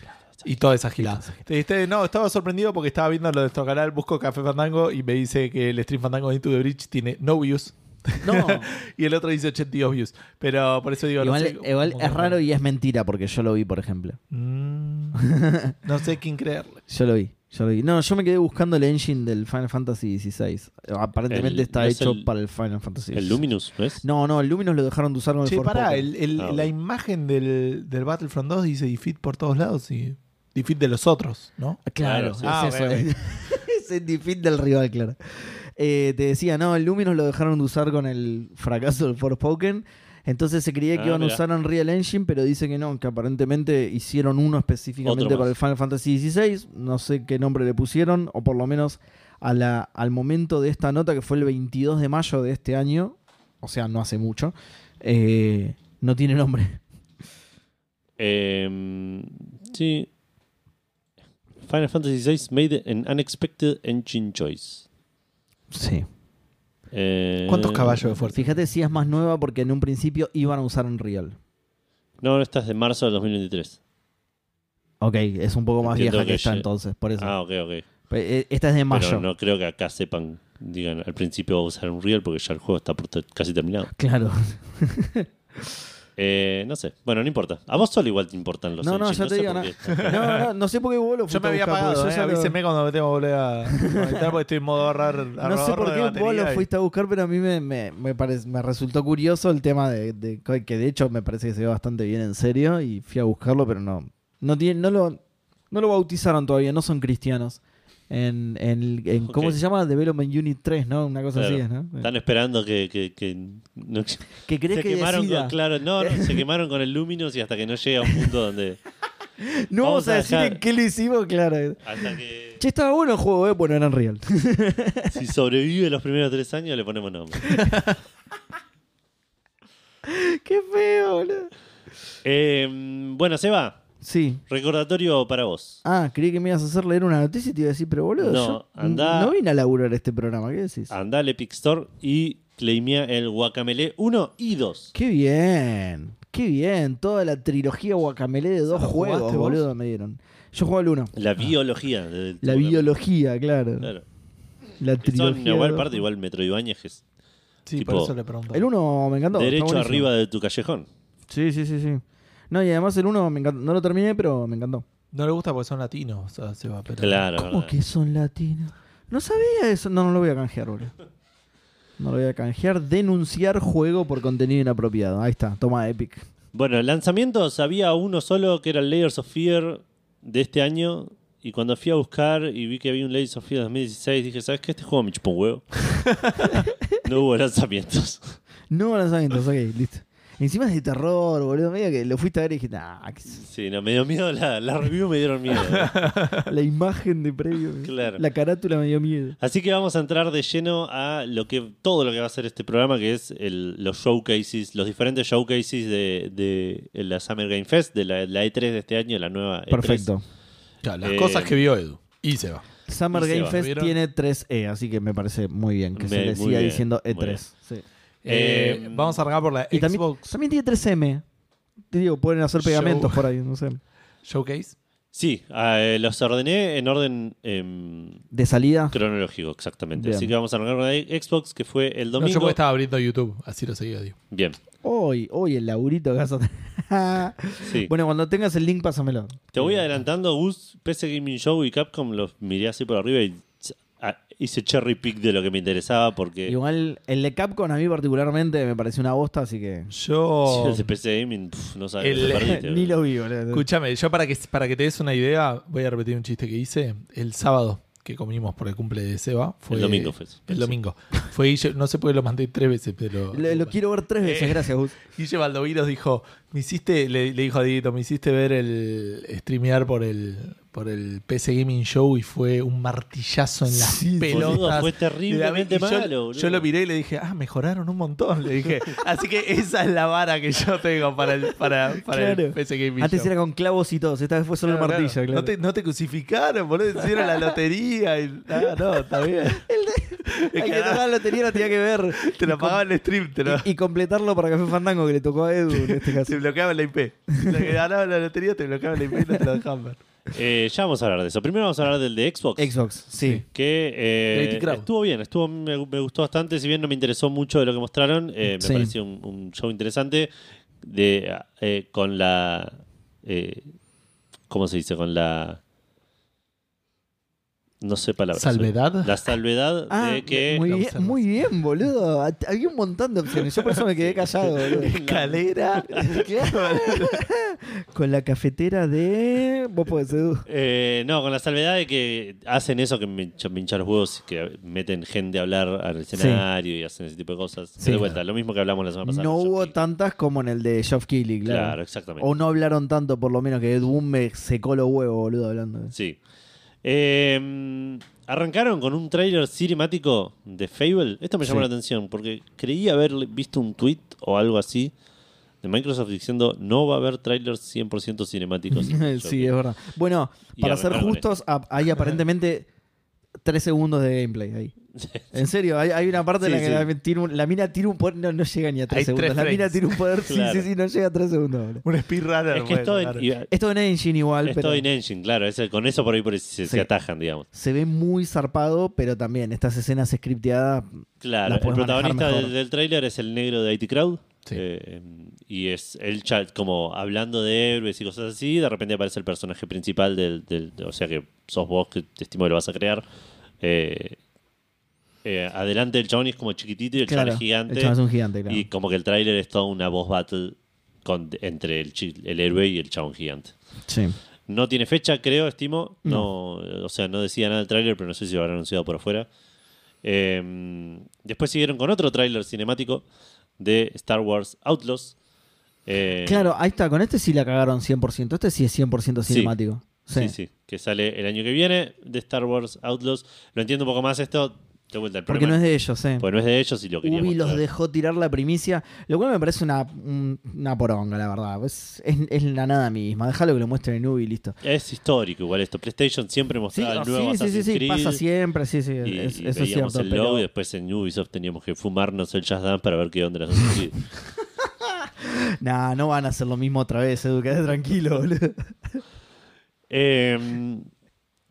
A: Y toda esa gilada. Este, no, estaba sorprendido porque estaba viendo lo de nuestro canal, busco Café Fandango y me dice que el stream Fandango de Into the Bridge tiene no views
B: No,
A: *laughs* y el otro dice 82 views. Pero por eso digo,
B: Igual,
A: no sé.
B: igual
A: cómo-
B: es raro y es mentira porque yo lo vi, por ejemplo. *laughs*
A: Mm, no sé quién creerle.
B: Yo lo vi, yo lo vi. No, yo me quedé buscando el engine del Final Fantasy XVI. Aparentemente
C: El-
B: está
C: ¿no es
B: hecho
C: el-
B: para el Final Fantasy
C: El Luminous, ¿no es?
B: No, no, el Luminous lo dejaron de usar con el
A: Che,
B: For
A: pará,
B: Pokémon.
A: el- el-
C: Ah,
A: la
C: bueno.
A: imagen del, del Battlefront 2 dice defeat por todos lados y defeat de los otros, ¿no?
B: Claro,
C: Claro,
B: es
C: sí.
A: Ah,
B: eso.
A: ok, ok.
B: *laughs* es el defeat del rival, claro. Eh, te decía, no, el Luminous lo dejaron de usar con el fracaso del Forspoken. Entonces se creía que
C: Ah,
B: iban
C: mirá.
B: a usar Unreal Engine, pero dice que no, que aparentemente hicieron uno específicamente
C: Otro
B: para el
C: más.
B: Final Fantasy XVI. No sé qué nombre le pusieron, o por lo menos a la- al momento de esta nota, que fue el 22 de mayo de este año, o sea, no hace mucho, eh, no tiene nombre.
C: Eh, sí. Final Fantasy VI made an unexpected engine choice.
B: Sí.
C: Eh,
A: ¿Cuántos caballos de fuerza?
B: Fíjate si es más nueva porque en un principio iban a usar Unreal.
C: No, esta es de marzo del 2023.
B: Ok, es un poco más
C: Entiendo
B: vieja que,
C: que
B: esta
C: lle-
B: entonces, por eso.
C: Ah, ok, ok.
B: Pe- eh, Esta es de mayo.
C: Pero no creo que acá sepan, digan, al principio va a usar un reel porque ya el juego está por ter- casi terminado. *laughs*
B: Claro.
C: Eh, no sé. Bueno, no importa. A vos solo igual te importan los
B: No, no,
C: engines,
B: ya te
C: sé
B: digo.
C: por
B: No,
C: qué.
B: no, no, no sé por qué vos lo
A: Yo
B: fuiste
A: me
B: a
A: había
B: buscar,
A: apagado,
B: porque
A: eh,
B: yo ya lo-
A: avíseme cuando me tengo que volver a conectar porque estoy en modo ahorrar.
B: No sé por qué vos lo
A: fuiste
B: fuiste a buscar, pero a mí me, me, me, pare- me resultó curioso el tema de, de- que de hecho me parece que se ve bastante bien en serio y fui a buscarlo, pero no no tiene, no lo no lo bautizaron todavía, no son cristianos. En, en, el- en- ¿Cómo
C: Ok.
B: se llama? Development Unit 3, ¿no? Una cosa así
C: Claro.
B: es, ¿no?
C: Están esperando que. que, que no-
B: Que crees
C: se
B: que
C: quemaron
B: decida.
C: con, Claro, no,
B: *laughs*
C: no, se quemaron con el Luminous y hasta que no llega a un punto donde.
B: No vamos,
C: Vamos
B: a
C: a
B: decir
C: dejar-
B: en qué lo hicimos, claro.
C: Hasta que.
B: Che, estaba bueno el juego, ¿eh? Bueno, era Unreal.
C: Si sobrevive los primeros tres años, le ponemos nombre.
B: Qué feo, boludo.
C: Eh, bueno, Seba,
B: Sí.
C: recordatorio para vos.
B: Ah, creí que me ibas a hacer leer una noticia y te iba a decir, pero boludo,
C: No,
B: yo
C: andá. Ah.
B: no vine a laburar este programa, ¿qué decís?
C: Andá al Epic Store y claimea el Guacamele 1 y 2.
B: Qué bien, qué bien. Toda la trilogía guacamele de dos
A: ¿Lo jugaste
B: juegos,
A: vos?
B: boludo, me dieron. Yo juego al uno.
C: La biología. del-
B: Ah. La biología, claro.
C: Claro.
B: La
C: Que Son
B: trilogía. de
C: igual
B: dos
C: parte, igual Metroidvania, que es
A: Sí,
C: Tipo,
A: por eso le pregunto.
B: juegos. El uno me encantó. está
C: derecho
B: buenísimo.
C: arriba de tu callejón.
B: Sí, sí, sí, sí. No, y además el uno me encantó. No lo terminé, pero me encantó.
A: No le gusta porque son latinos, o sea, Seba, pero.
C: Claro,
B: ¿Cómo
C: verdad.
B: que son latinos? No sabía eso. No, no lo voy a canjear, boludo. No lo voy a canjear. Denunciar juego por contenido inapropiado. Ahí está. Toma Epic.
C: Bueno, lanzamientos había uno solo que era el Layers of Fear de este año. Y cuando fui a buscar y vi que había un Layers of Fear 2016, dije, ¿sabes qué? Este juego me chupó un huevo. no hubo lanzamientos.
B: No lanzamientos. Ok, *laughs* listo. Encima es de terror, boludo. Medio que lo fuiste a ver y dijiste, ah, qué sé
C: Sí, no, me dio miedo. La, la review me dieron miedo.
B: yo". la imagen de previo.
C: Claro.
B: La carátula me dio miedo.
C: Así que vamos a entrar de lleno a lo que todo lo que va a ser este programa, que es el- los showcases, los diferentes showcases de, de la Summer Game Fest, de la, la E3 de este año, la nueva E3.
B: Perfecto.
A: Claro, las
C: Eh,
A: cosas que vio Edu. Y se va.
B: Summer
C: Y se
B: Game
C: va.
B: Fest
A: ¿Vieron?
B: tiene 3E, así que me parece muy bien que se
C: Me-
B: le
C: muy
B: siga
C: bien,
B: diciendo
C: muy
B: E3.
C: bien.
B: Sí.
A: Eh,
C: Eh,
A: vamos a arrancar por la
B: Y también,
A: Xbox
B: también tiene 3M. Te digo, pueden hacer
A: Show.
B: pegamentos por ahí, no sé.
A: Showcase.
C: Sí, ah, eh, los ordené en orden em,
B: De salida.
C: cronológico, exactamente.
B: Bien.
C: Así que vamos a arrancar con la Xbox, que fue el
A: No, yo
C: domingo.
A: porque estaba abriendo YouTube, así lo seguía, digo.
C: Bien,
B: Hoy, hoy el laurito que vas
A: *laughs*
B: a tener.
C: sí.
B: bueno, cuando tengas el link, pásamelo.
C: Te voy adelantando, Gus, PC Gaming Show y Capcom los miré así por arriba y ch- ah, hice cherry pick de lo que me interesaba porque
B: Igual el de Capcom a mí particularmente me pareció una bosta, así que
A: Yo.
C: *laughs* el de PC Gaming pf, no sabes,
A: El-
C: te
A: *laughs*
B: *laughs*
C: perdiste,
B: ni
C: bro.
B: lo vi, boludo.
A: Escúchame, yo para que, para que te des una idea, voy a repetir un chiste que hice. El sábado que comimos por el cumple de Seba. Fue,
C: El domingo fue eso.
A: El domingo. Fue Guille- no sé por qué lo mandé tres veces, pero.
B: Lo, lo quiero ver tres veces,
A: Eh. *laughs*
B: gracias, Gus.
A: Guille Baldovinos dijo, me hiciste, le, le dijo a Dieguito, me hiciste ver el streamear por el por el PC Gaming Show y fue un martillazo en las
B: Sí,
A: pelotas.
C: boludo, fue
A: Le da-
C: terriblemente
A: y yo-
C: malo, boludo.
A: Yo lo miré y le dije, ah, mejoraron un montón, le dije. Así que esa es la vara que yo tengo para el, para, para el
B: Claro.
A: PC Gaming
B: Antes
A: Show.
B: era con clavos y todo, esta vez fue solo
A: Claro,
B: el martillo,
A: claro.
B: claro.
A: No, te, no te crucificaron, boludo, hicieron la lotería y ah, no, está bien.
B: *laughs* El que
A: que
B: tocaba la lotería lo tenía que ver.
A: Te
B: Y
A: lo
B: com-
A: pagaban el stream, te lo,
B: y, y completarlo para Café Fandango, que le tocó a Edu en este
A: *laughs*
B: caso.
A: te bloqueaban la IP. Si te ganaban la lotería, te bloqueaban la IP y no te la dejaban ver.
C: Eh, ya vamos a hablar de eso. Primero vamos a hablar del de Xbox.
B: Xbox, sí.
C: que eh,
A: Gravity Crown.
C: estuvo bien, estuvo me, me gustó bastante, si bien no me interesó mucho de lo que mostraron, eh, me
B: Sí.
C: pareció un, un show interesante de eh, con la eh, ¿cómo se dice? con la no sé palabras. eh,
A: ¿Salvedad?
C: La salvedad
B: Ah,
C: de que
B: muy,
A: la
B: bien,
A: observas.
B: muy bien, boludo. At- Había un montón de opciones. Yo por eso me
C: *laughs*
B: quedé callado, boludo.
A: Escalera.
B: *laughs* Claro. Con la cafetera de. Vos podés, Edu.
C: Eh, no, con la salvedad de que hacen eso que me, hincha- me hincha los huevos, que meten gente a hablar al escenario y hacen ese tipo de cosas.
B: Sí.
C: de vuelta, lo mismo que hablamos la semana pasada.
B: No
C: con
B: hubo
C: Jockey.
B: tantas como en el de Geoff Keighley,
C: Claro,
B: claro.
C: exactamente.
B: O no hablaron tanto, por lo menos, que Ed Boon me secó los huevos, boludo, hablando.
C: Sí. Eh, arrancaron con un tráiler cinemático de Fable. Esto me llamó
B: Sí.
C: la atención porque creí haber visto un tweet o algo así de Microsoft diciendo no va a haber trailers 100%
B: *laughs*
C: cinemáticos.
B: sí, es verdad. Bueno,
C: Y
B: para ser
C: arrancaron con
B: justos, ap- hay
C: *laughs*
B: aparentemente tres segundos de gameplay ahí. En serio, hay, hay una parte en
C: Sí,
B: la que
C: sí.
B: la, men- tira un- la mina tira un poder. No, no llega ni a tres
A: Hay
B: segundos.
A: tres
B: la mina
A: frames.
B: tira un
C: *laughs*
B: poder. sí,
C: Claro.
B: Sí, sí, no llega a tres segundos. boludo.
A: Un speedrunner.
C: Es que
A: bueno,
C: esto en-
A: claro.
C: y- esto
B: Esto en engine igual, pero
C: en Engine, claro. ese- con eso por ahí por ahí se, se
B: Sí.
C: atajan, digamos.
B: se ve muy zarpado, pero también estas escenas scripteadas.
C: Claro,
B: La
C: el
B: puedes manejar
C: protagonista
B: mejor.
C: del, del tráiler es el negro de IT Crowd.
A: Sí.
C: eh, y es el chat como hablando de héroes y cosas así. De repente aparece el personaje principal del. del- o sea que sos vos que te estimo que lo vas a crear. Eh, eh, adelante el chabón y es como chiquitito y el
B: claro,
C: chabón es gigante.
B: El chabón es un gigante, claro.
C: Y como que el tráiler es toda una voz battle con- entre el, chi- el héroe y el chabón gigante.
B: Sí.
C: No tiene fecha, creo, estimo. No, o sea, no decía nada el tráiler, pero no sé si lo habrán anunciado por afuera. Eh, después siguieron con otro tráiler cinemático de Star Wars Outlaws. Eh,
B: Claro, ahí está. Con este sí la cagaron 100%. Este sí es 100%
C: Sí.
B: cinemático. Sí.
C: sí, sí, que sale el año que viene de Star Wars Outlaws. Lo entiendo un poco más esto. De vuelta, el
B: Porque no
C: problema
B: es de ellos, eh.
C: porque no es de ellos y lo querían
B: Ubi los
C: mostrar.
B: dejó tirar la primicia, lo cual me parece una, un- una poronga, la verdad. Es, es, es la nada misma. Déjalo que lo muestren en Ubi y listo.
C: Es histórico igual esto. PlayStation siempre
B: Sí,
C: mostraba el
B: sí,
C: nuevo
B: sí, sí,
C: Assassin's
B: sí,
C: Creed.
B: pasa siempre, sí, sí,
C: Y,
B: es-
C: y
B: eso es
C: veíamos
B: cierto.
C: el logo
B: pero-
C: y después en Ubisoft teníamos que fumarnos el Just Dance para ver qué onda era Assassin's Creed.
B: Nah, no van a hacer lo mismo otra vez, Edu, quedate tranquilo, boludo. *laughs*
C: Eh,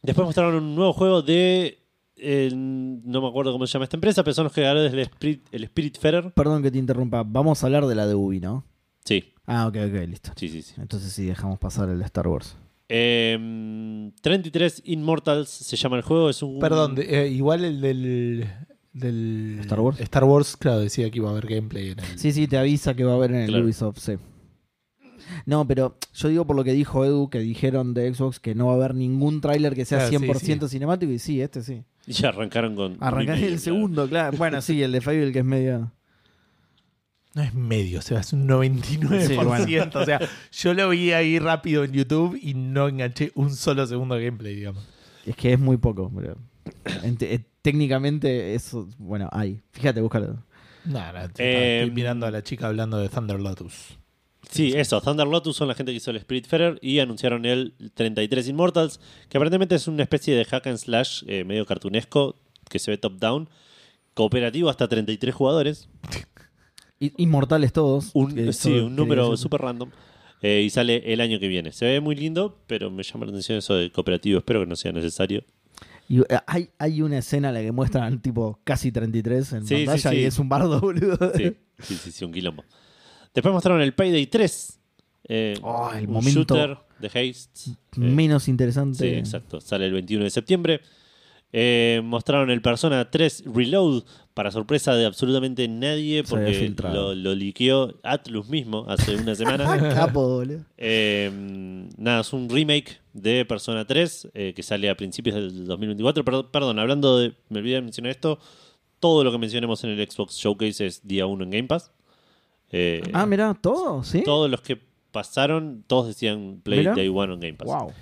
C: después mostraron un nuevo juego de. eh, no me acuerdo cómo se llama esta empresa, pero son los creadores del Spirit, el Spirit
B: Perdón que te interrumpa, vamos a hablar de la de Ubi, ¿no?
C: Sí,
B: Ah, ok, ok, listo.
C: sí, sí, sí.
B: Entonces sí, dejamos pasar el de Star Wars.
C: Em, 33 Immortals se llama el juego. Es un.
A: Perdón,
C: *laughs*
A: de- eh, igual el del, del.
B: Star Wars.
A: Star Wars, claro, decía que iba a haber gameplay en el.
B: Sí, sí, te avisa que va a haber en el
C: Claro.
B: Ubisoft, sí. No, pero yo digo por lo que dijo Edu, que dijeron de Xbox que no va a haber ningún tráiler que sea
A: Claro, sí,
B: 100% cinemático, y Ah, sí, este sí.
C: Y arrancaron con.
B: Arrancar
C: Remake,
B: el segundo, claro. Bueno, sí, el de Fable que es medio...
A: No es medio, o sea, es un 99%. *laughs* O sea, yo lo vi ahí rápido en YouTube y no enganché un solo segundo de gameplay, digamos.
B: Es que es muy poco, pero... ent- eh, técnicamente eso... Bueno, hay. Fíjate, búscalo.
A: Nada, no, mm. estoy-
C: Eh,
A: estoy mirando a la chica hablando de Thunder Lotus.
C: Sí, eso. Thunder Lotus son la gente que hizo el Spiritfarer y anunciaron el 33 Immortals, que aparentemente es una especie de hack and slash eh, medio cartunesco que se ve top down, cooperativo hasta 33 jugadores,
B: I- Inmortales todos.
C: un,
B: que
C: sí,
B: eso
C: un número
B: quería
C: super random eh, y sale el año que viene. Se ve muy lindo, pero me llama la atención eso de cooperativo. Espero que no sea necesario.
B: Y, eh, hay, hay una escena en la que muestran tipo casi 33 en
C: Sí, sí,
B: pantalla
C: sí.
B: y es un bardo, boludo. *laughs*
C: Sí, sí, sí, sí, un quilombo. Después mostraron el Payday 3. eh,
B: Oh, el
C: un
B: momento-
C: shooter de Heist. eh,
B: Menos interesante.
C: Sí, exacto. Sale el 21 de septiembre. Eh, mostraron el Persona 3 Reload para sorpresa de absolutamente nadie
B: Se había
C: porque
B: filtrado.
C: lo, lo liqueó Atlus mismo hace una
B: Ah, *laughs*
C: semana.
B: capo, boludo.
C: Eh, nada, es un remake de Persona 3 eh, que sale a principios del 2024. Perdón, perdón, hablando de... Me olvidé de mencionar esto. Todo lo que mencionemos en el Xbox Showcase es día 1 en Game Pass. Eh,
B: Ah, mirá, todo, ¿sí?
C: Todos los que pasaron, todos decían Play
B: Mirá.
C: Day 1 en Game Pass.
B: Wow.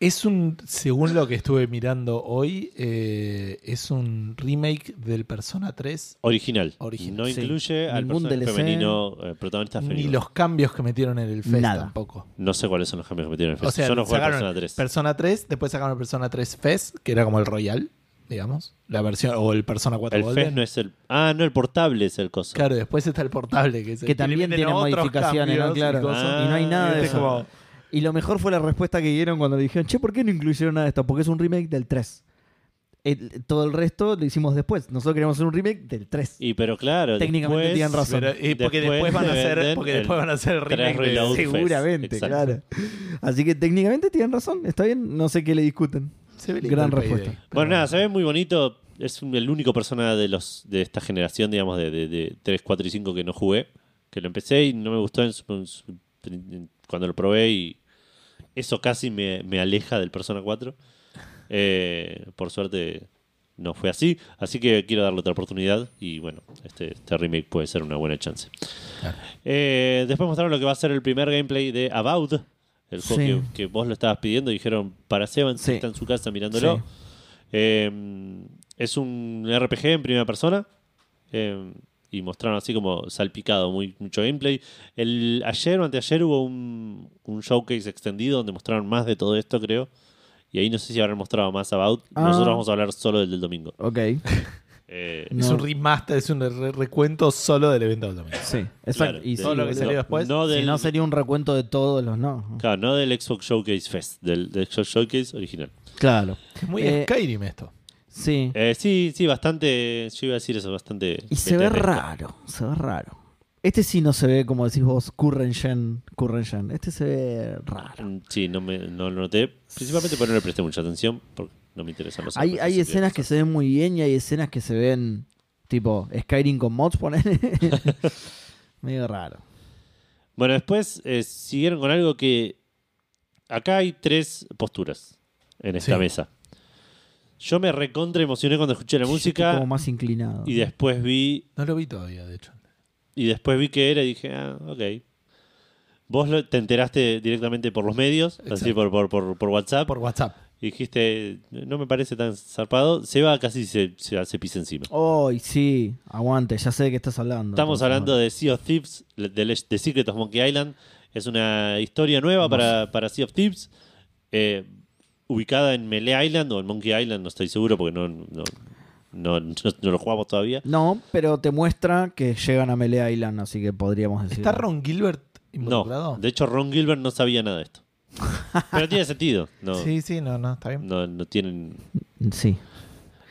A: Es un, según lo que estuve mirando hoy, eh, es un remake del Persona 3
C: Original.
A: Original,
C: No
B: sí.
C: incluye al
B: Ningún
C: personaje
B: DLC.
C: femenino, eh, protagonista
A: Ni
C: femenino.
A: los cambios que metieron en el Fest
B: Nada.
A: tampoco.
C: No sé cuáles son los cambios que metieron en el
A: O
C: Fest.
A: sea,
C: Pues Yo no jugué a
A: sacaron
C: Persona 3.
A: Persona 3, después sacaron el Persona 3 Fest, que era como el Royal, digamos. La versión, o el Persona 4
C: el
A: Golden.
C: Fest no es el. Ah, no, el portable es el coso.
A: Claro, después está el portable, que, es el
B: Que también
A: le meten
B: tiene
A: otros
B: modificaciones, ¿no?
A: cambios y
B: Claro.
A: cosas.
C: Ah,
B: y no hay nada de
A: Es
B: eso.
A: como-
B: Y lo mejor fue la respuesta que dieron cuando le dijeron, che, ¿por qué no incluyeron nada de esto? Porque es un remake del 3. El- todo el resto lo hicimos después. Nosotros queríamos hacer un remake del 3.
C: Y pero claro.
B: Técnicamente
C: después-
B: tienen razón.
A: Pero, eh, porque
C: Después
A: después, van a
C: te
A: hacer,
C: venden
A: porque
C: el
A: después van a hacer el
C: 3
A: remake de-
C: Reload.
A: Sí,
B: Seguramente,
C: Exacto.
B: claro. Así que técnicamente tienen razón. Está bien, no sé qué le discuten.
A: se ve lindo
B: Gran
A: el Payday.
B: respuesta.
C: Bueno, nada, se ve muy bonito. Es un- el único persona de los de esta generación, digamos, de, de, de 3, 4 y 5 que no jugué. Que lo empecé y no me gustó en su- en su- en- cuando lo probé y eso casi me, me aleja del Persona 4. Eh, por suerte no fue así. Así que quiero darle otra oportunidad y bueno, este, este remake puede ser una buena chance.
A: Claro.
C: Eh, después mostraron lo que va a ser el primer gameplay de About. El juego
B: Sí.
C: que, que vos lo estabas pidiendo, dijeron para Seven,
B: Sí.
C: si está en su casa mirándolo.
B: Sí.
C: Eh, es un RPG en primera persona. eh, y mostraron así como salpicado, muy, mucho gameplay. El, ayer o anteayer hubo un, un showcase extendido donde mostraron más de todo esto, creo. Y ahí no sé si habrán mostrado más About.
B: Ah.
C: Nosotros vamos a hablar solo del del domingo.
B: Ok.
C: Eh,
A: Es
B: No.
A: un remaster, es un re- recuento solo del evento del domingo.
B: Sí, exacto.
C: Claro,
B: y
C: de-
A: todo
B: sí,
A: lo que
B: boludo.
A: salió después.
C: No
B: Si
C: del,
B: no, sería un recuento de todos los no.
C: claro, no del Xbox Showcase Fest, del, del Xbox Showcase original.
B: Claro.
A: Es muy
B: Eh,
A: Skyrim esto.
B: Sí.
C: Eh, sí, sí, bastante. Yo iba a decir eso, bastante.
B: Y se ve
C: BTR.
B: raro, se ve raro. Este sí no se ve, como decís vos, current gen, current gen. Este se ve raro.
C: Mm, Sí, no, me, no lo noté. Principalmente porque no le presté mucha atención, porque no me interesan los
B: Hay,
C: RPGs,
B: hay
C: así
B: escenas que se ven muy bien y hay escenas que se ven tipo Skyrim con mods,
C: *laughs*
B: ponele. Medio raro.
C: Bueno, después eh, siguieron con algo que. Acá hay tres posturas en esta
A: Sí.
C: mesa. Yo me recontra emocioné cuando escuché la
B: Estoy
C: música
B: como más inclinado.
C: y después vi
A: No lo vi todavía, de hecho.
C: Y después vi que era y dije, ah, ok. Vos lo- te enteraste directamente por los medios, así
A: Exacto.
C: por, por, por, por WhatsApp.
A: Por WhatsApp.
C: Y dijiste, no me parece tan zarpado. Se va casi se, se, se pisa encima.
B: Ay, sí, aguante, ya sé de qué estás hablando.
C: Estamos
B: por
C: hablando
B: favor.
C: de Sea of Thieves, de, de Secret of Monkey Island. Es una historia nueva para, para Sea of Thieves, eh, ubicada en Melee Island o en Monkey Island, no estoy seguro porque no, no, no, no- no lo jugamos todavía.
B: No, pero te muestra que llegan a Melee Island, así que podríamos decir.
A: ¿Está Ron Gilbert involucrado?
C: No, de hecho Ron Gilbert no sabía nada de
B: *laughs*
C: esto. Pero tiene sentido. No,
A: Sí, sí, no, no, está bien.
C: no, no tienen
B: Sí.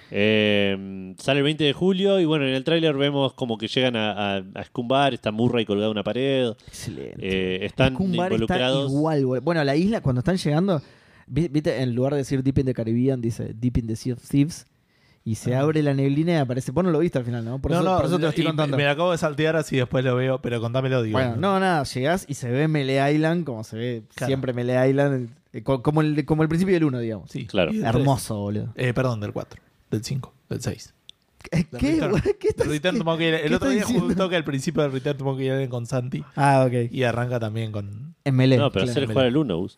C: Eh, sale el 20 de julio y bueno, en el tráiler vemos como que llegan a, a, a Scumbar, está Murray colgado a una pared,
B: Excelente.
C: eh, están
B: Escumbar está
C: involucrados.
B: igual, boludo. Bueno, la isla, cuando están llegando, vi- viste, en lugar de decir Deep in the Caribbean, dice Deep in the Sea of Thieves. Y se
C: Ah.
B: abre la neblina y aparece. Vos no lo viste al final, ¿no? Por, eso, por eso te lo estoy
A: y
B: contando.
A: Me, me lo acabo de saltear así después lo veo, pero contámelo, digo.
B: Bueno, no, nada, llegás y se ve Melee Island como se ve
A: Claro.
B: siempre Melee Island, eh, co- como el, como el principio del 1, digamos.
A: Sí.
C: Claro.
A: Y del
B: Hermoso, boludo.
A: tres. Eh, perdón, del 4, del 5, del
B: *laughs*
A: 6.
B: ¿Qué? ¿Qué, *laughs* ¿Qué estás-
A: El Return
B: qué-
A: to Monkey Island. El
B: qué
A: otro
B: estás
A: día jugué un
B: diciendo?
A: toque al principio del Return to Monkey Island con Santi
B: Ah, ok.
A: y arranca también con...
B: En Melee.
C: No, pero
B: claro.
C: hacer jugar el 1, Gus.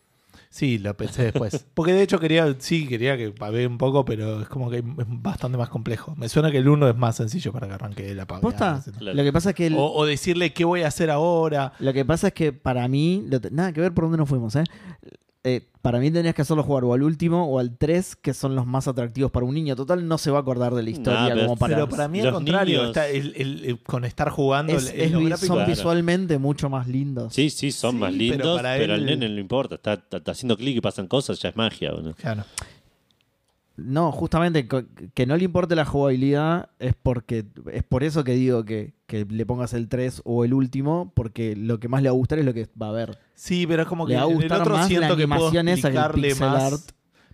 A: Sí, lo pensé
B: *laughs*
A: después. Porque de hecho quería, sí, quería que pavé un poco, pero es como que es bastante más complejo. Me suena que el 1 es más sencillo para que arranque la paveada.
B: ¿Posta?
A: etcétera.
C: Claro.
B: Lo que pasa es que el-
A: O, o decirle qué voy a hacer ahora.
B: Lo que pasa es que para mí, lo te- nada que ver por dónde nos fuimos, ¿eh? Eh, para mí tendrías que hacerlo jugar o al último o al 3, que son los más atractivos para un niño. Total, no se va a acordar de la historia
C: Nah, pero-
B: como para...
A: Pero para mí al
C: los
A: contrario,
C: niños-
A: está el- el- el- con estar jugando
B: es,
A: el-
B: es
A: lo
B: vi-
A: gráfico-
B: son
C: Claro.
B: visualmente mucho más lindos.
C: Sí, sí, son
A: Sí,
C: más
A: pero
C: lindos, pero,
A: para él-
C: al nene no le importa. Está, está- está haciendo clic y pasan cosas, ya es magia. ¿o no?
A: Claro.
B: No, justamente co- que no le importe la jugabilidad es porque es por eso que digo que, que le pongas el 3 o el último, porque lo que más le va a gustar es lo que va a ver.
A: Sí, pero es como que
B: Le va a
A: en el
B: gustar
A: otro
B: más la
A: siento que puedo
B: animación esa que el
A: explicarle
B: pixel
A: más.
B: art.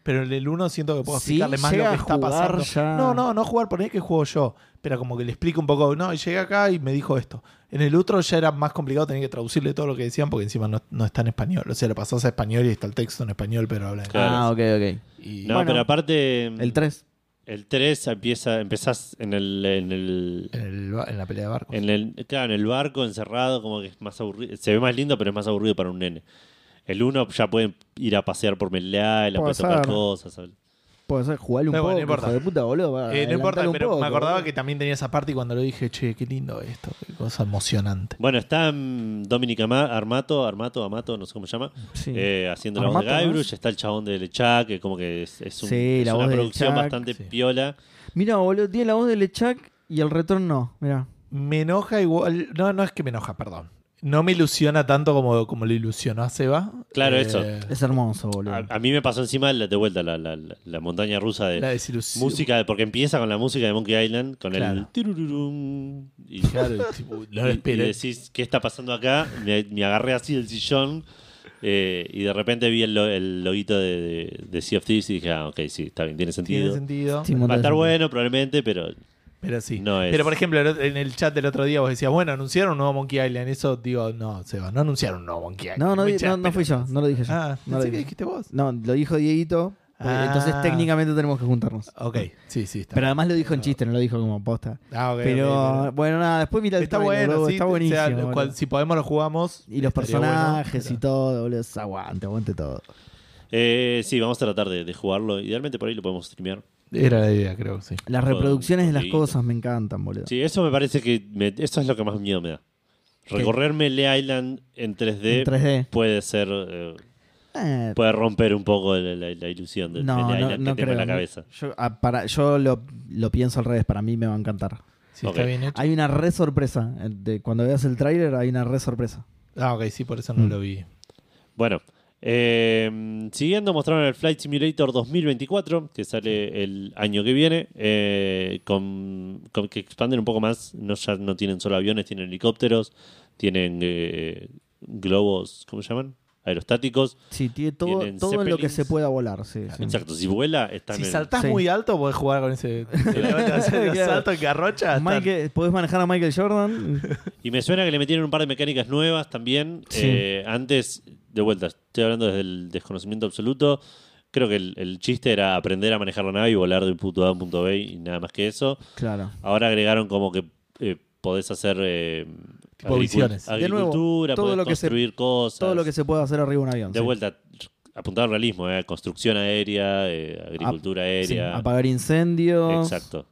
A: Pero en el 1 siento que puedo
B: Sí,
A: explicarle más lo
B: llega
A: que
B: a
A: está
B: jugar
A: pasando.
B: ya.
A: No, no, no jugar, por ahí que juego yo. Pero como que le explico un poco, no, llegué acá y me dijo esto. En el otro ya era más complicado, tenía que traducirle todo lo que decían porque encima no, no está en español. O sea, lo pasás a español y está el texto en español, pero habla en
C: Claro.
B: Ah, ok, ok.
A: y-
C: No,
B: Bueno,
C: pero aparte.
B: El 3.
C: El 3 empieza, empezás en el, en el.
A: en, el ba- en la pelea de barcos.
B: Eh,
C: en el- Claro, en el barco encerrado, como que es más aburrido. Se ve más lindo, pero es más aburrido para un nene. El 1 ya pueden ir a pasear por Melá, la
B: Puede
C: pueden tocar
B: ser.
C: cosas. ¿sabes?
B: Puede ser, jugale un
A: Pero
B: poco,
A: bueno, no importa.
B: hijo de puta, boludo. va,
A: Eh, no importa,
B: adelantale un
A: pero
B: poco, eh.
A: me acordaba
B: boludo.
A: que también tenía esa parte y cuando lo dije, che, qué lindo esto, qué cosa emocionante.
C: Bueno, está mm, Dominic Ama- Armato, Armato, Amato, no sé cómo se llama,
B: Sí.
C: eh, haciendo la voz de
B: Armato, ¿no?
C: Guybrush. Está el chabón de Lechak, que como que es, es un-
B: Sí,
C: es
B: la
C: una
B: voz de
C: producción
B: Lechak,
C: bastante
A: sí.
C: piola.
B: Mira, boludo, tiene la voz de Lechak y el retorno no. Mira.
A: Me enoja igual. No, no es que me enoja, perdón. No me ilusiona tanto como, como lo ilusionó a Seba. Eh,
C: Claro, eso.
B: Es hermoso, boludo.
A: Ah,
C: A, a mí me pasó encima la- de vuelta la, la- la- la montaña rusa de
A: La desilusión.
C: música, porque empieza con la música de Monkey Island, con
A: Claro.
C: el tirururum, y,
A: Claro,
C: *laughs*
A: tipo, no lo
C: y- y
A: esperé.
C: decís, ¿qué está pasando acá? Me, me agarré así del sillón eh, y de repente vi el, lo- el loguito de, de, de Sea of Thieves y dije, ah, ok, sí, está bien, tiene
A: Tiene
C: sentido.
A: sentido.
B: Sí, un
C: Va a
B: montón de
C: estar
B: gente.
C: bueno probablemente, pero
A: Pero sí.
C: No es-
A: Pero por ejemplo, el otro- en el chat del otro día vos decías, bueno, anunciaron un nuevo Monkey Island. Eso digo, no, Seba, no anunciaron un nuevo Monkey Island.
B: No, no,
A: Muy
B: di-
A: chat,
B: no, no
A: pero-
B: fui yo, no lo dije yo.
A: Ah,
B: no, lo
A: pensé que
B: dije.
A: dijiste vos.
B: No, lo dijo Dieguito. pues,
A: Ah.
B: Entonces técnicamente tenemos que juntarnos.
A: Ok, sí, sí, está.
B: Pero además lo dijo en chiste, no lo dijo como posta.
A: Ah, ok, ok,
B: pero
A: pero-
B: bueno, nada, después mira el
A: Está
B: trailer,
A: bueno,
B: boludo,
A: sí,
B: está
A: o sea,
B: buenísimo.
A: cual-
B: boludo.
A: si podemos lo jugamos.
B: y los
A: estaría bueno,
B: personajes
A: pero-
B: y todo, boludo. es Aguante, aguante todo.
C: eh, sí, vamos a tratar de, de jugarlo. Idealmente por ahí lo podemos streamear.
A: Era la idea, creo, sí.
B: Las
C: Con-
B: reproducciones de las
C: contigo.
B: cosas me encantan, boludo.
C: Sí, eso me parece que me- eso es lo que más miedo me da. Recorrerme Lee Island en 3D,
B: En 3D.
C: puede ser... eh,
B: Eh,
C: puede romper un poco la, la- la ilusión del
B: no,
C: del
B: no,
C: Island
B: no
C: que tengo
B: creo.
C: en la
B: no.
C: cabeza.
B: Yo, ah, para, yo lo, lo pienso al revés, para mí me va a encantar.
A: Sí,
C: Ok.
A: está bien hecho.
B: Hay una re sorpresa. eh, de- cuando veas el tráiler hay una re sorpresa.
A: Ah, ok, sí, por eso
B: Mm.
A: no lo vi.
C: Bueno, eh, siguiendo mostraron el Flight Simulator 2024, que sale el año que viene, eh, con, con que expanden un poco más. No, ya no tienen solo aviones, tienen helicópteros, tienen eh, globos, ¿cómo se llaman? Aerostáticos.
B: Sí, tiene todo,
C: Tienen
B: todo en lo que
C: Zeppelins.
B: se pueda volar. Sí, sí.
C: Exacto, si vuela, están
A: Si
C: en-
A: saltás
B: Sí.
A: muy alto, podés jugar con ese. *laughs* Los saltos en garrocha. están-
B: Michael- ¿Podés manejar a Michael
C: *laughs*
B: Jordan?
C: Y me suena que le metieron un par de mecánicas nuevas también.
B: Sí.
C: Eh, antes, de vuelta, estoy hablando desde el desconocimiento absoluto. Creo que el, el chiste era aprender a manejar la nave y volar de un punto A a un punto B y nada más que eso.
B: claro.
C: Ahora agregaron como que eh, podés hacer eh,
A: Tipo
C: agricul-
A: visiones.
B: De nuevo,
C: agricultura,
B: todo
C: podés
B: lo que se-
C: construir cosas.
B: Todo lo que se pueda hacer arriba de un avión.
C: de
B: sí.
C: vuelta, apuntado al realismo, eh, construcción aérea, eh, agricultura
B: Ah, Sí,
C: aérea.
B: Apagar incendios.
C: Exacto.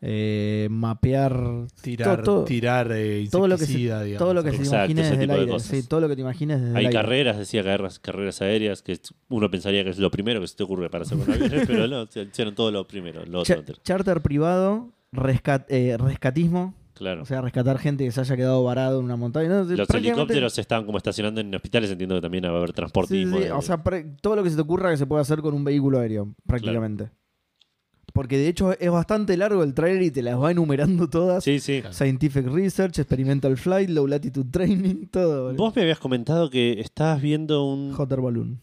B: eh, mapear.
A: Tirar,
B: todo, todo-
A: tirar eh,
B: todo lo que se,
A: insecticida, digamos.
B: todo lo que se
C: Exacto,
B: imagine
C: ese
B: desde el
C: tipo de
B: aire.
C: cosas.
B: Sí, todo lo que te imagines desde
C: Hay
B: el aire.
C: carreras, decía carreras, carreras aéreas, que es- uno pensaría que es lo primero que se te ocurre para hacer
B: *laughs*
C: con aviones, pero no, se hicieron todo lo primero, lo
B: Cha-
C: otro. antes.
B: charter privado, rescat- eh, rescatismo.
C: Claro.
B: O sea, rescatar gente que se haya quedado varado en una montaña. No,
C: Los
B: prácticamente-
C: helicópteros están como estacionando en hospitales, entiendo que también va a
B: Sí,
C: haber
B: sí,
C: transportismo.
B: sí,
C: de-
B: O sea, pre- todo lo que se te ocurra que se puede hacer con un vehículo aéreo, prácticamente. Porque de hecho es bastante largo el trailer y te las va enumerando todas.
C: Sí, sí.
B: Scientific Research, Experimental Flight, Low Latitude Training, todo. boludo.
C: Vos me habías comentado que estabas viendo un.
B: Hot Air Balloon.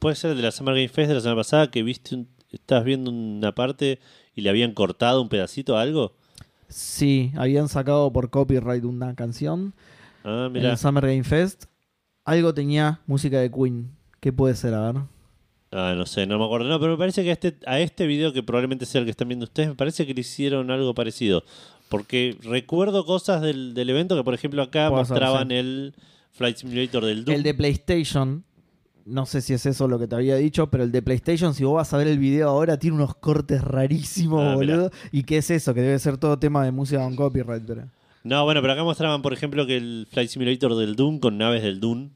C: Puede ser el de la Summer Game Fest de la semana pasada que viste un. Estabas viendo una parte y le habían cortado un pedacito a algo.
B: Sí, habían sacado por copyright una canción
C: Ah,
B: en
C: mira.
B: el Summer Game Fest. Algo tenía música de Queen. ¿Qué puede ser? A ver.
C: Ah, no sé, no me acuerdo. No, pero me parece que a este, a este video, que probablemente sea el que están viendo ustedes, me parece que le hicieron algo parecido. Porque recuerdo cosas del, del evento que, por ejemplo, acá
B: Puede ser,
C: mostraban
B: sí.
C: el Flight Simulator del Doom.
B: El de PlayStation. No sé si es eso lo que te había dicho, pero el de PlayStation, si vos vas a ver el video ahora, tiene unos cortes rarísimos,
C: Ah, mirá.
B: boludo. ¿Y qué es eso? Que debe ser todo tema de música con copyright. pero-
C: No, bueno, pero acá mostraban, por ejemplo, que el Flight Simulator del Doom con naves del Doom.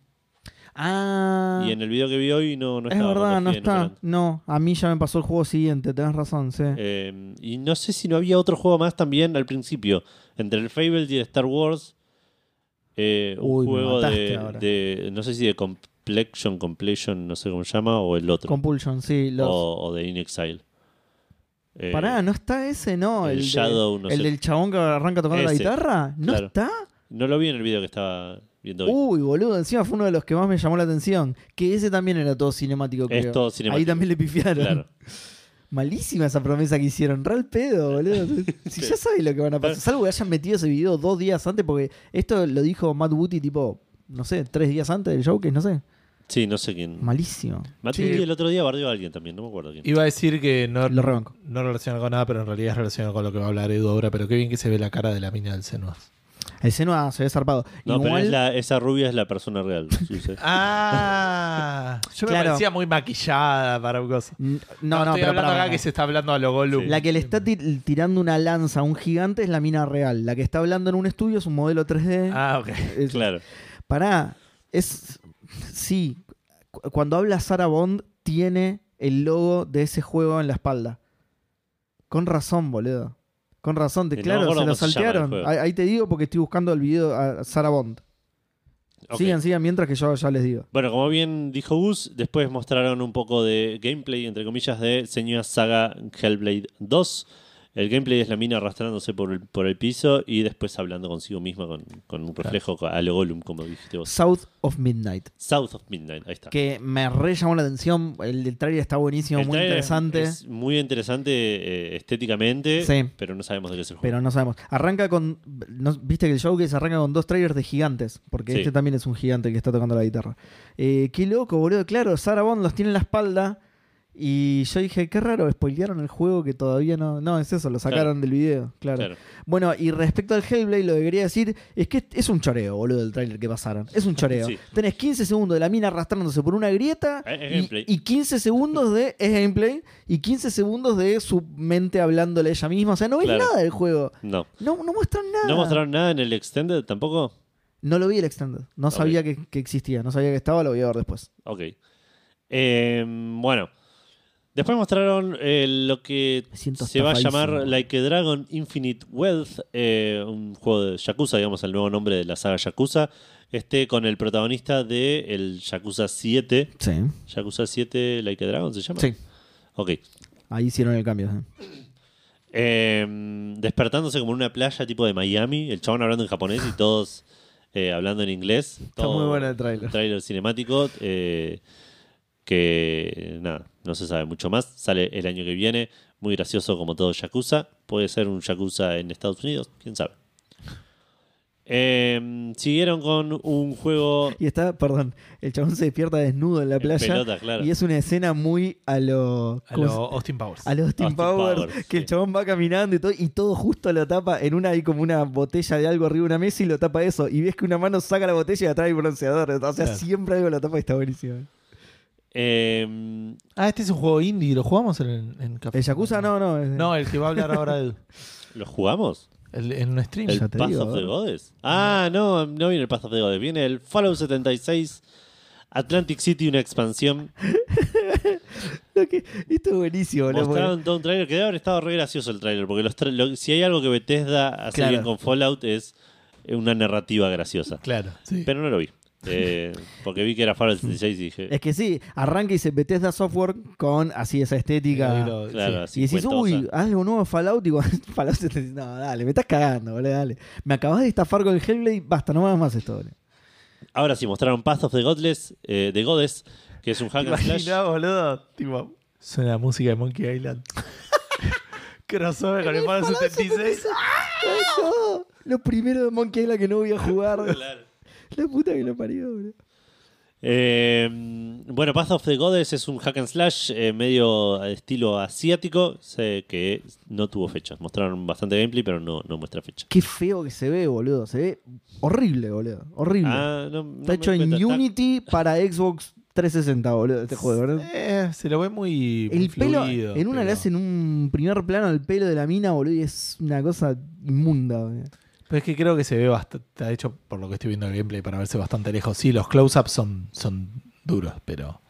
B: Ah,
C: Y en el video que vi hoy no, no
B: es
C: estaba.
B: verdad,
C: cuando
B: no
C: fui
B: está.
C: enumerando.
B: No, a mí ya me pasó el juego siguiente, tenés razón, sí.
C: Eh, y no sé si no había otro juego más también al principio. Entre el Fable y el Star Wars. eh, un
B: Uy, me
C: juego
B: mataste
C: de,
B: ahora.
C: de- No sé si de Complexion, Completion, no sé cómo se llama, o el otro.
B: Compulsion, sí. Los...
C: o, o de In Exile. Eh,
B: Pará, no está ese, ¿no?
C: el
B: de-
C: Shadow, no
B: el
C: sé.
B: del chabón que arranca tocando la
C: Ese,
B: guitarra. ¿No
C: claro.
B: está?
C: No lo vi en el video que estaba viendo hoy.
B: Uy, boludo, encima fue uno de los que más me llamó la atención. Que ese también era todo cinemático, creo.
C: es todo cinemático.
B: Ahí también le pifiaron.
C: Claro.
B: Malísima esa promesa que hicieron. Real pedo, boludo.
C: *laughs*
B: Si ya sabes lo que van a
C: Ah.
B: pasar. Salvo que hayan metido ese video dos días antes, porque esto lo dijo Matt Booty, tipo, no sé, tres días antes del showcase, no sé.
C: Sí, no sé quién.
B: Malísimo.
C: Matilde
A: Sí.
C: el otro día bardeó a alguien también, no me acuerdo quién.
A: Iba a decir que no,
B: Lo rebanco.
A: no relacionado con nada, pero en realidad es relacionado con lo que va a hablar Edu ahora. Pero qué bien que se ve la cara de la mina del Senuas.
B: El Senua se ve zarpado.
C: No, pero
B: Igual,
C: es la- esa rubia es la persona real. Sí, sí.
B: *laughs*
A: Ah, yo me
B: Claro.
A: parecía muy maquillada para un cosa.
B: n- No, no,
A: estoy
B: pero
A: hablando
B: pará,
A: acá
B: pará.
A: que se está hablando a lo Gollum.
B: La que le está ti- tirando una lanza a un gigante es la mina real. La que está hablando en un estudio es un modelo 3D.
A: Ah, ok.
B: Es-
C: Claro.
B: Pará, es. Sí, cu- cuando habla Sarah Bond, tiene el logo de ese juego en la espalda. Con razón, boludo. Con razón, te-
C: Y no me
B: claro,
C: acuerdo
B: se lo
C: cómo se llama el
B: saltearon.
C: juego.
B: ahí, ahí te digo porque estoy buscando el video a Sarah Bond.
C: Ok.
B: Sigan, sigan mientras que yo ya les digo.
C: Bueno, como bien dijo Gus, después mostraron un poco de gameplay, entre comillas, de Señora Saga Hellblade 2. El gameplay es la mina arrastrándose por el, por el piso y después hablando consigo misma con, con un reflejo a lo Gollum, como dijiste vos.
B: South of Midnight.
C: South of Midnight, ahí está.
B: Que me re llamó la atención. El del trailer está buenísimo,
C: El
B: muy
C: trailer
B: interesante.
C: Es muy interesante eh, estéticamente,
B: Sí.
C: pero no sabemos de qué es el juego.
B: Pero no sabemos. Arranca con. no- Viste que el showcase arranca con dos trailers de gigantes. Porque
C: Sí.
B: este también es un gigante que está tocando la guitarra. Eh, qué loco, boludo. Claro, Sarah Bond los tiene en la espalda. Y yo dije, qué raro, spoilearon el juego que todavía no. No, es eso, lo sacaron del video. Claro.
C: Claro.
B: Bueno, y respecto al Hellblade, lo que quería decir es que es un choreo, boludo, el trailer que pasaron. Es un choreo.
C: Sí.
B: Tenés 15 segundos de la mina arrastrándose por una grieta.
C: Es- es
B: y-
C: gameplay.
B: y 15 segundos de. Es gameplay. Y 15 segundos de su mente hablándole a ella misma. O sea, no ves
C: Claro.
B: nada del juego.
C: No.
B: No, no muestran nada.
C: ¿No mostraron nada en el Extended tampoco?
B: No lo vi el extended. No
C: Ok.
B: sabía que, que existía. No sabía que estaba. Lo voy a ver después.
C: Ok. Eh, bueno. Después mostraron eh, lo que
B: Me siento
C: se va a
B: estafadísimo.
C: llamar Like a Dragon Infinite Wealth, eh, un juego de Yakuza, digamos, el nuevo nombre de la saga Yakuza. Este con el protagonista de el Yakuza 7.
B: Sí.
C: ¿Yakuza 7 Like a Dragon se llama?
B: Sí.
C: Ok.
B: Ahí hicieron el cambio. sí.
C: Eh, despertándose como en una playa tipo de Miami, el chabón hablando en japonés y todos eh, hablando en inglés.
B: Está muy bueno el tráiler.
C: *laughs* Trailer cinemático eh, que nada, no se sabe mucho más. Sale el año que viene, muy gracioso como todo Yakuza. Puede ser un Yakuza en Estados Unidos, quién sabe. Eh, siguieron con un juego
B: Y está, perdón, el chabón se despierta desnudo en la
C: En
B: playa.
C: pelota, claro.
B: Y es una escena muy a lo.
A: A
B: ¿cómo
A: lo
B: se-
A: Austin Powers.
B: A los Austin,
C: Austin
B: Powers,
C: Powers,
B: que el
C: sí.
B: chabón va caminando y todo, y todo justo lo tapa en una, hay como una botella de algo arriba de una mesa y lo tapa eso. Y ves que una mano saca la botella y atrás el bronceador. O sea,
A: Claro.
B: siempre algo lo tapa y está buenísimo.
C: eh,
A: Ah, este es un juego indie. ¿Lo jugamos en, en Café?
B: El Yakuza no, no. es-
A: No, el que va a hablar ahora Edu.
C: ¿Lo jugamos?
A: El- en un stream.
C: ¿El
B: Ya te
C: Path
B: digo,
C: of
B: a
C: the
B: ver.
C: Gods? Ah, no, no viene el Path of the Gods. Viene el Fallout 76, Atlantic City, una expansión.
B: Lo que- esto es buenísimo, boludo, porque-
C: Mostraron todo un trailer que debe haber estado re gracioso el trailer. Porque los tra- lo- si hay algo que Bethesda hace
B: Claro.
C: bien con Fallout es una narrativa graciosa.
A: Claro, sí.
C: Pero no lo vi. Eh, porque vi que era Fallout 76 y dije.
B: Es que sí, arranca y dice Bethesda Software con así esa estética.
C: claro, así
B: Y decís,
C: cuentosa.
B: uy, algo nuevo de Fallout. *laughs* Y cuando- Fallout 76, no, dale, me estás cagando, boludo, dale. Me acabas de estafar con el Hellblade, basta, no me hagas más esto, boludo.
C: Ahora sí, mostraron Path of the Godless, eh, de Godes, que es un hack and slash.
A: Imagina, boludo. Tipo, suena la música de Monkey Island. *laughs* Crossover con el Fallout 76.
B: Ay, no, lo primero de Monkey Island que no voy a jugar.
C: Claro.
B: La puta que lo parió, boludo.
C: Eh, bueno, Path of the Goddess es un hack and slash eh, medio estilo asiático. Sé que no tuvo fecha. Mostraron bastante gameplay, pero no, no muestra fecha.
B: Qué feo que se ve, boludo. Se ve horrible, boludo. Horrible.
C: Ah, no- no
B: Está
C: me
B: hecho
C: di
B: en
C: cuenta. Está-
B: Unity para Xbox 360, boludo, este juego, ¿verdad?
A: Eh, se lo ve muy, muy
B: El pelo,
A: fluido,
B: en una le
A: pero-
B: hacen un primer plano al pelo de la mina, boludo, y es una cosa inmunda. boludo.
A: Pero es que creo que se ve bastante. Está hecho por lo que estoy viendo el gameplay para verse bastante lejos. Sí, los close-ups son, son duros, pero.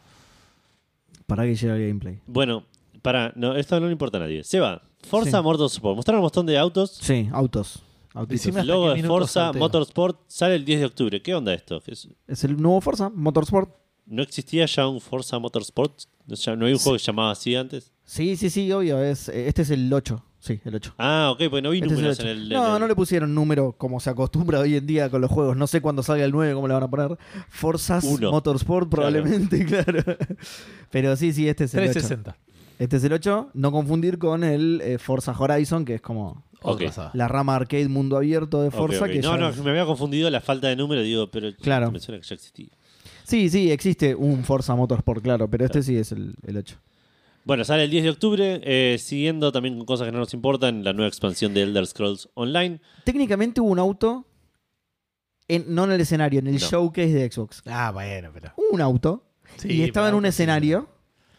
B: Para que llegue el gameplay.
C: Bueno, para, no, esto no le importa a nadie. Seba, Forza
B: Sí.
C: Motorsport. Mostraron un montón de autos.
B: Sí, autos. Autitos.
A: Decime- hasta
C: Logo
A: qué
C: de
A: minutos
C: Forza
A: sorteo.
C: Motorsport sale el 10 de octubre. ¿Qué onda esto? ¿Qué es-
B: Es el nuevo Forza, Motorsport.
C: ¿No existía ya un Forza Motorsport? ¿No ya- no había un juego que se llamaba así antes?
B: Sí, sí, sí, obvio. Es, eh, este es el 8. Sí, el 8.
C: Ah, ok, pues no vi
B: Este es el
C: números
B: 8.
C: en el. en
B: no,
C: el-
B: no le pusieron número como se acostumbra hoy en día con los juegos. No sé cuándo salga el 9, cómo le van a poner. Forzas
C: Uno.
B: Motorsport probablemente, *laughs* claro. Pero sí, sí, este es el 8.
A: 360.
B: Este es el 8. No confundir con el eh, Forza Horizon, que es como
A: Otra
C: Ok.
A: saga.
B: la rama arcade mundo abierto de
C: Ah. Ok,
B: Forza.
C: ok.
B: Que
C: no,
B: ya-
C: no, me había confundido la falta de número. Digo, pero
B: Claro.
C: me suena que ya existía.
B: Sí, sí, existe un Forza Motorsport, claro, pero este sí es el, el 8.
C: Bueno, sale el 10 de octubre, eh, siguiendo también con cosas que no nos importan, la nueva expansión de Elder Scrolls Online.
B: Técnicamente hubo un auto, en- no en el escenario, en el
C: No.
B: showcase de Xbox.
A: Ah, bueno, pero.
B: Hubo un auto
A: Sí,
B: y estaba en
A: pero-
B: un escenario.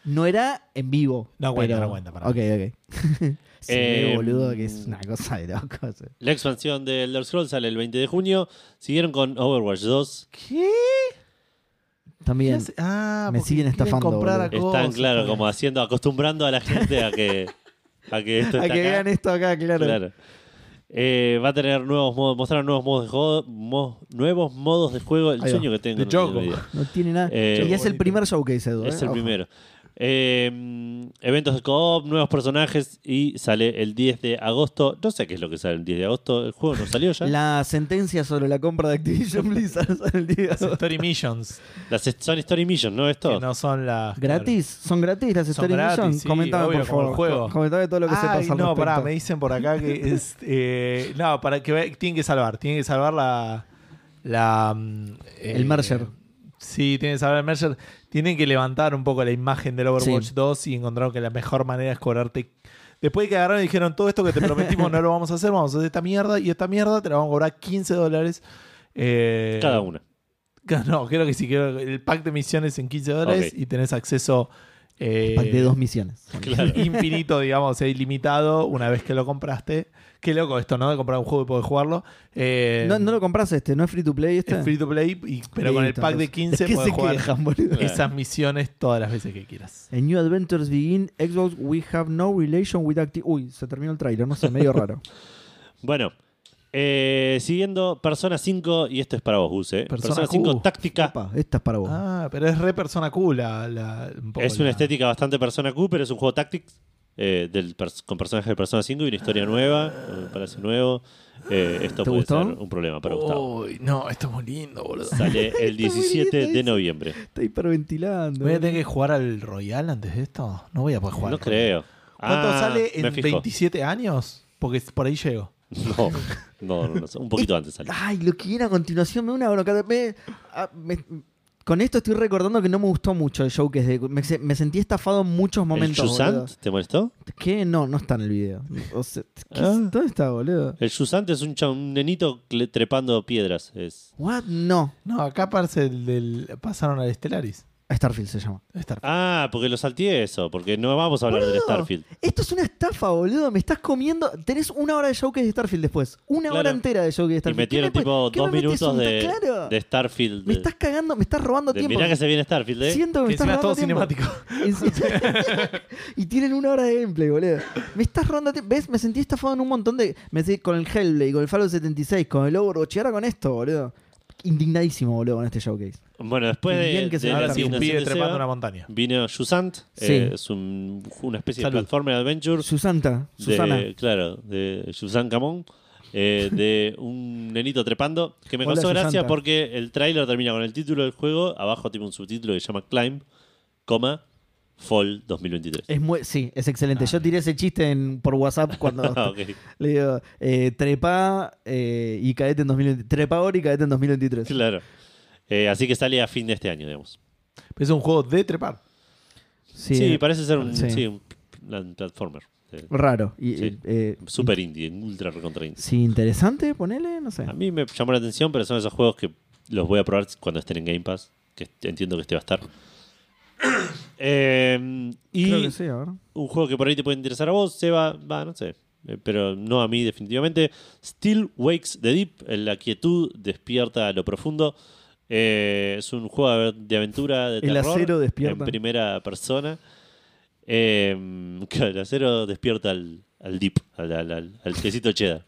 B: No era en vivo.
A: No cuenta,
B: pero-
A: no cuenta, para
B: ok, ok. *laughs* sí,
C: Eh,
B: boludo, que es una cosa de locos. eh.
C: La expansión de Elder Scrolls sale el 20 de junio. Siguieron con Overwatch 2.
A: ¿Qué? ¿Qué
B: También.
A: hace? Ah,
B: Me
A: porque
B: siguen
A: quieren
B: estafando,
A: comprar a
B: boludo.
C: Están,
A: cosas,
C: claro,
A: boludo.
C: como haciendo, acostumbrando a la gente a que, a que esto
B: *laughs* A *laughs*
C: está
B: que
C: acá.
B: vean esto acá, claro.
C: Claro. Eh, va a tener nuevos modos, mostrar nuevos modos de juego, mo- nuevos modos de juego. El
B: Ahí va.
C: sueño que tengo.
A: De
C: no tengo
A: Jogo.
C: idea.
B: No tiene nada.
C: Eh,
B: y es el primer showcase, Edu.
C: Es
B: eh,
C: el
B: ojo.
C: primero. Eh, eventos de co-op, nuevos personajes y sale el 10 de agosto. No sé qué es lo que sale el 10 de agosto. El juego no salió ya.
B: La sentencia sobre la compra
A: *laughs*
B: de Activision Blizzard sale el día.
A: Las Story Missions,
C: Las son Story Mission, ¿no? Esto.
A: que no son las.
B: Gratis, son gratis las
A: Son
B: Story
A: gratis,
B: Mission.
A: sí,
B: Comentame,
A: obvio,
B: por
A: como el
B: favor.
A: juego.
B: co- Comentame todo lo que
A: Ay,
B: sepas al
A: no,
B: respecto.
A: pará, me dicen por acá que
B: *laughs*
A: es. eh, no, para que ve- tienen que salvar. Tienen que salvar la. la mm,
B: El
A: eh,
B: merger.
A: Sí, tienen que salvar el merger. Tienen que levantar un poco la imagen del Overwatch
B: Sí.
A: 2 y encontraron que la mejor manera es cobrarte. Después de que agarraron y dijeron todo esto que te prometimos no lo vamos a hacer, vamos a hacer esta mierda y esta mierda te la vamos a cobrar 15 dólares. eh,
C: Cada una.
A: *laughs* No, creo que sí, creo que el pack de misiones en 15 dólares
C: Ok.
A: y tenés acceso. eh,
B: Pack de dos misiones.
C: Claro.
A: *laughs* infinito, digamos, eh, ilimitado una vez que lo compraste. Qué loco esto, ¿no? De comprar un juego y poder jugarlo. Eh,
B: No, no lo compras este, no es free to play este.
A: es free to play, y- pero con el
B: Listo,
A: pack de
B: entonces.
A: 15
B: ¿De qué
A: puedes
B: se
A: jugar
B: quejan, boludo?
C: Claro.
A: esas misiones todas las veces que quieras.
B: En New Adventures Begin, Xbox, we have no relation with Acti... Uy, se terminó el trailer, no sé, medio raro.
C: Bueno. eh, siguiendo Persona 5, y esto es para vos, Gus, eh.
A: Persona
C: Persona, 5
A: Q.
C: táctica.
B: *laughs* uh, Opa, esta es para vos.
A: Ah, pero es re persona cool la, la- un poco
C: Es una
A: la-
C: estética bastante Persona Q, pero es un juego Tactics eh, del pers- con personajes de Persona 5 y una historia nueva, un palacio nuevo. Eh, esto
B: ¿Te
C: puede
B: gustó?
C: ser un problema para Gustavo.
A: Uy, no, esto es muy lindo, boludo.
B: *laughs*
C: Sale el
B: Oh. Está muy
C: 17
B: lindo
C: de
B: eso.
C: noviembre.
B: Está hiperventilando.
A: Voy a tener que jugar al Royal antes de esto. No voy a poder jugar.
C: No creo.
A: ¿Cuánto
C: Ah,
A: sale
C: me
A: en
C: fijo.
A: 27 años? Porque por ahí llego.
C: No, no, no, no, un poquito
B: *laughs*
C: antes sale.
B: Ay, lo que viene a continuación me da una bronca. Me- ah, me- con esto estoy recordando que no me gustó mucho el show que es de. Me, se- me sentí estafado en muchos
C: ¿El
B: momentos. boludo.
C: Shusant? ¿Te molestó?
B: ¿Qué? No, no está en el video. O sea, ¿qué-
C: Ah.
B: ¿Dónde está, boludo?
C: El Shusant es un, cha- un nenito cle- trepando piedras. Es...
B: What? No.
A: No, acá parece el del- pasaron al Stellaris.
B: Starfield se llama.
A: Starfield.
C: Ah, porque lo salteé eso, porque no vamos a hablar del
B: Boludo,
C: Starfield.
B: Ah, Esto es una estafa, boludo. Me estás comiendo. Tenés una hora de showcase de Starfield después. Una
C: Claro.
B: hora entera de showcase de
C: Y
B: Starfield.
C: metieron
B: ¿Qué me
C: tipo
B: pon- qué
C: dos
B: me metes
C: minutos
B: un ta-
C: de,
B: Claro.
C: de Starfield.
B: Me estás cagando, me estás robando
C: de-
B: tiempo.
C: mirá que se viene Starfield, ¿eh?
B: Siento que
A: que
B: me estás
A: encima es todo
B: robando tiempo.
A: cinemático.
B: En- *laughs* y tienen una hora de gameplay, boludo. Me estás rondando. ¿Ves? Me sentí estafado en un montón de. Me sentí con el Hellblade, con el Fallout 76, con el Overwatch y ahora con esto, boludo. indignadísimo, boludo, con este showcase.
C: Bueno, después
B: Qué bien
C: de,
B: que se
C: de
B: nota.
C: la
A: Ahora sí, un
C: asignación
A: pibe
C: de
A: trepando
C: Seba,
A: una montaña.
C: vino Shusant,
B: Sí.
C: eh, es un- una especie
A: Salud.
C: de platformer adventure
B: Susanta,
C: de-
B: Susana.
C: claro, de Susan Camón,
B: *laughs*
C: eh, de un nenito trepando, que me
B: Hola,
C: causó gracia
B: Susanta.
C: porque el tráiler termina con el título del juego, abajo tiene un subtítulo que se llama Climb, coma, Fall 2023.
B: Es muy, sí, es
A: Ah,
B: excelente. Yo tiré ese chiste en- por WhatsApp
C: *laughs*
B: cuando
C: Ah, ok.
B: le digo, eh, trepa eh, y caete en 2023. Trepa ahora y caete en 2023.
C: Claro. Eh, así que sale a fin de este año, digamos.
A: Es un juego de trepar.
B: Sí,
C: Sí,
B: eh,
C: parece ser un,
B: sí.
C: sí, un pl- platformer. Eh,
B: raro. Y,
C: Sí.
B: eh,
C: Super indie, ultra recontra indie.
B: sí, interesante, ponele, no sé.
C: A mí me llamó la atención, pero son esos juegos que los voy a probar cuando estén en Game Pass, que est- entiendo que este va a estar. *coughs* Eh, y
B: Creo que sí, a ver.
C: un juego que por ahí te puede interesar a vos, Seba, va, no sé, eh, pero no a mí definitivamente. Still Wakes the Deep, eh, la quietud despierta a lo profundo. Eh, es un juego de- de aventura de
B: El
C: terror
B: acero despierta.
C: en primera persona. Eh, claro, el acero despierta al, al deep, al, al, al- al quesito
B: *laughs*
C: cheddar.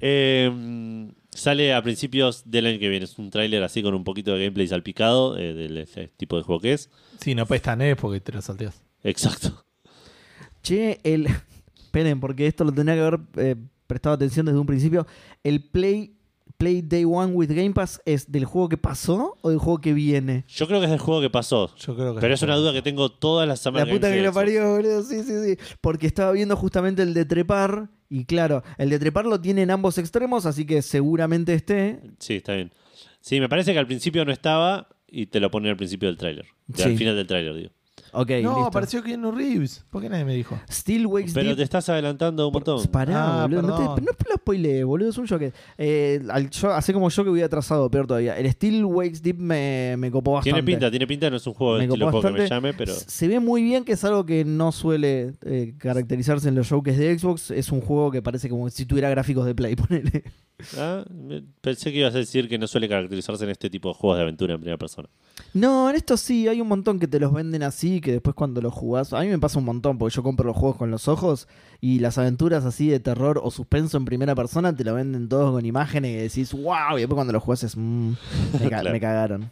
C: Eh, sale a principios del año que viene. Es un tráiler así con un poquito de gameplay salpicado eh, del ese tipo de juego que es.
A: Sí, no pestanees porque te lo salteas.
C: Exacto.
B: Che, el. *laughs* Esperen, porque esto lo tendría que haber eh, prestado atención desde un principio. ¿El Play, Play Day One with Game Pass es del juego que pasó o del juego que viene?
C: Yo creo que es el juego que pasó.
A: Yo creo que
C: Pero es una duda que tengo todas las
B: La
C: semanas.
B: puta que
C: me
B: lo
C: fui de Xbox.
B: parió, boludo. Sí, sí, sí. Porque estaba viendo justamente el de trepar. Y claro, el de trepar lo tiene en ambos extremos, así que seguramente esté.
C: Sí, está bien. Sí, me parece que al principio no estaba y te lo ponen al principio del tráiler. De-
B: Sí.
C: Al final del tráiler, digo.
B: Ok,
A: No,
B: listo.
A: apareció Keanu Reeves. ¿Por qué nadie me dijo?
B: Still Wakes
C: Pero
B: Deep
C: te estás adelantando un montón.
B: Pará,
A: Ah,
B: boludo. No, te,
A: perdón.
B: no lo spoilees, boludo. Es un shock. Eh, al- yo, así como yo que voy atrasado, peor todavía. El Steel Wakes Deep me, me copó bastante.
C: Tiene pinta, tiene pinta. No es un juego de
B: Me
C: estilo
B: copó
C: juego que me
B: bastante.
C: llame,
B: *laughs*
C: pero
B: S- Se ve muy bien que es algo que no suele eh, caracterizarse en los showcase de Xbox. Es un juego que parece como si tuviera gráficos de Play, *laughs* ponele.
C: ah, me- pensé que ibas a decir que no suele caracterizarse en este tipo de juegos de aventura en primera persona.
B: No, en esto sí, hay un montón que te los venden así, que después cuando los jugás... A mí me pasa un montón, porque yo compro los juegos con los ojos y las aventuras así de terror o suspenso en primera persona te lo venden todos con imágenes y decís, wow, y después cuando los jugás es... "Mm,
C: *laughs*
B: me, ca-
C: Claro.
B: me cagaron.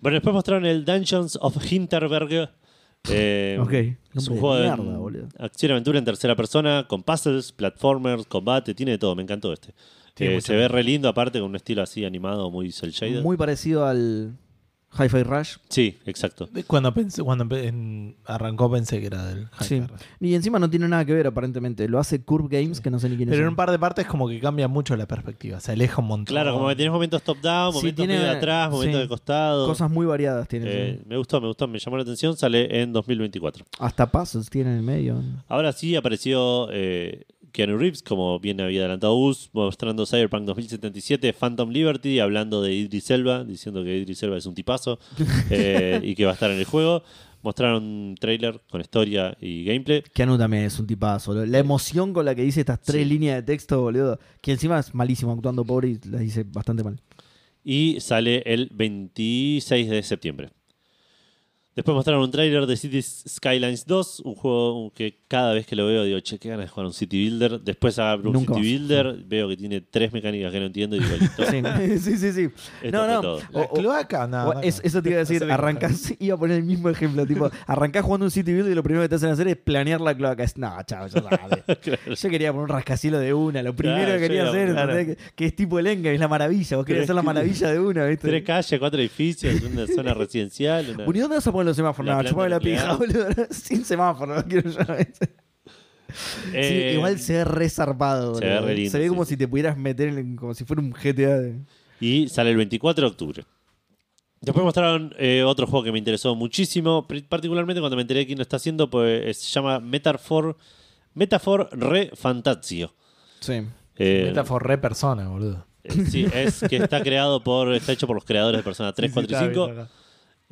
C: Bueno, después mostraron el Dungeons of Hinterberg. Eh,
B: Ok.
C: Es
B: Nombre de
C: un juego de
B: mierda, boludo.
C: acción y aventura en tercera persona, con puzzles, platformers, combate, tiene de todo, me encantó este.
A: Tiene
C: Eh,
A: mucho.
C: se ve re lindo, aparte con un estilo así animado, muy cel shaded.
B: Muy parecido al Hi-Fi Rush.
C: Sí, exacto.
A: Cuando, pensé, cuando empe- en- arrancó pensé que era del
B: Sí.
A: Hyper.
B: Y encima no tiene nada que ver, aparentemente. Lo hace Curve Games, que no sé ni quién es.
A: Pero en un par de partes como que cambia mucho la perspectiva. Se aleja un montón.
C: Claro, como que tenés momentos top down,
B: Sí,
C: momentos
B: tiene-
C: medio de atrás, momentos
B: sí.
C: de costado.
B: Cosas muy variadas tiene.
C: Eh,
B: sí.
C: me gustó, me gustó, me llamó la atención, sale en 2024.
B: Hasta puzzles tiene en el medio.
C: Ahora sí apareció eh, Keanu Reeves, como bien había adelantado Gus, mostrando Cyberpunk 2077, Phantom Liberty, hablando de Idris Elba, diciendo que Idris Elba es
B: *laughs*
C: un tipazo eh, y que va a estar en el juego. Mostraron un trailer con historia y gameplay.
B: Keanu también es un tipazo. lo- La emoción con la que dice estas tres
C: Sí.
B: líneas de texto, boludo. Que encima es malísimo actuando pobre y las dice bastante mal.
C: Y sale el 26 de septiembre. Después mostraron un tráiler de Cities Skylines 2, un juego que cada vez que lo veo digo, che, qué ganas de jugar un City Builder. Después abro un
B: Nunca
C: City
B: vas.
C: Builder, veo que tiene tres mecánicas que no entiendo y digo,
B: *laughs*
C: listo.
B: Sí, sí, sí. sí.
C: Esto
B: No,
C: fue
B: no.
C: todo.
A: La
B: O- o-
A: cloaca, nada.
B: o
A: nada.
B: es- eso
A: *laughs*
B: te iba a decir,
A: Hacer la
B: arrancás, *laughs* iba a poner el mismo ejemplo, tipo, arrancás jugando un City Builder y lo primero que te hacen hacer es planear la cloaca. Es, no, chao, ya
C: *laughs*
B: sabe. Yo quería poner un rascacielos de una, lo primero
C: Claro,
B: que quería
C: yo
B: hacer,
C: era-
B: ¿entendés? que, que es tipo el Enga, es la maravilla, vos querías
C: Tres-
B: hacer la maravilla de una, ¿viste?
C: Tres calles, cuatro edificios,
A: *laughs*
C: una zona residencial. una-
B: Bueno, ¿y dónde vas a poner los semáforos?
C: La
B: No,
C: planta
B: chupame la pija,
C: nuclear.
B: boludo. *laughs* Sin semáforo, no quiero yo.
C: Eh,
B: Sí, igual se ve re zarpado,
C: se ve
B: boludo.
C: re lindo,
B: Se ve
C: sí,
B: como
C: sí.
B: si te pudieras meter en, como si fuera un GTA. de-
C: Y sale el 24 de octubre. Después mostraron eh, otro juego que me interesó muchísimo, pri- particularmente cuando me enteré quién lo está haciendo, pues es- se llama Metafor, Metafor Re Fantasio.
B: Sí.
C: Eh,
A: Metafor re persona, boludo.
C: eh, sí, es que está creado por, está hecho por los creadores de Persona 3,
A: Sí,
C: 4
A: sí,
C: y 5.
A: está bien,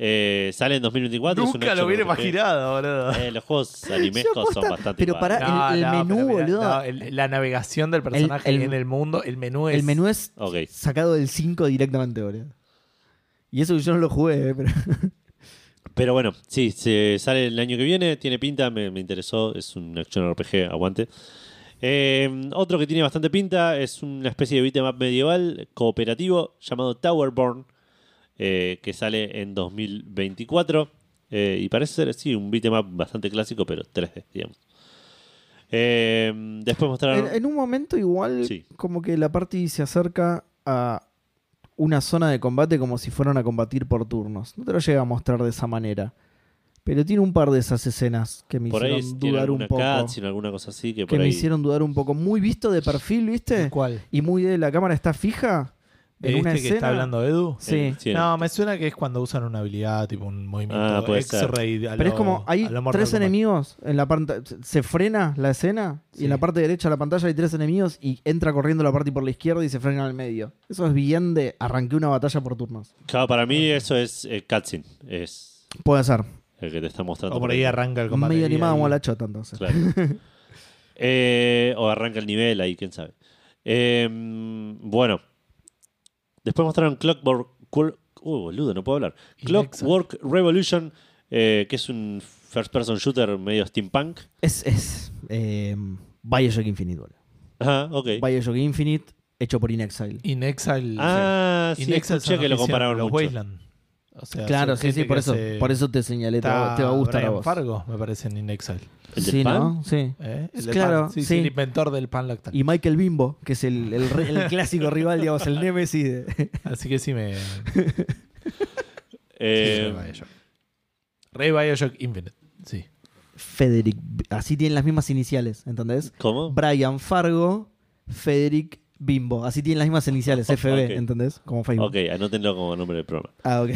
C: Eh, sale en 2024. es un
A: Nunca
C: action
A: lo hubiera
C: RPG.
A: imaginado, boludo.
C: Eh, los
A: *laughs*
C: juegos animescos son bastante
B: pero pará, *laughs*
C: iguales.
B: el- el menú,
A: pero mirá,
B: boludo.
A: no, el- la navegación del personaje
B: el-
A: en el mundo, el menú es.
B: El menú es
C: Pues- Ok.
B: sacado del 5 directamente, boludo. Y eso que yo no lo jugué, eh, pero.
C: Pero bueno, sí, se sale el año que viene, tiene pinta, me, me interesó, es un action RPG, aguante. Eh, otro que tiene bastante pinta es una especie de beatmap medieval cooperativo llamado Towerborn, eh, que sale en 2024. eh, y parece ser, sí, un beatmap bastante clásico, pero 3D, digamos. Eh, después
B: *laughs*
C: mostraron.
B: En, en un momento igual,
C: Sí.
B: como que la party se acerca a una zona de combate como si fueran a combatir por turnos. No te lo llega a mostrar de esa manera. Pero tiene un par de esas escenas que me
C: por ahí
B: hicieron
C: tiene
B: dudar un
C: alguna
B: poco.
C: cutscene, alguna cosa así. Que,
B: que
C: por
B: me
C: ahí-
B: hicieron dudar un poco. Muy visto de perfil, ¿viste?
A: ¿Cuál?
B: Y muy de la cámara está fija. En
A: ¿Viste
B: una
A: que
B: escena.
A: está hablando Edu?
B: Sí.
C: Sí.
A: No, me suena que es cuando usan una habilidad, tipo un movimiento
C: Ah, puede ser.
A: X-ray. a
B: Pero es
A: lo-
B: como, hay
A: a lo Mortal
B: tres
A: Kombat.
B: enemigos en la parte. Se frena la escena y
A: Sí.
B: en la parte derecha de la pantalla hay tres enemigos y entra corriendo la parte por la izquierda y se frena al medio. Eso es bien de arranqué una batalla por turnos.
C: Claro, para mí eso es eh, cutscene. Es
B: Puede ser.
C: el que te está mostrando.
A: O por ahí arranca el combate.
B: Medio
A: y
B: animado
A: ahí-
B: como la chota entonces.
C: Claro. Eh, o arranca el nivel ahí, quién sabe. Eh, bueno. Después mostraron Clockwork. Col- Uy, boludo, no puedo hablar.
A: Y
C: Clockwork Revolution, eh, que es un first person shooter medio steampunk.
B: Es. es eh, Bioshock Infinite, boludo.
C: Ajá, ok.
B: Bioshock Infinite, hecho por InXile.
A: In Exile.
C: Ah,
A: sí.
C: sí, escuché que lo compararon
A: los
C: mucho.
A: Wasteland. O sea,
B: Claro,
A: son
B: sí, sí,
A: gente
B: por
A: que
B: eso,
A: hace-
B: por eso te señalé, te va,
A: Está
B: te va a gustar a
A: Brian
B: vos.
A: Fargo, me parece, en In Exile.
C: ¿El de
B: sí,
C: Pan?
B: ¿no? Sí.
A: ¿Eh? El de
B: Claro,
A: pan. Sí, sí,
B: sí.
A: el inventor del pan lactal.
B: Y Michael Bimbo, que es el, el re- el clásico
C: *laughs*
B: rival, digamos, el Nemesis de.
A: Así que sí me. sí,
C: Eh,
A: re Bioshock. Re Bioshock Infinite. Sí.
B: Frederick. B- Así tienen las mismas iniciales, ¿entendés?
C: ¿Cómo?
B: Brian Fargo, Frederick Bimbo. Así tienen las mismas iniciales, FB,
C: *laughs* Ok.
B: ¿entendés? Como Facebook.
C: Ok, anótenlo como nombre del programa. *laughs*
B: Ah, ok.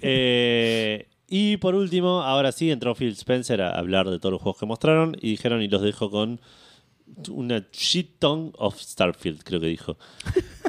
C: Eh, y por último, ahora sí, entró Phil Spencer a hablar de todos los juegos que mostraron y dijeron y los dejo con una shit ton of Starfield, creo que dijo.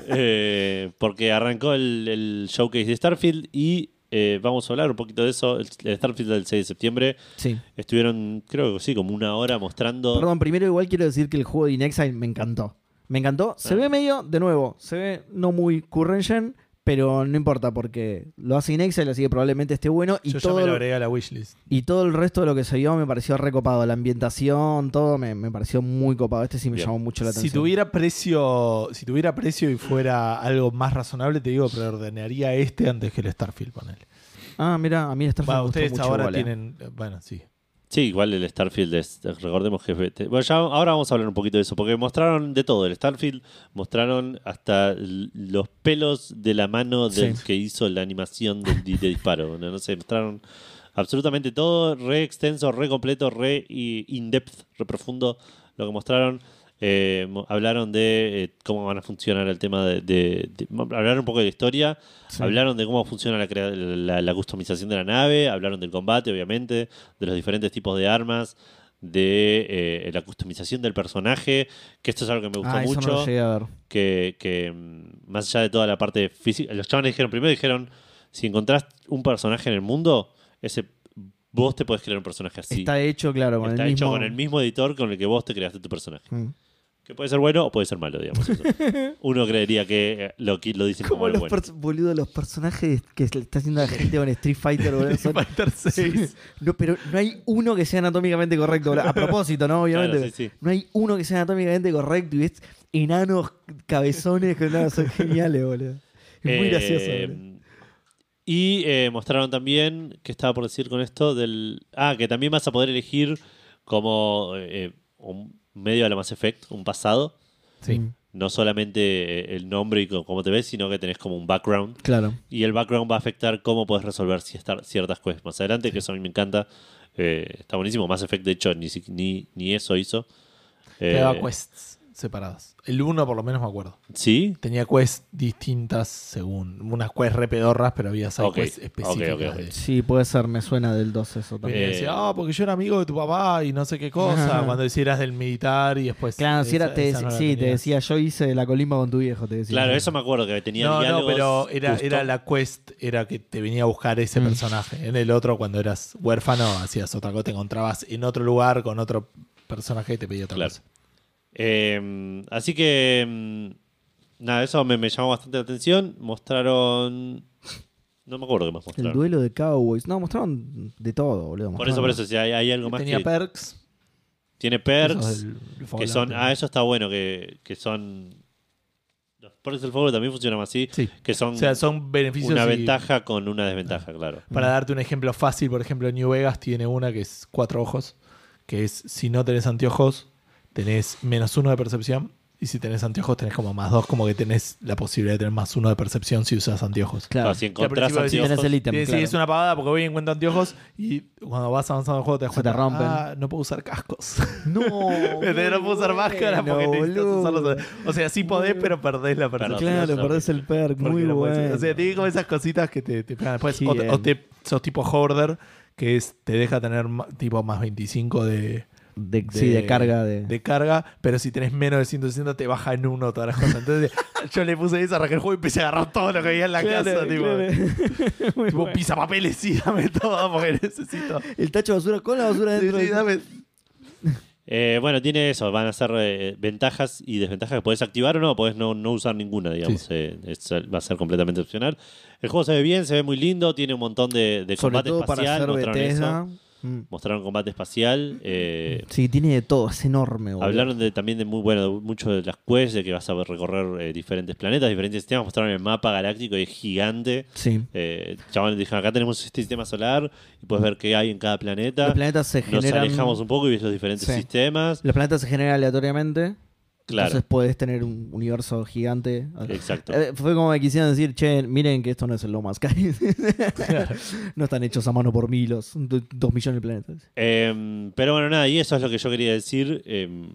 C: Eh, porque arrancó el, el showcase de Starfield y eh, vamos a hablar un poquito de eso. El, el Starfield del 6 de septiembre
B: sí.
C: estuvieron, creo que sí, como una hora mostrando.
B: Perdón, primero igual quiero decir que el juego de Inexile me encantó. Me encantó. Se
C: Ah.
B: ve medio, de nuevo, se ve no muy current gen, pero no importa porque lo hace Inexile, así que probablemente esté bueno. Y
A: Yo ya me
B: todo,
A: lo agregué a la wishlist.
B: y todo el resto de lo que se vio me pareció recopado. La ambientación, todo me, me pareció muy copado. Este sí me
C: Bien.
B: llamó mucho la
A: Si
B: atención.
A: tuviera precio, si tuviera precio y fuera algo más razonable, te digo, preordenaría este antes que el Starfield, ponele.
B: Ah, mira, a mí esta
A: Va,
B: me gustó
A: ustedes
B: mucho
A: ahora
B: igual, eh.
A: tienen, eh, bueno, sí.
C: Sí, igual el Starfield es, recordemos que es BT. Bueno, ya ahora vamos a hablar un poquito de eso, porque mostraron de todo el Starfield, mostraron hasta l- los pelos de la mano del
B: Sí.
C: que hizo la animación del di- de, disparo. No, No sé, mostraron absolutamente todo, re extenso, re completo, re y- in-depth, re profundo lo que mostraron. Eh, mo- hablaron de eh, cómo van a funcionar el tema de, de- de- mo- Hablaron un poco de la historia,
B: Sí.
C: hablaron de cómo funciona la, crea- la- la customización de la nave, hablaron del combate, obviamente, de los diferentes tipos de armas, de eh, la customización del personaje, que esto es algo que me gustó
B: Ah, eso
C: mucho
B: no lo llegué a ver.
C: que, que, mm, más allá de toda la parte física, los chavales dijeron primero, dijeron, si encontrás un personaje en el mundo, ese vos te podés crear un personaje así.
B: Está hecho, claro, con
C: Está
B: el
C: hecho
B: mismo...
C: con el mismo editor con el que vos te creaste tu personaje.
B: Mm.
C: Que puede ser bueno o puede ser malo,
B: *laughs*
C: digamos. eso. Uno creería que eh, lo, qui- lo dicen como,
B: Como
C: el
B: los,
C: bueno.
B: pers- boludo, los personajes que le está haciendo la gente con Street
A: *laughs*
B: Fighter,
C: *laughs*
B: boludo, son-
A: Fighter
B: *laughs* Sí. No, pero no hay uno que sea anatómicamente correcto. boludo. A propósito, ¿no? Obviamente.
C: *laughs* Claro, sí, sí.
B: No hay uno que sea anatómicamente correcto. Y es enanos, cabezones, que no, son geniales, boludo. Es muy
C: Eh,
B: gracioso. boludo.
C: Y eh, mostraron también, que estaba por decir con esto? del Ah, que también vas a poder elegir como eh, un medio a la Mass Effect, un pasado.
A: Sí.
B: Mm,
C: no solamente eh, el nombre y co- cómo te ves, sino que tenés como un background.
B: Claro.
C: Y el background va a afectar cómo puedes resolver ciestar- ciertas quests más adelante, que eso a mí me encanta. Eh, está buenísimo. Mass Effect, de hecho, ni, si- ni, ni eso hizo.
A: Te daba
C: Eh,
A: quests separadas. El uno por lo menos me acuerdo.
C: ¿Sí?
A: Tenía quests distintas según. Unas quests repedorras, pero había side
C: Ok, Eh.
A: quests específicas.
C: ok, ok, ok.
A: de-
B: Sí, puede ser. Me suena del 2 eso
A: Porque
B: también.
C: Eh,
A: decía, ah, porque yo era amigo de tu papá y no sé qué cosa.
B: Ajá.
A: Cuando decías del militar y después.
B: Claro, si era,
A: esa-
B: te,
A: esa no la
B: sí, te
A: tenía.
B: decía, yo hice la colimba con tu viejo, te decía.
C: Claro, eso me acuerdo que tenía
A: No, no,
C: diálogos
A: pero era,
C: justo.
A: era la quest, era que te venía a buscar ese
B: Mm.
A: personaje. En el otro, cuando eras huérfano, hacías otra cosa, te encontrabas en otro lugar con otro personaje y te pedía otra
C: Claro.
A: cosa.
C: Eh, así que. mm, Nada, eso me, me llamó bastante la atención. Mostraron. No me acuerdo qué más
B: El
C: mostraron.
B: duelo de Cowboys. No, mostraron de todo, boludo.
C: Por eso,
B: mostraron-
C: por eso, si hay, hay algo más
A: Ah. Tenía
C: que.
A: perks.
C: Tiene
A: Eso es
C: perks
A: el- el
C: que
A: Fallout,
C: son.
A: ¿no?
C: Ah, eso está bueno, que, que son. Los perks del favor también funcionan así.
A: Sí.
C: Que son,
A: O sea, son beneficios.
C: una
A: y-
C: ventaja Mm. con una desventaja, claro.
A: Para darte un ejemplo fácil, por ejemplo, New Vegas tiene una que es cuatro ojos, que es si no tenés anteojos, tenés menos uno de percepción. Y si tenés anteojos, tenés como más dos, como que tenés la posibilidad de tener más uno de percepción si usas anteojos.
B: Claro.
C: O sea, si encontrás
A: principio
B: Si
A: decís,
B: tenés
C: anteojos-
B: el ítem.
A: Sí, sí,
B: claro.
A: es una pavada porque voy y encuentro anteojos y cuando vas avanzando en el juego te das
B: Se te
A: cuenta,
B: rompen.
A: "Ah, no puedo usar cascos. *laughs*
B: *laughs* No.
A: Te- no puedo usar máscaras
B: bueno,
A: porque necesitas
B: boludo.
A: usarlos. O sea, sí podés, pero perdés la percepción.
B: Claro, perdés el perk.
A: Porque
B: Muy
A: no puedes-
B: bueno.
A: O sea, tiene como esas cositas que te, te pegan después. O, te-
B: Bien.
A: o te- sos tipo hoarder, que es te deja tener ma- tipo más 25 de,
B: De- sí, de carga de.
A: de carga, pero si tenés menos de 160 te baja en uno todas las cosas. Entonces
B: *laughs*
A: yo le puse esa, arranqué el juego y empecé a agarrar todo lo que había en la
B: Claro,
A: casa. Tipo,
B: claro. *laughs* Muy
A: tipo,
B: bueno.
A: pisa papeles, sí, dame todo porque
B: *laughs*
A: necesito.
B: El tacho de basura con la basura
A: Sí,
B: dentro.
A: sí, dame.
C: Eh, bueno, tiene eso. Van a ser eh, ventajas y desventajas que podés activar o no. Podés no, no usar ninguna, digamos.
A: Sí.
C: Eh, es- va a ser completamente opcional. El juego se ve bien, se ve muy lindo. Tiene un montón de,
B: Sobre
C: de combate
B: todo para
C: espacial.
B: hacer
C: mostraron
B: Bethesda.
C: eso.
B: Mm.
C: Mostraron combate espacial. eh,
B: Sí, tiene de todo, es enorme. boludo.
C: Hablaron de, también de muy bueno, de mucho de las quests, de que vas a recorrer eh, diferentes planetas, diferentes sistemas. Mostraron el mapa galáctico y es gigante.
B: Sí.
C: Eh, chavales dijeron, acá tenemos este sistema solar y puedes ver qué hay en cada planeta.
B: Los planetas se
C: Nos
B: generan.
C: alejamos un poco y ves los diferentes
B: Sí.
C: sistemas.
B: Los planetas se generan aleatoriamente.
C: Claro.
B: Entonces puedes tener un universo gigante.
C: Exacto.
B: Eh, Fue como me quisieron decir, che, miren que esto no es el Lomas *laughs* Sky. no están hechos a mano por milos, do- dos millones de planetas.
C: Em, pero bueno, nada, y eso es lo que yo quería decir. Em,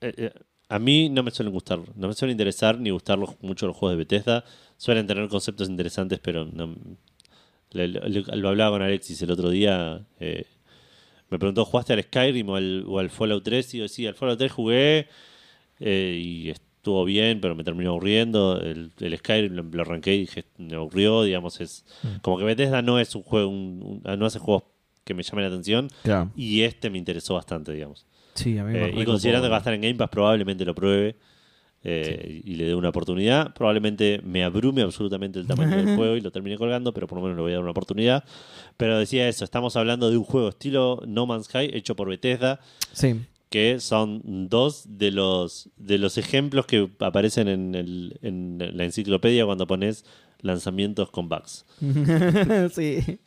C: eh, eh, a mí no me suelen gustar, no me suelen interesar ni gustar los- mucho los juegos de Bethesda. Suelen tener conceptos interesantes, pero no. le- le- le- lo hablaba con Alexis el otro día. eh, me preguntó, ¿jugaste al Skyrim o al, o al Fallout 3? Y yo, sí, al Fallout 3 jugué eh, y estuvo bien, pero me terminó aburriendo. El, el Skyrim lo, lo arranqué y dije, me aburrió, digamos, es... Como que Bethesda no es un juego, un- un- no hace juegos que me llamen la atención.
B: Claro.
C: Y este me interesó bastante, digamos.
B: Sí, a mí
C: Eh,
B: me
C: y
B: recopó,
C: considerando que va
B: boludo.
C: a estar en Game Pass, probablemente lo pruebe eh, y le dé una oportunidad. Probablemente me abrume absolutamente el tamaño
B: *laughs*
C: del juego y lo termine colgando, pero por lo menos le voy a dar una oportunidad. Pero decía eso, estamos hablando de un juego estilo No Man's Sky hecho por Bethesda,
B: Sí, *laughs*
C: que son dos de los, de los ejemplos que aparecen en, el- en la enciclopedia cuando pones lanzamientos con bugs.
B: sí.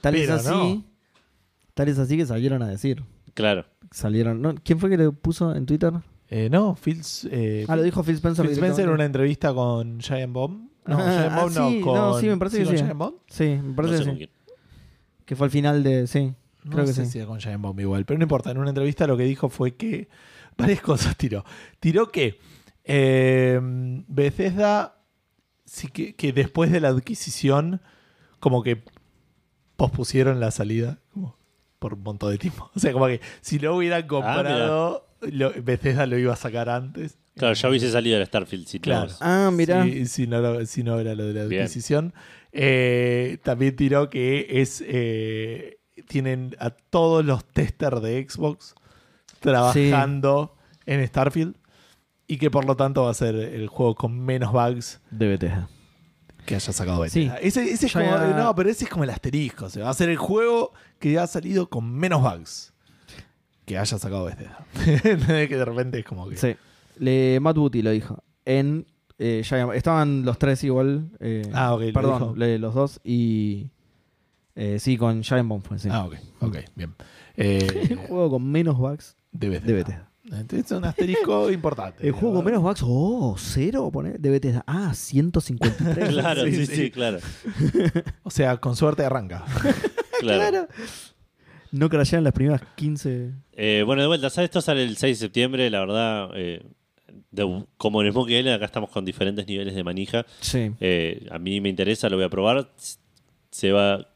B: Tal es
A: Pero
B: así.
A: no.
B: Tal es así que salieron a decir.
C: Claro.
B: Salieron. ¿no? ¿Quién fue que le puso en Twitter?
A: Eh, no, Phil, eh,
B: Ah, lo dijo Phil Spencer.
A: Phil Spencer en
B: directamente.
A: una entrevista con Giant Bomb. No,
B: Ah,
A: Giant Bomb
B: ah, sí,
A: no, con.
B: no, sí, me parece que
A: con
B: sí.
A: Giant Bomb?
B: Sí, me
C: No
B: parece
C: sé
B: que
C: con
B: sí.
C: quién.
B: Que fue al final de. Sí,
A: No
B: creo que
A: sé
B: sí.
A: si era con Giant Bomb igual, pero no importa. En una entrevista lo que dijo fue que *laughs* varias cosas tiró. Tiró que eh, Bethesda, sí que, que después de la adquisición, como que pospusieron la salida como por un montón de tiempo. *laughs* O sea, como que si lo
B: Ah,
A: hubieran comprado, lo- Bethesda lo iba a sacar antes.
C: Claro, ya hubiese salido el Starfield, sí,
A: Claro.
C: claro.
B: Ah, mirá.
A: Si, si no, lo- si no era lo de la
C: Bien.
A: adquisición. Eh, también tiró que es eh, tienen a todos los testers de Xbox trabajando en Starfield y que por lo tanto va a ser el juego con menos bugs
B: De Bethesda.
A: que haya sacado
B: Sí.
A: Bethesda. Ese, ese es
B: Ya
A: como,
B: era-
A: No, pero ese es como el asterisco. O sea, va a ser el juego que ha salido con menos bugs que haya sacado Bethesda. *laughs* Entendés que de repente es como que...
B: Sí. Le, Matt Booty lo dijo. En. eh, Giant- estaban los tres igual. eh,
A: Ah, ok, lo dijo.
B: Perdón, le- los dos. Y. eh, sí, con Giant Bomb fue. Sí.
A: Ah, ok, ok, bien. Eh,
B: *laughs* El juego con menos bugs
A: de Bethesda.
B: de Bethesda.
A: Entonces, es un
B: *laughs*
A: asterisco importante.
B: El juego con
A: ¿verdad?
B: menos bugs, oh, cero, pone de Bethesda. Ah, *laughs* 153.
C: *laughs* Claro,
A: Sí,
C: sí,
A: sí.
C: sí, claro.
A: O sea, con suerte arranca.
B: Ah,
C: claro.
B: No crashean las primeras 15.
C: Eh, bueno, de vuelta, ¿sabes? esto sale el 6 de septiembre, la verdad, eh, de- como en Smoke Island, acá estamos con diferentes niveles de manija.
B: Sí.
C: Eh, a mí me interesa, lo voy a probar. S- Se va,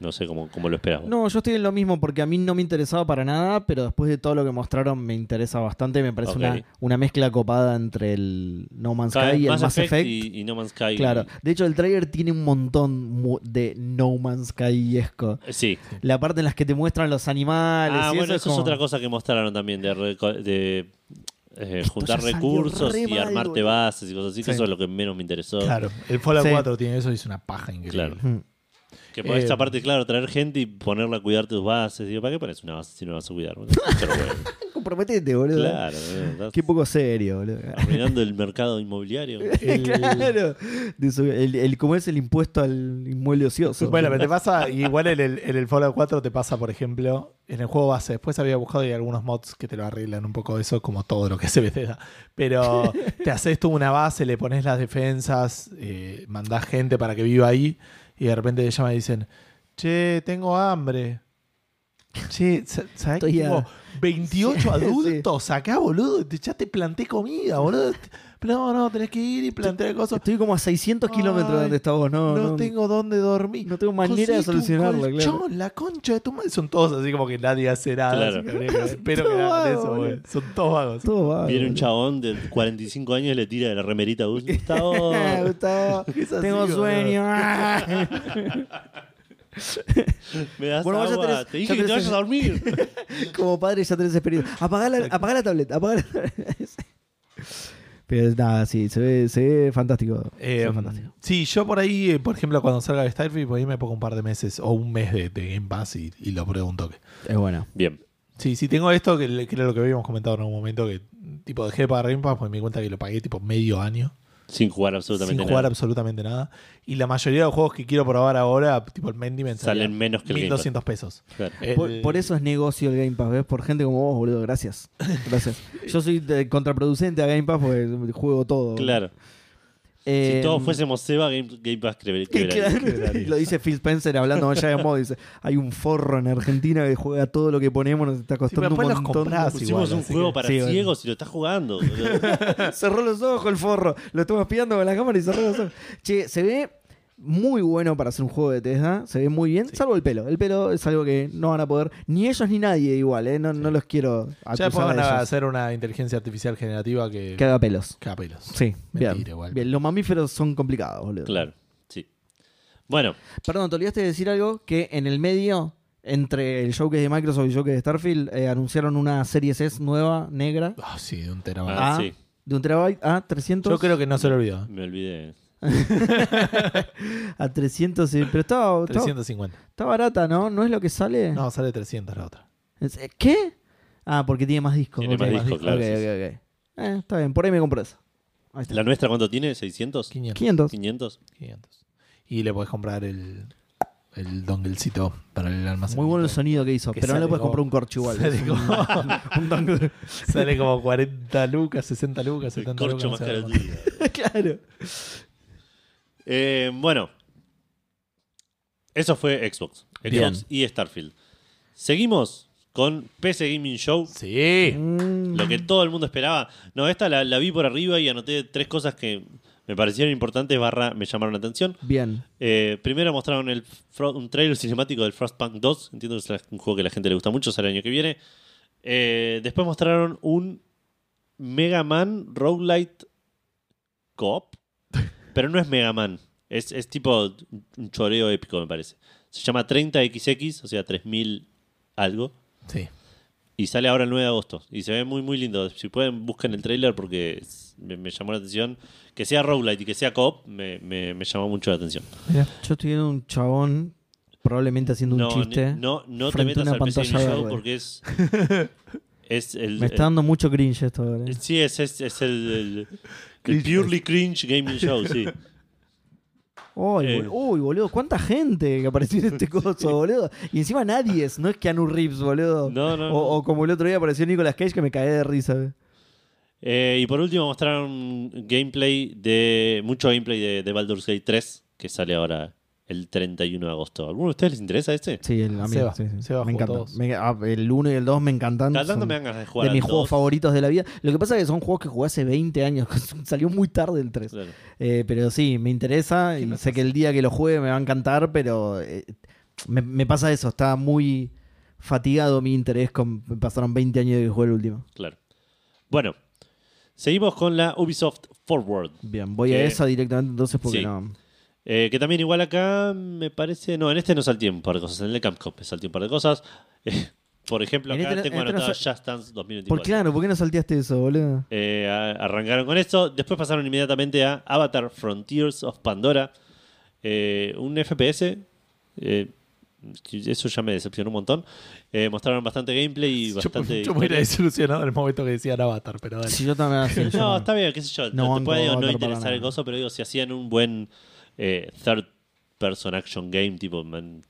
C: no sé cómo, cómo lo esperas. vos.
B: No, yo estoy en lo mismo porque a mí no me interesaba para nada, pero después de todo lo que mostraron me interesa bastante. Me parece
C: Ok.
B: una, una mezcla copada entre el No Man's Sky
C: Cada vez
B: y el
C: Mass
B: Mass Effect.
C: y, y No Man's Sky.
B: Claro. De hecho, el trailer tiene un montón mu- de No Man's Sky esco.
C: Eh, Sí.
B: La parte en las que te muestran los animales.
C: Ah,
B: y
C: bueno, eso,
B: eso
C: es
B: como-
C: otra cosa que mostraron también, de, reco- de, eh, juntar
B: Pues salió
C: recursos
B: re
C: y
B: mal,
C: armarte
B: boludo.
C: bases y cosas así, que
A: Sí.
C: eso es lo que menos me interesó.
A: Claro, el Fallout
B: Sí.
A: 4 tiene eso y es una paja increíble.
C: Claro.
B: Mm.
C: Que por
A: Eh,
C: esta parte, claro, traer gente y ponerla a cuidar tus bases. Digo, ¿para qué pones una base si no la vas a cuidar?
B: *laughs*
C: boludo? Yo lo veo.
B: Comprometete, boludo.
C: claro, boludo, estás
B: Qué poco serio, boludo.
C: arruinando el mercado inmobiliario.
B: *laughs* claro. De su- el, el- ¿Cómo es el impuesto al inmueble ocioso?
A: Bueno, pero te pasa, igual en el, en el Fallout 4 te pasa, por ejemplo, en el juego base. Después había buscado y hay algunos mods que te lo arreglan un poco eso, como todo lo que se Bethesda.
B: *laughs*
A: Pero te haces tú una base, le pones las defensas, eh, mandás gente para que viva ahí, y de repente te llaman y dicen: Che, tengo hambre. Che, sa- ¿sabés
B: Estoy
A: que
B: a-
A: tengo 28
B: *laughs* Sí,
A: adultos acá, boludo? Te- Ya te planté comida, boludo. No, no, tenés que ir y plantear cosas.
B: Estoy como a 600
A: Ay,
B: kilómetros de donde estás vos, ¿no?
A: No, tengo dónde dormir.
B: no tengo manera de
A: Cosiste un
B: solucionarlo, claro.
A: colchón, La concha de tu madre. Son todos así como que nadie hace nada.
C: Claro.
A: así que
B: *laughs*
A: habría que- Espero que
B: Todo
A: hagan
B: vago,
A: eso,
B: boludo.
A: boludo. Son todos vagos.
B: Todo va.
C: Viene un
B: boludo.
C: chabón de 45 años y le tira la remerita a un
B: *laughs*
C: Gustavo.
B: Ah, Gustavo,
A: Es así,
B: tengo
A: boludo.
B: sueño.
C: Me das
B: Bueno, vos ya
C: agua.
B: tenés-
C: te dije
B: ya
C: que te
B: tenés-
C: vayas a dormir.
B: *laughs* Como padre ya tenés experiencia. Apagá la, apagá la tableta. apagá la- *laughs* Pero nada, sí, se ve, se ve fantástico.
A: Eh,
B: se ve fantástico.
A: sí, yo por ahí, eh, por ejemplo, cuando salga de Starfield, por ahí me pongo un par de meses o un mes de, de Game Pass y, y lo pregunto. Que...
B: Es bueno.
C: Bien.
A: Sí, sí, tengo esto que, le- que era lo que habíamos comentado en algún momento, que tipo dejé de pagar Game Pass porque me di cuenta que lo pagué tipo medio año.
C: Sin jugar absolutamente
A: sin jugar
C: nada.
A: absolutamente nada. Y la mayoría de los juegos que quiero probar ahora, tipo el Mendiment,
C: Salen
A: salían
C: menos que el Game Pass.
A: 1200 pesos.
C: Claro.
B: Por,
A: El-
B: por eso es negocio el Game Pass, ¿ves? Por gente como vos, boludo. Gracias.
A: *laughs*
B: Gracias. Yo soy eh, contraproducente a Game Pass porque juego todo.
C: Claro.
B: Eh,
C: si todos
B: *laughs*
C: fuésemos Seba, Game, Game Pass creería.
B: Claro,
A: quebraría.
B: Lo dice Phil Spencer hablando con Giant Moe, Dice: Hay un forro en Argentina que juega todo lo que ponemos, nos está
A: Sí, pero
B: costando
A: después
B: un
A: los
B: montón.
A: comprás
C: Pusimos
A: igual,
C: un
A: así
C: juego
A: que-
C: para
B: Sí, bueno.
C: ciegos y lo estás jugando.
B: *laughs*
C: boludo.
B: cerró los ojos el forro. Lo estamos espiando con la cámara y cerró los ojos. Che, se ve muy bueno para hacer un juego de Tesla. ¿eh? Se ve muy bien, salvo el pelo. El pelo es algo que no van a poder, ni ellos ni nadie igual, ¿eh? No, no los quiero
A: Ya después
B: acusar
A: van
B: de
A: a
B: ellos.
A: hacer una inteligencia artificial generativa que
B: Que haga pelos.
A: capelos.
B: Sí,
A: Mentira,
B: bien.
A: igual.
B: Bien, Los mamíferos son complicados, boludo.
C: claro. Sí. Bueno,
B: Perdón, te olvidaste de decir algo que en el medio, entre el showcase de Microsoft y el showcase de Starfield, eh, anunciaron una Series S nueva, negra,
A: Ah, sí, de un terabyte.
C: Ah,
B: a-
C: sí.
B: de un terabyte a 300.
A: Yo creo que no se lo olvidó. ¿eh?
C: me olvidé.
B: A 300, eh, pero estaba, estaba-
A: 350.
B: está barata, ¿no? ¿No es lo que sale.
A: No, sale 300 la otra.
B: Es- eh, ¿Qué? Ah, porque tiene más discos.
C: Tiene
B: ok.
C: más
A: discos,
C: claro,
B: Ok,
C: sí, sí.
B: ok, ok. Eh, está bien, por ahí me compro eso. Ahí está.
C: ¿La nuestra cuánto tiene?
A: 500.
C: ¿600?
B: 500.
C: 500.
A: 500. Y le podés comprar el, el donglecito para el almacenamiento.
B: Muy bueno el sonido que hizo,
A: Que
B: pero no le
A: sale
B: puedes
A: como-
B: comprar un corcho igual. ¿eh?
A: Sale *laughs* como,
B: Un dongle.
A: sale como 40 lucas, 60 lucas,
C: El
A: 70
C: corcho más
A: lucas. no sé cuánto.
C: caro. del
B: *laughs*
C: día.
B: claro.
C: Eh, bueno, eso fue Xbox.
A: Bien.
C: Xbox y Starfield. Seguimos con PC Gaming Show,
A: Sí.
B: Mm,
C: Eh, lo que todo el mundo esperaba. No, esta la, la vi por arriba y anoté tres cosas que me parecieron importantes, barra me llamaron la atención.
B: Bien.
C: Eh, primero mostraron el, Fro- un trailer cinemático del Frostpunk 2. Entiendo que es la- un juego que a la gente le gusta mucho, sale el año que viene. Eh, después mostraron un Mega Man Roguelite Cop. Pero no es Mega Man. Es, es tipo un choreo épico, me parece. Se llama 30XX, o sea, 3000 algo.
A: Sí.
C: Y sale ahora el 9 de agosto. Y se ve muy, muy lindo. Si pueden, busquen el trailer porque es- me, me llamó la atención. Que sea roguelite y que sea co-op me, me, me llamó mucho la atención.
A: Mira.
B: Yo estoy viendo un chabón probablemente haciendo un chiste.
C: ni- No, no te
B: frente a
C: metas
B: una
C: al PC
B: pantalla
C: Gaming Show
B: verde.
C: porque
B: *laughs*
C: es. es el.
B: Me está dando mucho cringe esto. ahora,
C: el-
B: ¿eh?
C: sí, eh, es, es,
B: *laughs*
C: es el, el- el
A: Cringe
C: Purely Cringe Gaming Show, sí.
B: Uy,
C: eh.
B: bol- uy, boludo, cuánta gente que apareció en
C: *laughs*
B: este coso, boludo. Y encima nadie es, no es Keanu Reeves, boludo.
C: No, no.
B: O, o como el otro día apareció Nicolas Cage que me cagué de risa. ¿eh?
C: Eh, y por último mostraron gameplay de. mucho gameplay de, de Baldur's Gate 3, que sale ahora el 31 de agosto. ¿Alguno de ustedes les interesa este?
B: Sí, el amigo.
A: Seba,
B: sí, sí.
A: Seba
B: me
A: jugó
B: encanta.
A: todos.
B: Me- ah, el 1 y el 2 me encantan.
C: Cada tanto
B: son
C: me dan ganas de jugar.
B: de
C: al
B: mis juegos
C: dos.
B: favoritos de la vida. Lo que pasa es que son juegos que jugué hace 20 años. *laughs* Salió muy tarde el 3.
C: Claro.
B: Eh, pero sí, me interesa y sé que el día que lo juegue me va a encantar, pero eh, me, me pasa eso, está muy fatigado mi interés, con, pasaron 20 años de que jugué el último.
C: Claro. Bueno, seguimos con la Ubisoft Forward.
B: Bien, voy a
C: Que-
B: esa directamente entonces porque
C: Sí.
B: no...
C: Eh, que también igual acá me parece. No, en este no salté un par de cosas. En el de Camp Cop me salté un par de cosas. *laughs* Eh, por ejemplo,
B: En
C: acá
B: este no-
C: tengo
B: en este no
C: anotado
B: sa-
C: Just Dance 2024.
B: Por claro, ¿por qué no salteaste eso, boludo?
C: Eh, a- arrancaron con esto. Después pasaron inmediatamente a Avatar Frontiers of Pandora. Eh, un FPS Eh, eso ya me decepcionó un montón. Eh, mostraron bastante
B: *laughs*
C: gameplay y
A: Yo-
C: bastante.
A: yo, me hubiera
C: historia.
A: desilusionado en el momento que decían Avatar, pero dale.
B: Si yo también así,
C: *laughs*
B: yo
C: No, está bien, qué sé yo.
B: No
C: No, te
B: banco
C: puede digo, no
B: Avatar para
C: interesar el
B: nada.
C: gozo, pero digo, si hacían un buen eh, third person action game, tipo, man,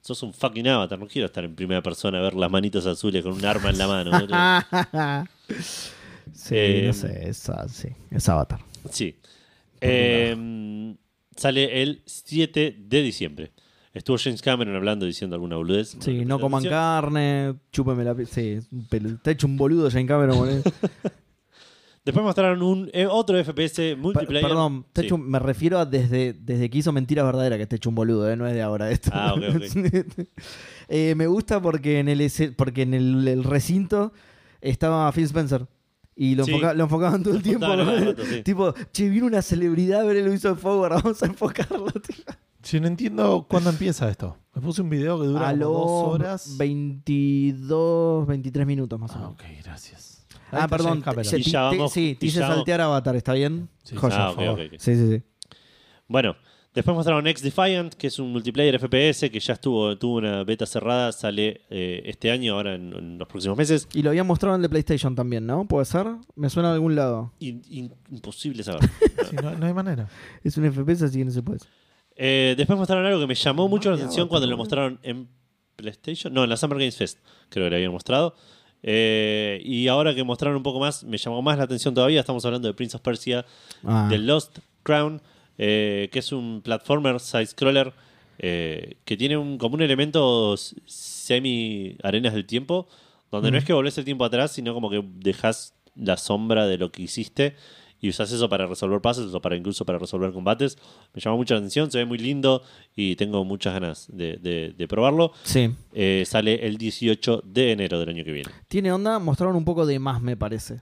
C: sos un fucking avatar, no quiero estar en primera persona a ver las manitas azules con un arma en la mano.
B: *laughs*
C: ¿no?
B: *laughs* sí,
C: Eh,
B: no sé, es, ah, sí, es Avatar.
C: Sí. Eh, sale el 7 de diciembre. Estuvo James Cameron hablando diciendo alguna boludez.
B: Sí, no coman
C: Atención.
B: carne, chúpeme la... pi- Sí, es un pelu- está hecho un boludo ya en cámara.
C: *laughs*
B: boludo.
C: Después mostraron un, eh, otro FPS
B: Per-
C: multiplayer.
B: Perdón, está
C: Sí.
B: hecho un- me refiero a desde, desde que hizo Mentiras Verdaderas, que está hecho un boludo, eh, no es de ahora esto.
C: Ah, ok, ok.
B: *laughs* Eh, me gusta porque en el, ese- porque en el, el recinto estaba Phil Spencer. Y lo,
C: Sí.
B: enfoca- lo enfocaban todo el
C: Lo
B: tiempo.
C: enfocaban a cada
B: boludo.
C: rato, sí.
B: Tipo, che, vino una celebridad a ver el Ubisoft Forward, vamos a enfocarlo. tío.
A: Si no entiendo cuándo empieza esto. Me puse un video que dura
B: A
A: como dos
B: los
A: horas.
B: 22, 23 minutos más o
A: Ah,
B: menos.
A: ok, gracias. Ahí
B: Ah,
A: está
B: perdón.
A: James Cameron.
B: te-
C: Y
B: te-
C: ya
B: te-
C: vamos-
B: sí, te
C: y
B: hice
C: ya vamos-
B: saltear Avatar, ¿está bien?
A: Sí.
B: Joya,
C: Ah,
B: por
C: ok,
B: favor.
C: ok, ok.
B: Sí, sí, sí.
C: Bueno, después mostraron X Defiant, que es un multiplayer FPS que ya estuvo tuvo una beta cerrada, sale eh, este año, ahora en, en los próximos meses.
B: Y lo habían mostrado en el de PlayStation también, ¿no? ¿Puede ser? Me suena de algún lado.
C: In- in- imposible saber.
A: Sí, no, no hay manera.
B: Es un FPS, así que no se puede.
C: Eh, después mostraron algo que me llamó mucho la
B: Mario,
C: atención cuando lo mostraron en PlayStation. No, en la Summer Games Fest, creo que lo habían mostrado. Eh, y ahora que mostraron un poco más, me llamó más la atención todavía. Estamos hablando de Prince of Persia,
B: Ah.
C: The Lost Crown, eh, que es un platformer side-scroller eh, que tiene un, como un elemento s- semi-arenas del tiempo, donde no es que volvés el tiempo atrás, sino como que dejas la sombra de lo que hiciste y usás eso para resolver pases o para incluso para resolver combates. Me llama mucho la atención, se ve muy lindo y tengo muchas ganas de, de- de probarlo.
B: Sí.
C: Eh, sale el 18 de enero del año que viene.
B: Tiene onda, mostraron un poco de más, me parece.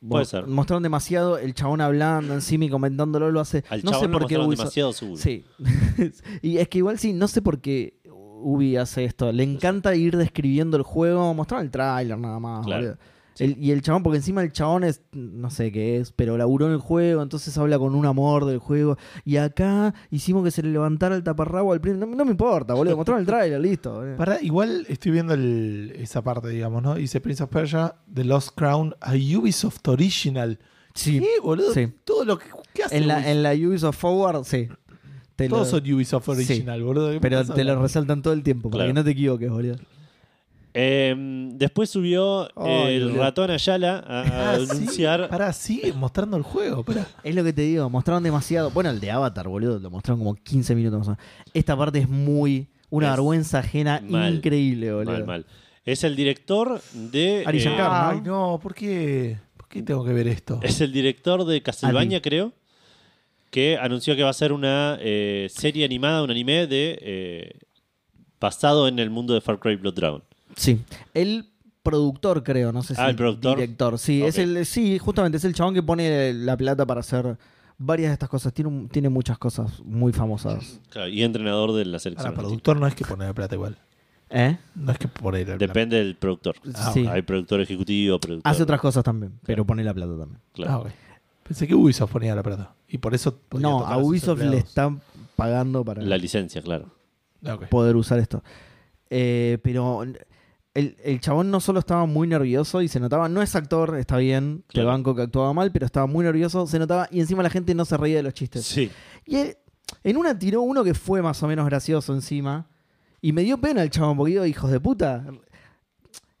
C: Puede
B: Mo-
C: ser.
B: Mostraron demasiado, el chabón hablando encima y comentándolo, lo hace.
C: Al
B: no sé
C: chabón lo
B: por qué
C: mostraron
B: Ubisoft-
C: demasiado seguro.
B: Sí. *laughs* y es que igual sí, no sé por qué Ubi hace esto. Le encanta ir describiendo el juego. Mostraron el tráiler nada más.
C: Claro.
B: boludo. El- y el chabón, porque encima el chabón es, no sé qué es, pero laburó en el juego, entonces habla con un amor del juego. Y acá hicimos que se le levantara el taparrabo al primer. No, no me importa, boludo. Mostraron el tráiler, listo. boludo.
A: Pará, igual estoy viendo el- esa parte, digamos, ¿no? Dice Prince of Persia, The Lost Crown, a Ubisoft Original.
B: Sí.
A: ¿Qué, boludo?
B: Sí.
A: Todo lo que. ¿Qué hace
B: En la,
A: Ubisoft?
B: en la Ubisoft Forward, sí. Te lo-
A: Todos son Ubisoft Original, boludo. ¿Qué me
B: pero
A: estás
B: te lo
A: hablando?
B: resaltan todo el tiempo, para
C: Claro.
B: que no te equivoques, boludo.
C: Eh, después subió
B: Ay,
C: el
B: boludo.
C: ratón Ayala a, a
A: Ah, sí.
C: anunciar
A: Pará, sigue mostrando el juego. Pará.
B: Es lo que te digo, mostraron demasiado. Bueno, el de Avatar, boludo, lo mostraron como 15 minutos más. o menos. Esta parte es muy. Una
C: Es
B: vergüenza ajena
C: mal.
B: increíble, boludo.
C: Mal, mal. Es el director de. eh,
B: Ari Shankar. ¿no?
A: Ay, no, ¿por qué? ¿Por qué tengo que ver esto?
C: es el director de Castlevania, creo. Que anunció que va a ser una eh, serie animada, un anime de. eh, basado en el mundo de Far Cry Blood Dragon.
B: Sí. El productor, creo, no sé si.
C: Ah, el productor.
B: Director, sí. Es
C: Ok.
B: el, sí, justamente, es el chabón que pone la plata para hacer varias de estas cosas. Tiene, un- tiene muchas cosas muy famosas.
C: Claro, y entrenador de la selección.
A: Para productor no es que poner la plata igual.
B: ¿Eh?
A: No es que poner la plata.
C: Depende del productor.
A: Ah,
B: sí.
C: Hay productor ejecutivo, productor.
B: Hace otras cosas también, pero pone la plata también.
C: claro.
A: Ah, ok. Pensé que Ubisoft ponía la plata. Y por eso. podía
B: No,
A: tocar
B: a
A: sus
B: Ubisoft le
A: empleados.
B: están pagando para
C: La licencia, claro.
A: Ah, ok.
B: poder usar esto. Eh, pero el, el chabón no solo estaba muy nervioso y se notaba, no es actor, está bien, que el
C: Claro.
B: banco que actuaba mal, pero estaba muy nervioso, se notaba y encima la gente no se reía de los chistes.
C: Sí.
B: Y él- en una tiró uno que fue más o menos gracioso encima. Y me dio pena el chabón, porque digo, hijos de puta.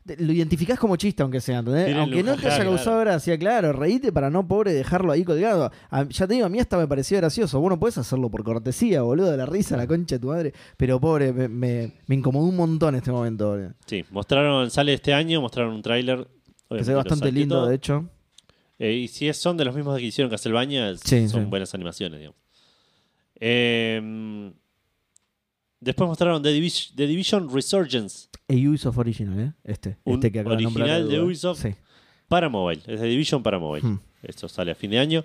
B: Te- Lo identificás como chiste, aunque sea, ¿entendés?
C: Tírenle
B: aunque
C: un
B: no te
C: jajá,
B: haya
C: claro.
B: causado gracia, claro, reíte para no, pobre, dejarlo ahí colgado. A- ya te digo, a mí hasta me pareció gracioso. Vos no podés hacerlo por cortesía, boludo, de la risa, la concha de tu madre. Pero pobre, me, me- me incomodó un montón este momento, boludo.
C: Sí. Mostraron, sale este año, mostraron un tráiler.
B: Que
C: obviamente
B: se
C: lo
B: ve bastante
C: salté
B: lindo,
C: todo.
B: de hecho.
C: Eh, y si es- son de los mismos que hicieron Castlevania, s-
B: Sí,
C: son
B: sí.
C: buenas animaciones, digamos. Eh, después mostraron The, Divis- The Division Resurgence
B: E Ubisoft Original, ¿eh? Este,
C: Un
B: este que acaba de nombrar.
C: original de
B: Edu.
C: Ubisoft.
B: Sí.
C: para mobile. Es The Division para mobile.
B: Hmm.
C: Esto sale a fin de año.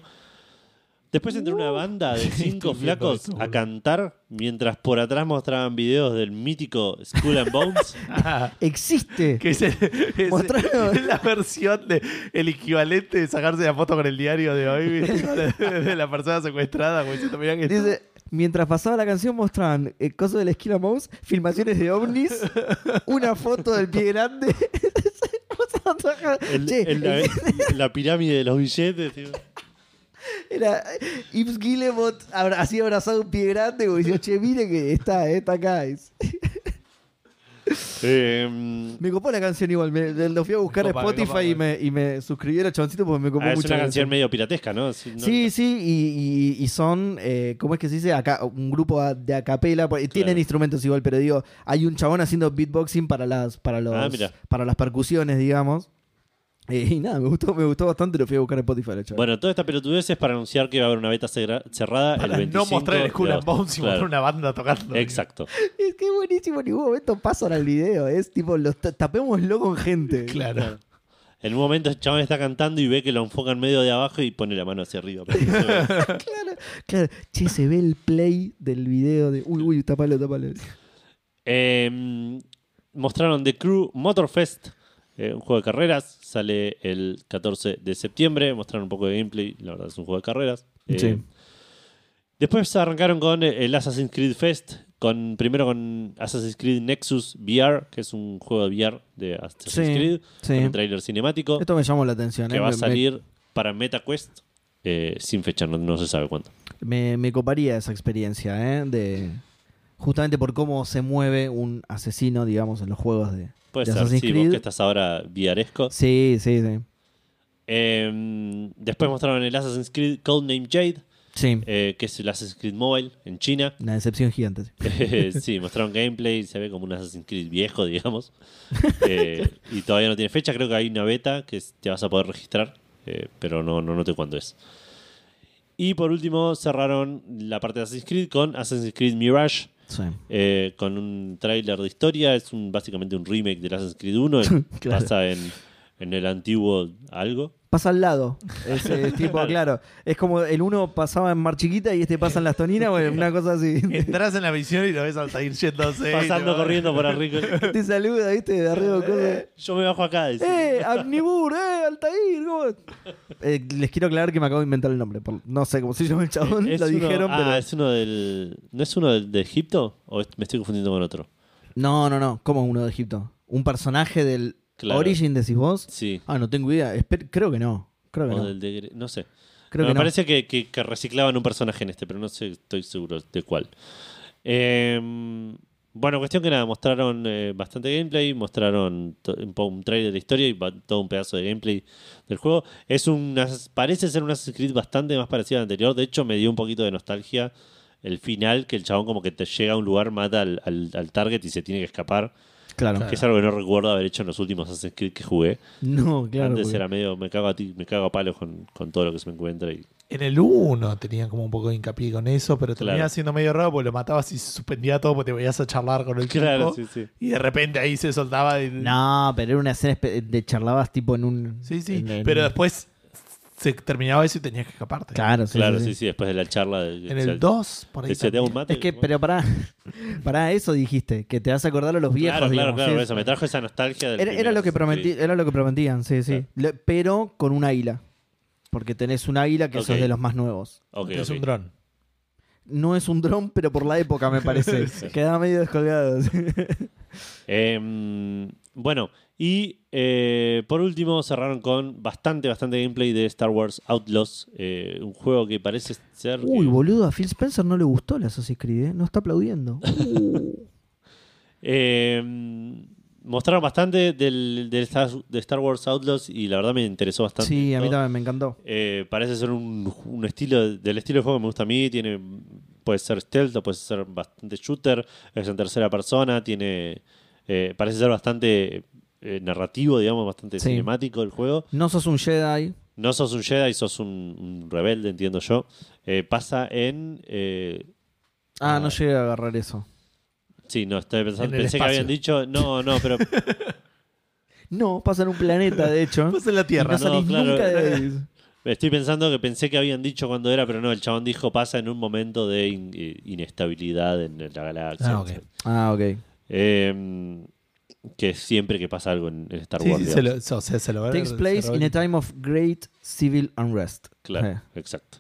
C: Después entró
B: Uh. *laughs*
C: una banda de cinco
A: Estoy viendo
C: flacos
A: eso,
C: a
A: boludo.
C: cantar mientras por atrás mostraban videos del mítico Skull
B: *laughs*
C: and Bones.
A: Ah,
B: Existe.
A: *laughs* que es, el- es-
B: Mostraron.
A: es la versión de el equivalente
B: *laughs*
C: *laughs*
A: de sacarse la foto con el diario de hoy ¿viste? de, de la persona secuestrada como diciendo, mirá que
B: Dice, Mientras pasaba la canción mostraban el coso del Esquila Mouse, filmaciones de *laughs* ovnis, una foto del pie grande. *laughs*
C: El-
B: Che,
C: el- la, la pirámide de los billetes, tío.
B: *laughs* Era Yves Guillemot abra- así abrazado un pie grande, como diciendo, che, mire que está, eh, está acá. Es-
C: Eh,
B: Me copó la canción igual, me, lo fui a buscar a
A: Me copa, me
B: Spotify
A: copa,
B: y, me, y me suscribí a Chaboncito porque me copó
C: ah, es
B: mucho.
C: una
B: la
C: canción medio piratesca, ¿no? Sí, no-
B: Sí, sí, y, y- y son, eh, ¿cómo es que se dice? Acá, un grupo a- de acapela, porque tienen
C: Claro.
B: instrumentos igual, pero digo, hay un chabón haciendo beatboxing para las, para los,
C: Ah, mira.
B: para las percusiones, digamos. Eh, y nada, me gustó, me gustó bastante, lo fui a buscar en Spotify, la chabón.
C: Bueno, toda esta pelotudez es para anunciar que va a haber una beta cerra- cerrada
A: Para
C: el 25
A: no mostrar el Skull
C: de
A: and
C: agosto.
A: Bones y
C: Claro.
A: mostrar una banda tocando.
C: Exacto.
B: Es que es buenísimo, en ningún momento pasan al video, es tipo, los ta- tapémoslo con
C: *laughs*
B: gente.
A: Claro.
C: En un momento el chabón está cantando y ve que lo enfocan medio de abajo y pone la mano hacia arriba. para que se
A: *laughs*
C: vea.
B: Claro, claro. Che, se ve el play del video de. Uy, uy, tapalo, tapalo.
C: Eh, mostraron The Crew Motorfest, eh, un juego de carreras. Sale el 14 de septiembre. Mostraron un poco de gameplay. La verdad es un juego de carreras. Eh,
B: Sí.
C: Después arrancaron con el Assassin's Creed Fest. Con, primero con Assassin's Creed Nexus VR, que es un juego de VR de Assassin's
B: Sí,
C: Creed.
B: sí.
C: Con un trailer cinemático
B: Este, Esto me llamó la atención.
C: que
B: eh,
C: va a
B: me- me-
C: salir para MetaQuest eh, sin fecha, no, no se sabe cuándo.
B: Me, me coparía esa experiencia, ¿eh? De, justamente por cómo se mueve un asesino, digamos, en los juegos de,
C: Puede
B: de
C: ser,
B: Assassin's
C: sí, vos
B: Creed.
C: que estás ahora viaresco.
B: Sí, sí, sí.
C: Eh, después mostraron el Assassin's Creed Codename Jade,
B: Sí,
C: eh, que es el Assassin's Creed Mobile en China. *laughs*
B: una decepción gigante. sí.
C: Eh, sí, mostraron gameplay, se ve como un Assassin's Creed
B: *laughs*
C: viejo, digamos. Eh, y todavía no tiene fecha, creo que hay una beta que es- te vas a poder registrar, eh, pero no, no noté cuándo es. Y por último cerraron la parte de Assassin's Creed con Assassin's Creed Mirage,
B: Sí.
C: eh, con un tráiler de historia. Es un, básicamente un remake del Assassin's Creed 1. en-
B: *laughs* Claro.
C: Pasa en, en el antiguo algo.
B: Pasa al lado. Es, eh,
C: *laughs*
B: tipo, claro. Es como el uno pasaba en Mar Chiquita y este pasa en Las Toninas, bueno, una cosa así.
C: *laughs*
A: Entrás en la visión y lo ves al salir yéndose.
C: Pasando
A: ¿no?
C: corriendo por arriba.
B: Te saluda, ¿viste? De arriba, cosas.
C: Yo me bajo acá. dice.
B: ¡Eh! ¡Amnibur! ¡Eh! ¡Altair! ¿cómo es? Eh, les quiero aclarar que me acabo de inventar el nombre. por- no sé cómo se llama el chabón,
C: Es
B: lo
C: uno-
B: dijeron,
C: ah,
B: pero.
C: es uno del. ¿No es uno del, de Egipto? ¿O es- me estoy confundiendo con otro?
B: No, no, no. ¿Cómo uno de Egipto? ¿Un personaje del
C: Claro.
B: Origin decís vos?
C: Sí.
B: Ah, no tengo idea. Espe- creo que no. Creo que
C: O
B: no.
C: del de Gre- no sé.
B: Creo
C: No,
B: que
C: me
B: no.
C: parece que, que- que reciclaban un personaje en este, pero no sé, estoy seguro de cuál. Eh, bueno, cuestión que nada, mostraron eh, bastante gameplay, mostraron to- un, po- un trailer de historia y va- todo un pedazo de gameplay del juego. Es un Assassin's- parece ser un Assassin's Creed bastante más parecido al anterior. De hecho, me dio un poquito de nostalgia el final, que el chabón como que te llega a un lugar, mata al, al- al target y se tiene que escapar.
B: Claro.
C: Que es algo que no recuerdo haber hecho en los últimos Assassin's Creed que jugué.
B: *laughs* No, claro.
C: Antes
B: porque-
C: era medio, me cago a ti, me cago a palos con, con todo lo que se me encuentra y
A: En el 1 tenían como un poco de hincapié con eso, pero terminaba
C: Claro.
A: siendo medio raro porque lo matabas y se suspendía todo porque te veías a charlar con el
C: Claro,
A: tipo.
C: sí, sí.
A: Y de repente ahí se soltaba. y-
B: No, pero era una escena espe- de charlabas tipo en un.
A: Sí, sí.
B: en- en-
A: Pero después se terminaba eso y tenías que escaparte.
B: Claro, sí.
C: claro,
B: sí, sí.
C: sí, sí, después de la charla. De,
A: En
C: o sea,
A: el 2, por ahí.
C: te- te da
A: también.
C: un mate.
B: Es que, pero pará. Pará, *laughs* eso dijiste. Que te vas a acordar a los viejos.
C: Claro, claro,
B: digamos,
C: claro.
B: sí.
C: por eso me trajo esa nostalgia del
B: Era, era
C: primer
B: lo que
C: Assassin's
B: prometí,
C: Creed.
B: era lo que prometían, sí, sí.
C: Claro.
B: Le- pero con un águila. Porque tenés un águila que
C: Ok.
B: sos de los más nuevos.
C: Ok,
A: Es
C: ok.
A: un dron.
B: No es un dron, pero por la época me
C: *laughs*
B: parece. Quedaba medio descolgado.
C: Em, bueno, y eh, por último cerraron con bastante, bastante gameplay de Star Wars Outlaws. eh, un juego que parece ser.
B: Uy,
C: que-
B: boludo, a Phil Spencer no le gustó la Assassin's Creed, ¿eh? No está
C: *laughs*
B: aplaudiendo.
C: Em, mostraron bastante del, del Star, de Star Wars Outlaws y la verdad me interesó bastante.
B: sí, a mí
C: todo.
B: también me encantó.
C: Eh, parece ser un, un estilo del estilo de juego que me gusta a mí. Tiene, puede ser stealth, o puede ser bastante shooter, es en tercera persona, tiene eh, parece ser bastante eh, narrativo, digamos, bastante
B: Sí.
C: cinemático el juego.
B: No sos un Jedi.
C: No sos un Jedi, sos un, un rebelde, entiendo yo. Eh, pasa en... eh,
B: Ah, no
C: Ah.
B: llegué a agarrar eso.
C: sí, no, estoy pensando,
A: En el
C: pensé que
A: espacio.
C: habían dicho... No, no,
A: *laughs*
C: pero...
B: No, pasa en un planeta, Pues de
C: *laughs*
B: hecho.
C: Pues
A: Pasa en la
B: Y
A: Tierra.
B: no
A: ¿no?
B: salís
C: claro.
B: nunca de ahí.
C: Estoy pensando que pensé que habían dicho cuando era, pero no, el chabón dijo pasa en un momento de in- eh, inestabilidad en la galaxia.
A: Ah, ok.
C: etcétera.
B: Ah,
C: *laughs*
B: ok.
C: Eh, que siempre que pasa algo en, en Star
A: Sí,
C: Wars.
A: sí, se
C: digamos.
A: lo, o sea, se lo
B: Takes place in a time of great civil unrest.
C: Claro,
B: Eh.
C: exacto.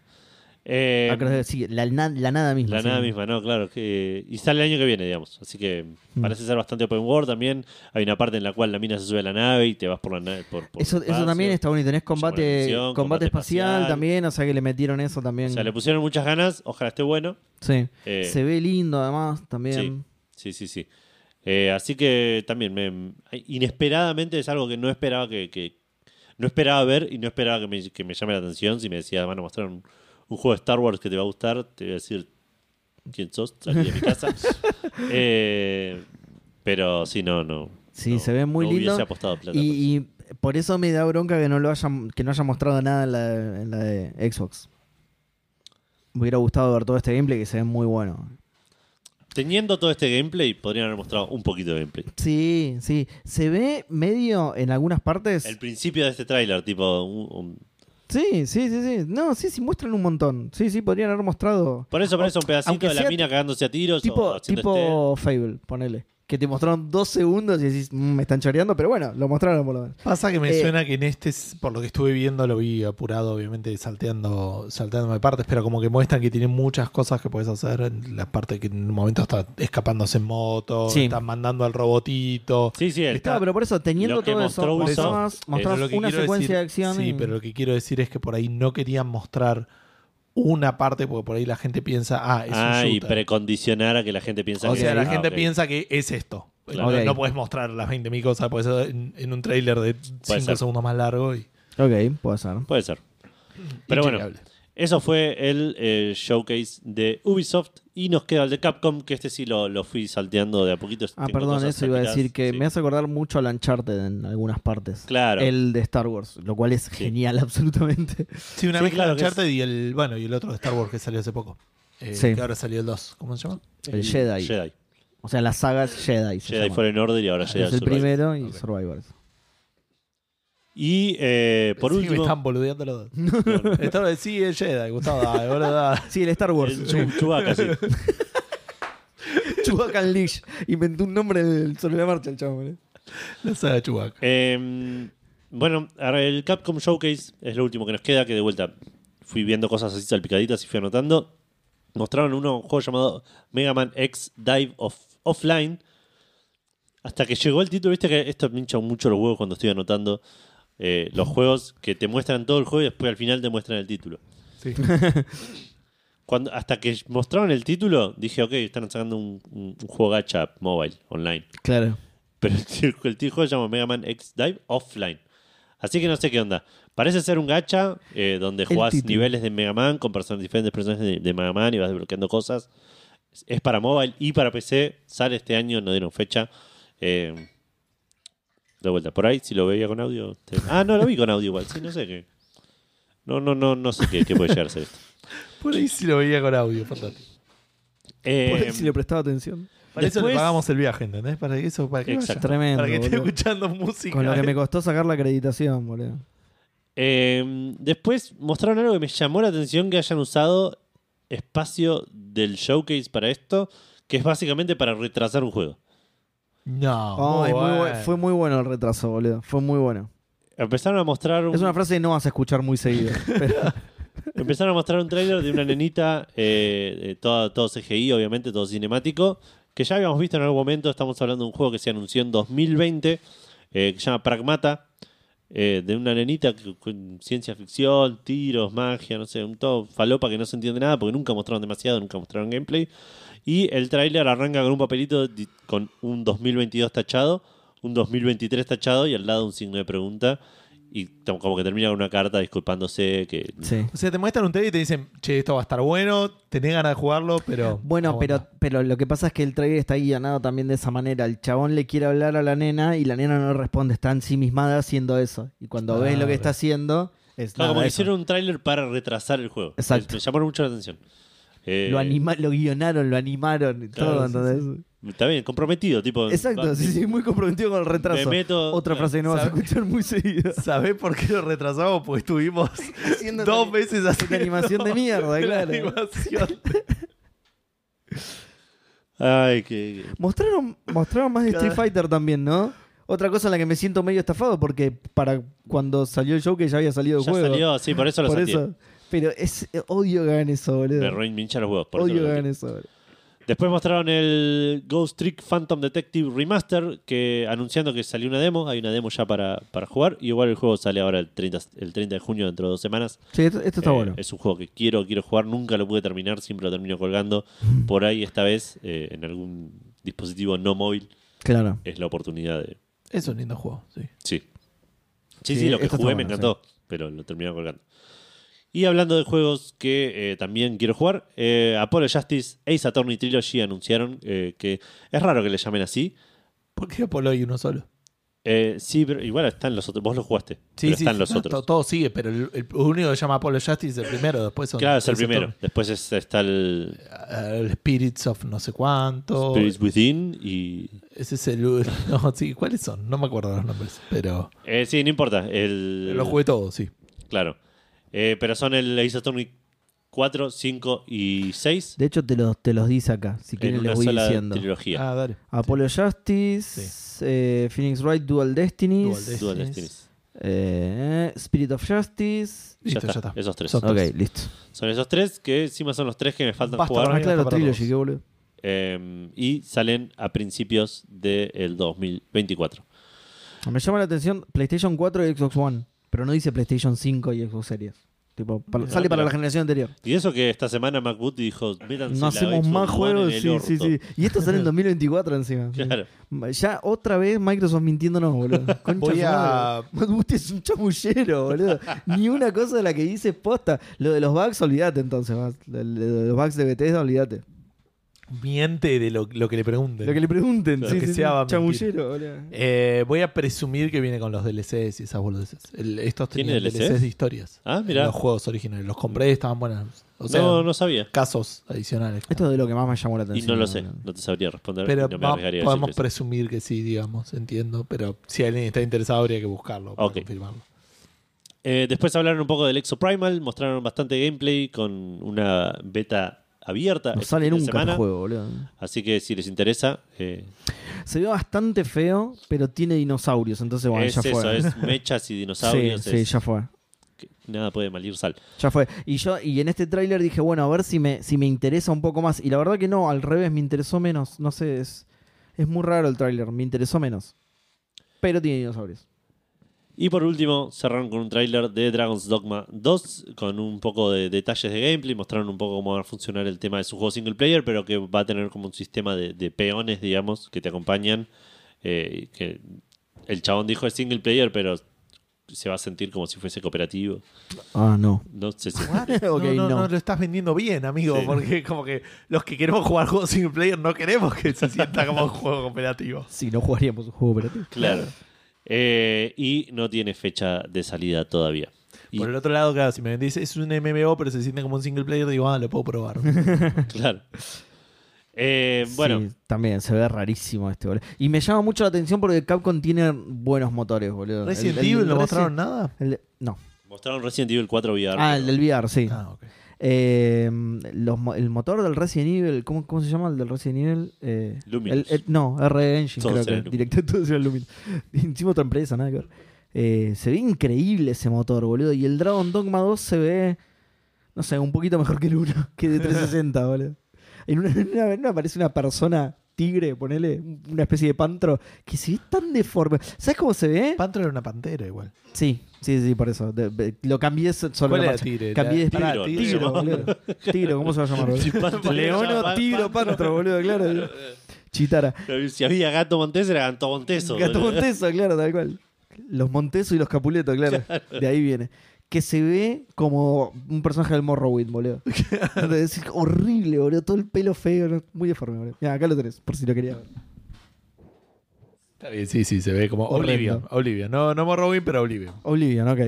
C: Eh,
B: Ah, creo que sí, la, na- la nada misma.
C: La
B: sí.
C: nada misma, no, claro. que- y sale el año que viene, digamos. Así que
B: Mm.
C: parece ser bastante open world también. Hay una parte en la cual la mina se sube a la nave y te vas por la nave. Por, por
B: Eso,
C: el
B: eso
C: espacio.
B: también está bonito. Tenés combate,
C: Simulación,
B: combate,
C: combate
B: espacial,
C: espacial.
B: también, o sea que le metieron eso
C: O
B: también.
C: sea, le pusieron muchas ganas. Ojalá esté bueno.
B: Sí.
C: Eh,
B: Se ve lindo además también.
C: Sí, sí, sí. sí. Eh, así que también, me, inesperadamente es algo que no esperaba que, que- no esperaba ver y no esperaba que me, que me llame la atención. Si me decía, van a mostrar un, un juego de Star Wars que te va a gustar, te voy a decir quién sos, salí de
B: *laughs*
C: mi casa. Eh, pero sí, no, no.
B: Sí,
C: no-
B: se ve muy
C: no
B: lindo.
C: Hubiese apostado plata. por eso.
B: Y, y por eso me da bronca que no lo hayan, que no hayan mostrado nada en la, en la de Xbox. Me hubiera gustado ver todo este gameplay que se ve muy bueno.
C: Teniendo todo este gameplay, podrían haber mostrado un poquito de gameplay.
B: Sí, sí. Se ve medio en algunas partes.
C: El principio de este tráiler, tipo, un- un-
B: Sí, sí, sí, sí. No, sí, sí, muestran un montón. Sí, sí, podrían haber mostrado.
C: por eso, por eso, un pedacito
B: aunque
C: de la
B: sea
C: mina cagándose a tiros. o
B: Tipo,
C: haciendo este-
B: tipo Fable, ponele. Que te mostraron dos segundos y decís, "Mm, me están choreando, pero bueno, lo mostraron por lo menos.
A: Pasa que me
B: Eh,
A: suena que en este, s- por lo que estuve viendo, lo vi apurado, obviamente, salteando, salteándome partes, pero como que muestran que tienen muchas cosas que puedes hacer. en La parte que en un momento está escapándose en moto,
B: Sí.
A: están mandando al robotito.
C: Sí, sí, el-
A: Está-
B: No, pero por eso, teniendo
C: Lo que
B: todo
C: mostró
B: eso,
A: Por eso,
B: mostrabas,
A: eh,
B: mostrabas
A: lo que
B: una
A: quiero
B: secuencia
A: decir-
B: de acción.
A: Sí,
B: y-
A: pero lo que quiero decir es que por ahí no querían mostrar una parte, porque por ahí la gente piensa, ah, es
C: ah,
A: un
C: y
A: shooter.
C: precondicionar a que la gente piensa
A: O
C: que
A: sea, la
C: Ah,
A: gente
C: ok.
A: piensa que es esto.
C: Claro.
A: No,
B: Ok.
A: no puedes mostrar las 20.000 cosas, puedes hacer en, en un trailer de 5
C: ser.
A: segundos más largo. Y,
B: Ok, puede ser.
C: Puede ser. Pero bueno,
A: Inchequeable.
C: eso fue el eh, showcase de Ubisoft y nos queda el de Capcom, que este sí lo, lo fui salteando de a poquito.
B: Ah,
C: Tengo
B: perdón,
C: cosas
B: eso iba a
C: salpicadas.
B: decir que
C: Sí.
B: me hace acordar mucho al Uncharted en algunas partes.
C: Claro.
B: El de Star Wars, lo cual es genial *laughs* absolutamente.
A: Sí, una
C: Sí,
A: mezcla
C: claro
A: de
C: que es-
A: Uncharted y el, bueno, y el otro de Star Wars que salió hace poco. Eh,
B: Sí.
A: Que ahora salió el 2. ¿Cómo se llama?
B: El Jedi.
C: Jedi.
B: O sea, las sagas Jedi. se
C: Jedi
B: llaman.
C: Fallen Order y ahora Jedi
B: es el
C: Survivor.
B: primero y Survivors.
C: Y eh, por
A: Sí, me
C: último,
A: están boludeando los dos. Esto es- sí, el Jedi, Gustavo. dale, boludo, dale.
B: Sí, el Star Wars.
C: el Chu- Chewbacca, sí.
B: Chewbacca Unleashed. Inventó un nombre del sobre la marcha el chabón. ¿eh?
A: La saga de Chewbacca.
C: Eh, bueno, ahora el Capcom Showcase es lo último que nos queda, que de vuelta fui viendo cosas así salpicaditas y fui anotando. Mostraron uno, un juego llamado Mega Man X Dive of Offline. Hasta que llegó el título, viste que esto me hincha mucho los huevos cuando estoy anotando eh, los juegos que te muestran todo el juego y después al final te muestran el título.
A: Sí.
C: *laughs* Cuando, hasta que mostraron el título, dije, ok, están sacando un, un- un juego gacha mobile, online.
B: Claro.
C: Pero el, tío- el tío juego se llama Mega Man X Dive Offline. Así que no sé qué onda. Parece ser un gacha eh, donde jugás
B: título.
C: niveles de Mega Man con person- diferentes personajes de, de Mega Man y vas desbloqueando cosas. Es- Es para mobile y para PC. Sale este año, no dieron fecha. Eh, de vuelta, por ahí, si lo veía con audio. te- Ah, no, lo vi con audio igual. Sí, no sé qué. No, no, no, no sé qué, qué puede llegar a ser esto.
A: Por ahí sí lo veía con audio, fantástico.
C: Eh,
B: *laughs* Por ahí si le prestaba atención.
A: Para eso le
C: Después-
A: pagamos el viaje, ¿entendés? Para que eso, para que vaya.
C: Exacto.
B: Tremendo.
A: Para que esté
B: boludo.
A: escuchando música.
B: Con lo que me costó sacar la acreditación, boludo.
C: Eh, después mostraron algo que me llamó la atención que hayan usado espacio del showcase para esto, que es básicamente para retrasar un juego.
A: No,
B: Ay, Oh, Ah, muy bu-
A: bueno.
B: Fue muy bueno el retraso, boludo. Fue muy bueno.
C: Empezaron a mostrar un,
B: Es una frase que no vas a escuchar muy seguido. pero-
C: empezaron a mostrar un tráiler de una nenita, eh, eh, todo, todo CGI, obviamente, todo cinemático, que ya habíamos visto en algún momento. Estamos hablando de un juego que se anunció en 2020, eh, que se llama Pragmata, eh, de una nenita que- con ciencia ficción, tiros, magia, no sé, un todo falopa que no se entiende nada porque nunca mostraron demasiado, nunca mostraron gameplay. Y el tráiler arranca con un papelito di- con un 2022 tachado, un 2023 tachado y al lado un signo de pregunta. Y tam- como que termina con una carta disculpándose que
B: *laughs* sí.
A: O sea, te muestran un trailer y te dicen, che, esto va a estar bueno, tenés ganas de jugarlo, pero.
B: Bueno, pero,
A: aguanta".
B: pero lo que pasa es que el trailer está guionado también de esa manera. El chabón le quiere hablar a la nena y la nena no responde. Está ensimismada haciendo eso. Y cuando ves lo
A: Claro.
B: que está haciendo, es
C: Claro,
B: nada
C: como que
B: de eso.
C: hicieron un tráiler para retrasar el juego.
B: Exacto.
C: Me, me llamaron mucho la atención. Eh,
B: lo, anima, lo guionaron, lo animaron y todo.
C: Claro, sí,
B: ¿entendés?
C: Está bien, comprometido, tipo.
B: Exacto,
C: va-
B: sí, sí, muy comprometido con el retraso.
C: Me meto- eh,
B: Otra frase que no vas a
A: ¿Sabe?
B: escuchar muy seguido.
A: *laughs*
C: *laughs*
A: ¿Sabés por qué lo retrasamos? Pues estuvimos
B: *laughs* Haciendo
A: dos
B: la-
A: veces haciendo
B: animación de mierda,
A: *laughs* la
B: claro. *laughs*
A: animación.
C: Ay, que.
B: Mostraron, mostraron más de
A: Cada-
B: Street Fighter también, ¿no? Otra cosa en la que me siento medio estafado porque para cuando salió el show que ya había salido
C: Ya
B: el juego.
C: salió, sí, por eso lo
B: Por
C: sentí.
B: eso. Pero es odio que hagan eso,
C: Me
B: boludo.
C: re hincha los huevos. Por eso
B: Odio
C: lo
B: que hagan
C: metí.
B: eso, boludo.
C: Después mostraron el Ghost Trick Phantom Detective Remaster, que anunciando que salió una demo, hay una demo ya para, para jugar, y igual el juego sale ahora el 30, el 30 de junio, dentro de dos semanas.
B: Sí, esto, esto está
C: Eh,
B: bueno.
C: Es un juego que quiero, quiero jugar, nunca lo pude terminar, siempre lo termino colgando.
B: Mm.
C: Por ahí esta vez, eh, en algún dispositivo no móvil,
B: Claro.
C: es la oportunidad de...
A: Es un lindo juego, sí.
C: Sí. Sí, sí,
B: Sí,
C: lo que
B: esto está
C: jugué me
B: bueno,
C: encantó, pero lo terminé colgando. Y hablando de juegos que eh, también quiero jugar, eh, Apollo Justice, Ace Attorney Trilogy anunciaron eh, que es raro que le llamen así.
A: ¿Por qué Apolo hay uno solo?
C: Eh, sí, pero igual están los otros. Vos lo jugaste, pero están los
B: Ah,
A: no,
C: otros.
A: Ah, to- Todo sigue, pero el, el único que se llama Apollo Justice es el primero, después son
C: Claro, es el
A: tres
C: primero.
A: otros.
C: Después es- está el
A: Ah, El Spirits of no sé cuánto.
C: Spirits Within y
A: Ese es el. *laughs* No, sí, ¿cuáles son? No me acuerdo los nombres, pero.
C: Eh, sí, no importa. El,
A: Los Eh, jugué todos, sí.
C: Claro. Eh, pero son el Ace Attorney 4, 5 y 6
B: De hecho, te los, te los dice acá. Si
C: en
B: quieren,
C: una
B: les voy
C: sola
B: diciendo.
C: trilogía.
A: Ah, dale.
B: Apollo Justice, eh, Phoenix Wright, Dual Destinies,
A: Dual Destinies.
C: Dual
A: sí.
C: Destinies.
B: eh, Spirit of Justice.
A: Listo,
C: ya, está, Esos tres.
A: Son
C: Son.
B: Ok,
A: tres.
B: listo.
C: esos tres que encima son los tres que me faltan
A: Basta,
C: jugar.
A: para
B: Ah,
A: mí
B: claro,
A: está para
B: Trilogy,
A: todos.
B: qué boludo.
C: Eh, y salen a principios del 2024.
B: Ah, Me llama la atención PlayStation 4 y Xbox One, pero no dice PlayStation 5 y Xbox Series. Tipo, para-
C: Ah,
B: sale para
C: mira.
B: la generación anterior.
C: Y eso que esta semana MacBoot dijo: "Métanse
B: No
C: la
B: hacemos
C: Xbox
B: más
C: One
B: juegos,
C: en el
B: sí, sí,
C: orto".
B: sí. Y esto
C: *laughs*
B: sale en 2024 encima.
C: Claro.
B: Ya otra vez Microsoft mintiéndonos,
C: *laughs*
B: boludo. Concha
A: Voy
B: su madre. *laughs* Usted es un chamullero, boludo. Ni una cosa de la que dice es posta. Lo de los bugs, olvídate entonces. más. Lo lo de los bugs de Bethesda, olvídate.
A: Miente de lo, lo que le pregunten.
B: Lo que le pregunten.
A: Lo
B: sí,
A: que
B: sí,
A: sea
B: sí.
A: va a mentir.
B: Chamullero, boludo.
A: Eh, voy a presumir que viene con los DLCs y esas boludeces. El- estos
C: ¿Tiene
A: tenían
C: DLCs?
A: DLCs? de historias.
C: Ah, mirá.
A: Los juegos originales. Los compré, estaban buenas. O sea,
C: no, no sabía.
A: casos adicionales.
B: Esto es de lo que más me llamó la
C: Y
B: atención.
C: no lo sé.
B: boludo.
C: No te sabría responder.
A: pero
C: y no me
A: va-
C: arriesgaría a
A: podemos
C: decirles.
A: presumir que sí, digamos, entiendo. Pero si alguien está interesado, habría que buscarlo para
C: Ok.
A: confirmarlo.
C: Eh, después hablaron un poco del Exo Primal, mostraron bastante gameplay con una beta abierta.
B: No
C: este
B: sale
C: fin de
B: nunca el
C: semana.
B: juego, boludo.
C: Así que si les interesa, eh,
B: Se ve bastante feo, pero tiene dinosaurios. Entonces, bueno,
C: es
B: ya
C: eso,
B: *laughs* fue. ¿eh?
C: es mechas y dinosaurios.
B: sí, sí,
C: es-
B: ya fue.
C: que nada puede malir sal.
B: Ya fue. Y yo, y en este tráiler dije, bueno, a ver si me, si me interesa un poco más. Y la verdad que no, al revés, me interesó menos. No sé, es, es muy raro el tráiler, me interesó menos. Pero tiene dinosaurios.
C: Y por último, cerraron con un tráiler de Dragon's Dogma 2, con un poco de detalles de gameplay, mostraron un poco cómo va a funcionar el tema de su juego single player, pero que va a tener como un sistema de, de peones, digamos, que te acompañan. eh, que el chabón dijo es single player, pero se va a sentir como si fuese cooperativo.
B: Ah, no.
C: No sé si...
B: Ah,
A: *laughs*
B: Ok,
A: no, no,
B: no.
A: no lo estás vendiendo bien, amigo,
C: Sí.
A: porque como que los que queremos jugar juegos single player no queremos que se sienta como un juego cooperativo.
B: Sí, no jugaríamos un juego operativo.
C: *laughs* Claro. Eh, y no tiene fecha de salida
B: *laughs*
C: todavía. Y-
A: Por el otro lado, claro, si me vendís es un MMO, pero se siente como un single player, digo, ah, lo puedo
B: *laughs*
A: probar.
C: claro. Eh, bueno,
B: Sí, también se ve rarísimo este, boludo. Y me llama mucho la atención porque Capcom tiene buenos motores, boludo.
A: Resident
B: El- el-
A: Evil no
B: Resi-
A: mostraron nada.
B: el de- no.
C: mostraron Resident Evil 4 VR.
B: Ah, el del VR, sí.
A: Ah, ok.
B: Eh, los mo- el motor del Resident Evil, ¿cómo, cómo se llama el del Resident Evil? Eh,
C: Luminous.
B: el- el- no, R Engine,
C: Todos
B: creo que.
C: eran Luminous.
B: Directo, *laughs* todos eran Luminous. Hicimos otra empresa, nada que ver. Eh, se ve increíble ese motor, boludo. Y el Dragon Dogma 2 se ve, no sé, un poquito mejor que el 1, *laughs* que de
C: *laughs*
B: 360, boludo. En una, en una- en una aparece una persona tigre, ponele, una especie de pantro, que se ve tan deforme. ¿Sabes cómo se ve?
A: Pantro era una pantera igual.
B: Sí, sí, sí, por eso. De- de- lo cambié solo. la marcha.
A: tigre?
B: Cambié de
C: Pará,
A: Tigro,
C: tigre,
A: tigre.
B: Tigro, boludo. Tigro, ¿cómo se va a llamar,
C: Si *laughs*
B: boludo?
C: Pantro-
B: Leono, Tigro, Pantro, boludo, claro. Chitara.
C: Si había gato Montes, era gato Monteso.
B: Gato
C: boludo.
B: Monteso, claro, tal cual. Los Monteso y los Capuleto, claro. De ahí viene. Que se ve como un personaje del Morrowind, boludo. Es horrible, boludo. Todo el pelo feo, ¿no? muy deforme, boludo. Mira, acá lo tenés, por si lo querías ver.
A: Está bien, sí, sí, se ve como
B: Horrendo.
A: Oblivion. Oblivion. No, no Morrowind, pero Oblivion.
B: Oblivion, ok.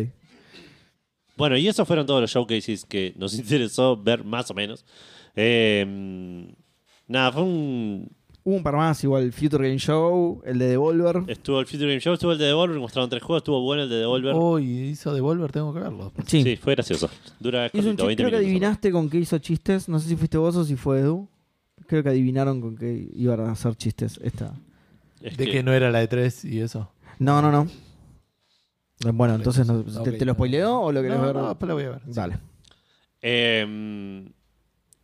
C: Bueno, y esos fueron todos los showcases que nos *laughs* interesó ver, más o menos. Eh, nada, fue un.
B: Hubo un par más, igual Future Game Show, el de Devolver.
C: Estuvo el Future Game Show, estuvo el de Devolver, mostraron tres juegos, estuvo bueno el de Devolver.
B: Oh,
A: Hoy hizo Devolver, tengo que verlo.
C: sí. fue gracioso. Dura
B: Hizo un
C: cortito,
B: chiste,
C: 20
B: creo que
C: minutos.
B: adivinaste con qué hizo chistes. No sé si fuiste vos o si fue Edu. Creo que adivinaron con qué iban a hacer chistes. Esta.
C: Es
A: De
C: que-
A: que no era la de 3 y eso.
B: No, no, no. Bueno, entonces no- ¿te,
A: Ok,
B: te
A: no.
B: lo spoileo o lo querés
A: No,
B: ver?
A: no, después lo voy a ver.
B: Dale.
C: Eh,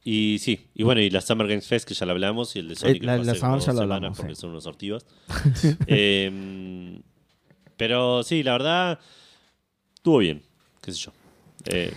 C: y sí, y bueno, y la Summer Games Fest, que ya la hablamos, y el de Sony,
B: Eh,
C: que
B: la-
C: fue
B: la
C: hace
B: Summer
C: como
B: ya
C: dos
B: la
C: semanas
B: hablamos,
C: porque
B: sí.
C: son
B: *laughs*
C: unos sortivas. Eh, pero sí, la verdad, estuvo bien, qué sé yo. Eh,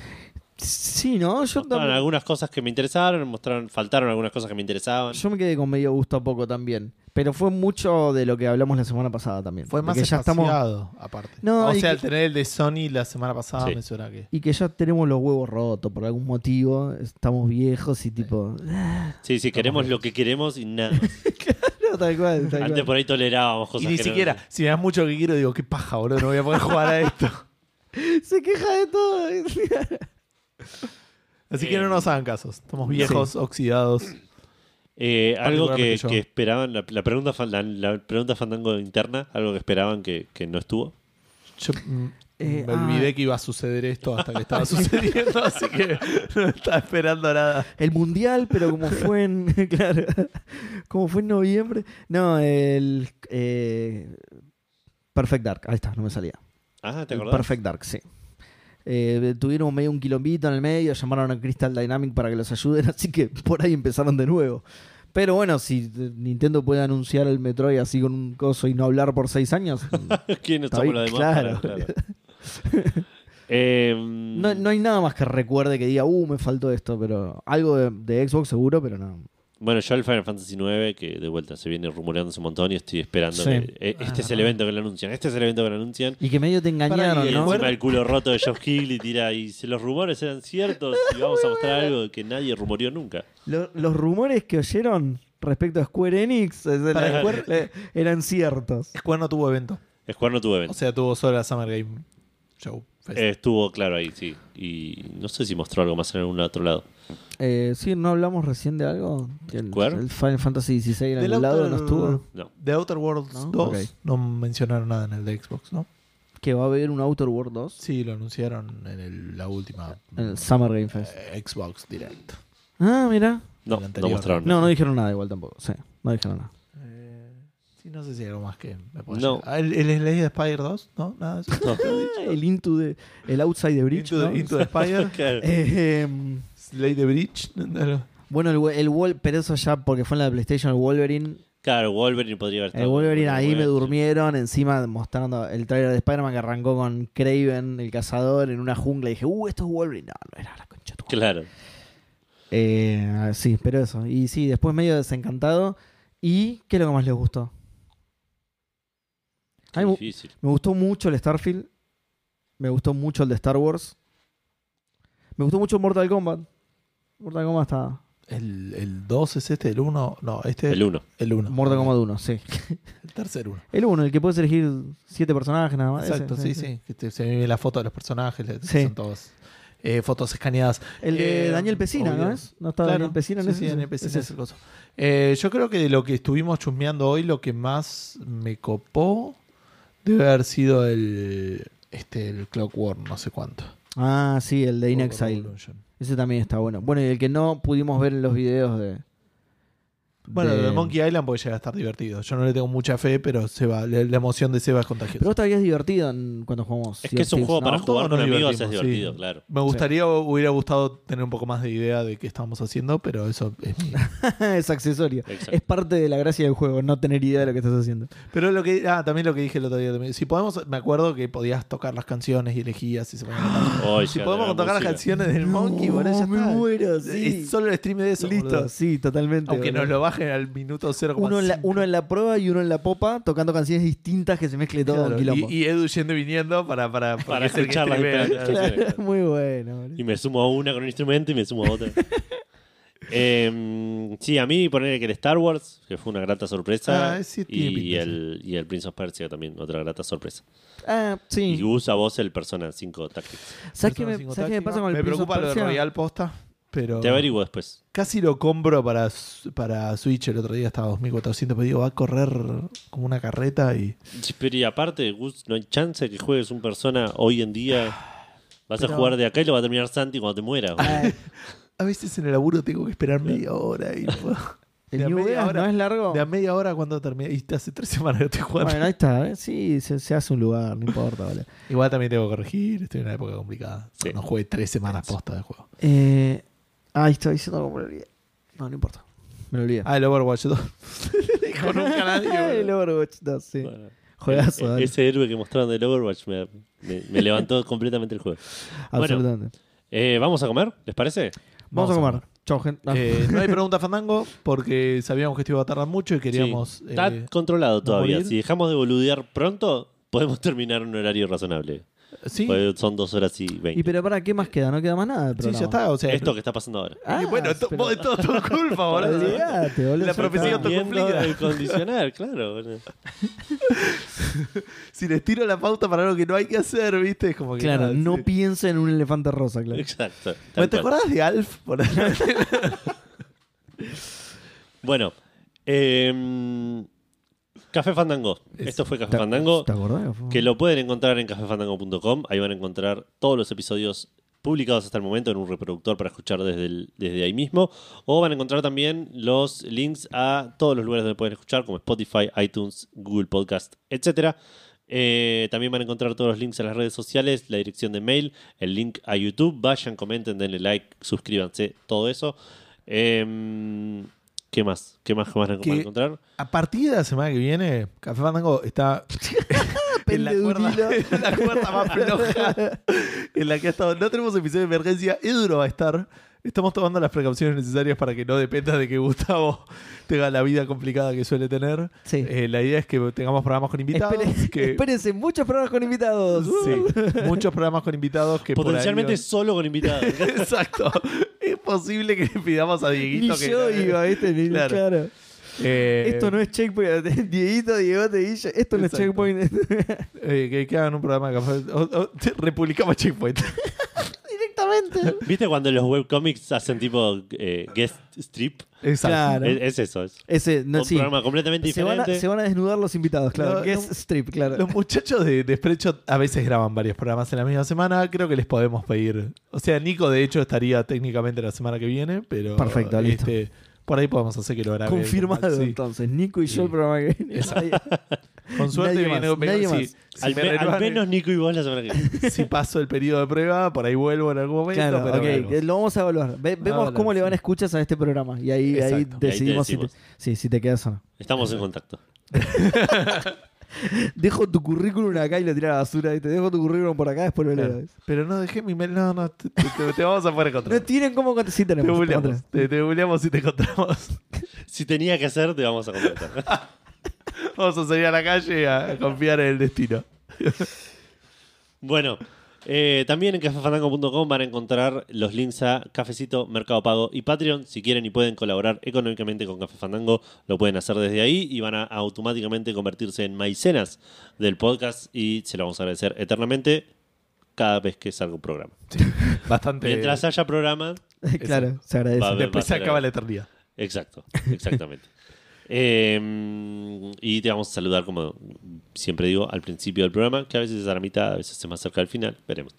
B: Sí, ¿no? Yo,
C: mostraron
B: también-
C: algunas cosas que me interesaron, mostraron, faltaron algunas cosas que me interesaban.
B: yo me quedé con medio gusto a poco también. Pero fue mucho de lo que hablamos la semana pasada también.
A: Fue
B: de
A: más
B: que ya estamos
A: espaciado, aparte.
B: No,
A: o
B: y
A: sea,
B: que-
A: al tener el de Sony la semana pasada
C: Sí.
A: me suena que.
B: Y que ya tenemos los huevos rotos por algún motivo. Estamos viejos y tipo...
C: Sí, sí, queremos lo que queremos y nada. más.
B: No, tal cual, *laughs* tal
C: Antes
B: cual.
C: por ahí tolerábamos cosas
A: Y ni
C: que no-
A: siquiera, si me das mucho que quiero, digo, qué paja, boludo, no voy a poder jugar a esto. *laughs*
B: Se queja de todo. *laughs*
A: Así
C: Eh,
A: que no nos hagan casos. Estamos viejos, oxidados.
C: Eh, algo que,
A: Particularmente yo.
C: que esperaban, la, la pregunta, fan- la, la pregunta fandango interna, algo que esperaban que, que no estuvo.
A: Yo mm,
B: Eh,
A: me
B: ah.
A: olvidé que iba a suceder esto hasta que estaba *laughs* sucediendo, así que no estaba esperando nada.
B: El mundial, pero
C: *laughs*
B: como fue en. *laughs* claro. Como fue en noviembre. No, el. eh, Perfect Dark. Ahí está, no me salía.
C: Ah, ¿te
B: El
C: acordás?
B: Perfect Dark, sí. Eh, tuvieron medio un quilombito en el medio, llamaron a Crystal Dynamic para que los ayuden, *laughs* así que por ahí empezaron de nuevo. Pero bueno, si Nintendo puede anunciar el Metroid así con un coso y no hablar por seis
C: *laughs*
B: años,
C: ¿Quiénes
B: Está
C: somos
B: bien,
C: los demás?
B: claro. *laughs*
C: Eh,
B: no, no hay nada más que recuerde que diga, uh, me faltó esto, pero algo de, de Xbox seguro, pero no.
C: Bueno, yo el Final Fantasy IX, que de vuelta se viene rumoreándose un montón y estoy esperando.
B: Sí.
C: que- eh, este es el evento que lo anuncian, este es el evento que lo anuncian.
B: Y que medio te engañaron,
C: Y
B: ¿no?
C: encima el culo roto de Geoff Hill y tira, y si los rumores eran ciertos
B: *laughs*
C: y vamos a mostrar algo que nadie rumoreó nunca.
B: Lo- los rumores que oyeron respecto a Square Enix es de
A: Para
B: la-
A: Square-
B: le- eran ciertos.
A: Square no tuvo evento.
C: Square no tuvo evento.
A: O sea, tuvo solo la Summer Game Show.
B: pues.
A: Fest.
C: Eh, estuvo claro ahí, sí. Y no sé si mostró algo más en algún otro lado.
B: Eh, sí, ¿no hablamos recién de algo? Que El,
C: ¿Square?
B: el Final Fantasy XVI en
A: Del
B: algún lado
A: autor-
B: no estuvo.
C: No.
A: De Outer Worlds
B: No,
A: 2
B: ok.
A: no mencionaron nada en el de Xbox, ¿no?
B: Que va a haber un Outer World 2
A: Sí, lo anunciaron en el- la última
B: en el Summer Game Fest.
A: eh, Xbox Direct.
B: Ah, mira.
C: No,
A: El
C: no
A: anterior.
C: mostraron.
B: No, no dijeron nada igual tampoco. Sí, no dijeron nada.
A: Eh, sí, no sé si hay algo más que me pueda
C: No.
A: llegar. Ah, ¿El, el Slay de Spider 2? ¿No? ¿Nada de eso?
C: No.
B: *laughs* Ah, El Into the, el Outside the Bridge.
A: Into,
B: ¿no?
A: the, Into the Spider.
C: *laughs*
A: *laughs*
C: Claro.
B: Eh, em,
A: Slay the Bridge. no, no, no.
B: bueno, el, Wol- el Wol- pero eso ya porque fue en la de PlayStation, el Wolverine.
C: Claro, Wolverine podría haber estado.
B: El Eh, Wolverine
C: Bueno,
B: ahí me
C: bueno,
B: durmieron, encima mostrando el trailer de Spider-Man que arrancó con Craven, el cazador, en una jungla. Y dije, uh, esto es Wolverine. No, no era la concha de tu madre.
C: Claro.
B: Eh, sí, pero eso. Y sí, después medio desencantado. ¿Y qué es lo que más les gustó?
C: Qué
B: Ay, mu-
C: difícil.
B: Me gustó mucho el Starfield. Me gustó mucho el de Star Wars. Me gustó mucho Mortal Kombat. Mortal Kombat está.
A: El, el 2 es este, el 1. No, este
C: El 1.
A: el 1.
B: Mortal Kombat 1, sí.
A: El tercer 1.
B: El 1, el que puedes elegir siete personajes nada más.
A: Exacto, sí,
B: Ese,
A: sí. Que te- se ve la foto de los personajes. le-
B: Sí.
A: Son todos eh, fotos escaneadas.
B: El de
A: Eh,
B: Daniel Pesina,
A: obvio.
B: ¿no es? ¿No está
A: Claro,
B: Daniel Pesina en
A: sí,
B: ese?
A: sí, Daniel Pesina
B: Ese
A: es el coso. Eh, yo creo que de lo que estuvimos chusmeando hoy, lo que más me copó debe haber sido el, este, el Clockwork, no sé cuánto.
B: Ah, sí, el de In
A: Clockwork
B: Exile.
A: Revolution.
B: Ese también está bueno. Bueno, y el que no pudimos ver en los videos de.
A: Bueno, lo de Monkey Island puede llegar a estar divertido. Yo no le tengo mucha fe, pero se va, la, la emoción de Seba es contagiosa.
B: Pero vos te habías divertido en- cuando jugamos. Sea
C: Es que
B: of
C: es un
B: Thieves,
C: juego
B: ¿no?
C: para jugar
A: Todos nos
C: con amigos, es
A: divertimos,
C: divertido,
A: sí.
C: claro.
A: me gustaría, hubiera gustado tener un poco más de idea de qué estábamos haciendo, pero eso es mi-
B: *laughs* es accesorio.
C: Exacto.
B: Es parte de la gracia del juego, no tener idea de lo que estás haciendo.
A: Pero lo que. Ah, también lo que dije el otro día. también. Si podemos. Me acuerdo que podías tocar las canciones y elegías y se ponían a cantar.
C: Ay,
A: Si
C: ya,
A: podemos
C: la
A: tocar las
C: música.
A: canciones del Monkey,
B: No,
A: boludo, ya
B: me
A: está.
B: muero, sí.
A: Es solo el stream de eso.
B: Listo,
A: boludo.
B: sí, totalmente.
A: Aunque
B: boludo.
A: nos lo bajen al minuto 0,5.
B: uno, en la, uno en la prueba y uno en la popa, tocando canciones distintas que se mezcle todo
A: Claro,
B: un quilombo.
A: y, y Edu yendo y viniendo para, para, para,
C: Para
A: hacer que
C: escuchar las
A: streamea.
C: diferentes
A: Claro.
C: canciones.
B: *laughs*
C: claro.
B: Muy bueno, boludo.
C: Y me sumo a una con un instrumento y me sumo a
A: *laughs*
C: otra. Em, sí, a mí ponerle que el Star Wars, que fue una grata sorpresa.
A: Ah, sí, tiene
C: y,
A: pinta,
C: el, y el Prince of Persia también, otra grata sorpresa.
B: Ah,
C: Y
B: sí.
C: usa vos el Persona 5 Tactics.
B: ¿Sabes qué
A: Persona
B: me,
A: cinco
B: ¿sabes qué me
A: táctica.
B: pasa con el
A: Me
B: Prince of
A: preocupa lo de
B: Persia?
A: Royal Posta, pero.
C: Te averiguo después.
A: Casi lo compro para, para Switch el otro día, estaba a 2400, pero digo, va a correr como una carreta y.
C: Pero y aparte, Gus, no hay chance que juegues un persona hoy en día. Vas a
A: Ah, Pero- Ah,
C: jugar de acá y lo va a terminar Santi cuando te mueras. boludo.
B: Ah,
A: A veces en el laburo tengo que esperar media hora y. De
B: *laughs* ¿El
A: a
B: New
A: media
B: Vegas
A: hora-
B: no es largo?
A: De a media hora cuando terminé. Y hace tres semanas que estoy jugando.
B: Bueno, ahí está. ¿eh? Sí, se, se hace un lugar, no importa, vale.
A: Igual también tengo que corregir. Estoy en una época complicada.
C: Sí.
A: No jugué tres semanas posta de juego.
B: Eh, ahí está diciendo como me lo olvidé. No, no importa. Me lo olvidé.
A: Ah, el Overwatch 2. Dijo
B: *laughs*
A: nunca nadie.
B: el
A: boludo.
B: Overwatch, no, sí.
C: Bueno,
B: Juegazo,
C: e-
B: dale.
C: ese héroe que mostraron del Overwatch me, me- me levantó *laughs* completamente el juego.
B: Absolutamente.
C: Eh, ¿Vamos a comer? ¿Les parece?
B: Vamos, a comer. Chau, gente. No.
A: Eh, no hay pregunta Fandango porque sabíamos que esto iba a tardar mucho y queríamos.
C: Sí. Está
A: eh,
C: controlado todavía.
A: morir.
C: Si dejamos de boludear pronto, podemos *laughs* terminar un horario razonable.
A: sí,
C: Pues Son dos horas y
B: y
C: veinte.
B: pero para qué más queda, no queda más nada. del
A: sí,
B: programa. Ah,
A: ya está. O sea, Ah,
C: Esto que está pasando ahora.
A: Y bueno, esto-
B: pero-
A: vos de todo tu *laughs* culpa, boludo.
B: Olvídate, boludo,
A: La
B: ya
A: profecía
B: está.
A: autocumplida.
C: Viendo el condicional, *laughs* claro.
A: *laughs*
C: bueno.
A: Si les tiro la pauta para lo que no hay que hacer, ¿viste? Es como que.
B: Claro,
A: nada,
B: no
A: sí.
B: piensa en un elefante rosa, claro.
C: Exacto. tal
A: Bueno, ¿Te
C: cual.
A: acordás de Alf? Por
C: Bueno, em, Café Fandango.
A: Es-
C: Esto fue Café
B: ¿Te-
C: Fandango.
B: ¿Te acordás? Fue-
C: Que lo pueden encontrar en cafefandango.com. Ahí van a encontrar todos los episodios publicados hasta el momento en un reproductor para escuchar desde, el- desde ahí mismo. O van a encontrar también los links a todos los lugares donde pueden escuchar, como Spotify, iTunes, Google Podcast, etc. también van a encontrar todos los links a las redes sociales, la dirección de mail, el link a YouTube. Vayan, comenten, denle like, suscríbanse, todo eso. Em, ¿Qué más? ¿Qué más, qué más van
A: Que-
C: a encontrar?
A: A partir de la semana que viene, Café Fandango
B: *laughs*
A: está en, la
B: Pende de un hilo.
A: cuerda, *laughs* en la cuerda
B: *laughs*
A: más floja en la que ha estado. No tenemos episodio de emergencia, Edro va a estar. Estamos tomando las precauciones necesarias para que no dependa de que Gustavo *laughs* tenga la vida complicada que suele tener.
B: Sí.
A: Eh, la idea es que tengamos programas con invitados.
B: Esperen-
A: que-
B: *laughs* Espérense, muchos programas con invitados.
A: *laughs* sí, muchos programas con invitados que por ahí
C: Potencialmente
A: van-
C: solo con
A: *laughs*
C: invitados. *laughs*
A: Exacto. Es posible que le pidamos a
B: Ni
A: Dieguito que. *laughs*
B: yo iba, ¿viste? Ni
A: Claro.
B: claro.
A: Eh,
B: Esto no es checkpoint. *laughs* Dieguito, Diegote y yo. Esto no es
A: Exacto.
B: checkpoint. *laughs*
A: eh, que, que hagan un programa de café. o- o- republicamos Checkpoint.
B: Directamente.
C: ¿Viste cuando los webcomics hacen tipo eh, guest strip?
A: Exacto.
B: Claro.
C: Es, es eso. Es
B: Ese, no,
C: un
B: sí.
C: programa completamente
B: Se van, a,
C: diferente.
B: se van a desnudar los invitados, claro.
A: No,
B: que es
A: no.
B: strip, claro.
A: Eh, Los muchachos de, de Spreadshot a veces graban varios programas en la misma semana. Creo que les podemos pedir. O sea, Nico, de hecho, estaría técnicamente la semana que viene, pero.
B: Perfecto, listo.
A: este, Por ahí podemos hacer que lo grabe.
B: Confirmado
A: Sí.
B: entonces. Nico y yo
A: Sí.
B: el programa que viene.
A: Con suerte
B: Nadie
A: viene
B: más,
A: pero
B: nadie
A: si-
B: más.
A: si
C: al,
A: me
C: me- al
A: renuevan eh. el-
C: menos Nico y vos la semana que
A: *laughs*
C: viene.
A: si paso el periodo de prueba, por ahí vuelvo en algún momento.
B: Claro,
A: pero
B: ok,
A: veremos.
B: que lo vamos a evaluar. Ve- vemos
A: evaluar,
B: cómo le van
A: sí.
B: escuchas a este programa. Y ahí, ahí
A: Exacto.
C: Y ahí te
B: decidimos si te,
C: decimos.
B: sí, si te quedas o no.
C: Estamos en contacto.
B: Dejo tu currículum acá y lo tiras a la basura. Te dejo tu currículum por acá, después lo
A: Claro.
B: lees.
A: Pero no dejé mi mail. No, no, te, te- te- te vamos a poder encontrar.
B: *laughs* No tienen cómo cont- Sí,
A: te
B: tenemos.
A: buleamos.
B: tenemos.
A: Te, te buleamos y te encontramos.
C: Si tenía que hacer, te vamos a contactar. *laughs*
A: Vamos a salir a la calle a, a confiar en el destino.
C: bueno. eh, también en cafefandango.com van a encontrar los links a Cafecito, Mercado Pago y Patreon. Si quieren y pueden colaborar económicamente con Café Fandango, lo pueden hacer desde ahí y van a automáticamente convertirse en maicenas del podcast y se lo vamos a agradecer eternamente cada vez que salga un programa.
A: Bastante.
C: Mientras haya programa,
B: *laughs* claro, se agradece.
C: Va a haber
A: después se
C: más,
A: acaba
C: pero-
A: la eternidad.
C: Exacto, *laughs* exactamente. Eh, y te vamos a saludar, como siempre digo, al principio del programa, que a veces es a la mitad, a veces es más cerca del final, *laughs* veremos.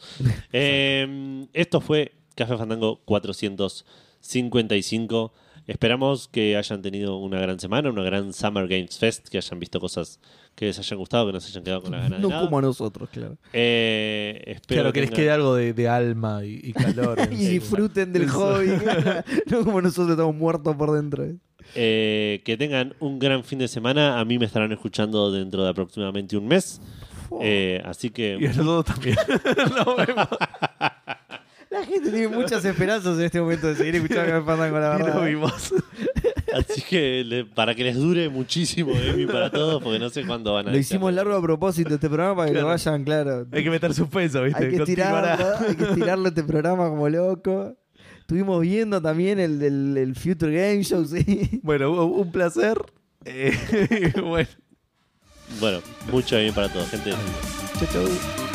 C: Eh, esto fue Café Fandango 455. Esperamos que hayan tenido una gran semana, una gran Summer Games Fest, que hayan visto cosas que les hayan gustado, que no se hayan quedado con las ganas de
B: No
C: nada.
B: como a nosotros, claro.
C: Eh, espero
A: claro, que les
C: tengan-
A: quede algo de, de alma y, y calor. en
B: *laughs* Y
A: su-
B: disfruten del
A: Eso.
B: hobby. claro. No como nosotros estamos muertos por dentro. eh.
C: Eh, que tengan un gran fin de semana. A mí me estarán escuchando dentro de aproximadamente un mes. Eh, así
A: Y a
B: *laughs*
C: que
A: nosotros también. Nos vemos.
B: La gente tiene muchas esperanzas en este momento de seguir escuchando Café Fandango, la
A: Y
B: verdad.
A: nos vimos.
C: así que le- para que les dure muchísimo Emi para todos porque no sé cuándo van a
B: Lo hicimos largo a propósito este programa para que lo
A: Claro.
B: vayan, claro.
A: Hay que meter suspenso, ¿viste?
B: Hay que,
A: Continuará.
B: estirarlo, hay que estirarlo este programa como loco. Estuvimos viendo también el, del el Future Game Show, sí.
A: Bueno, un un placer. Eh, *laughs* bueno,
C: Bueno, mucho Emi para todos, gente.
A: chau, chau.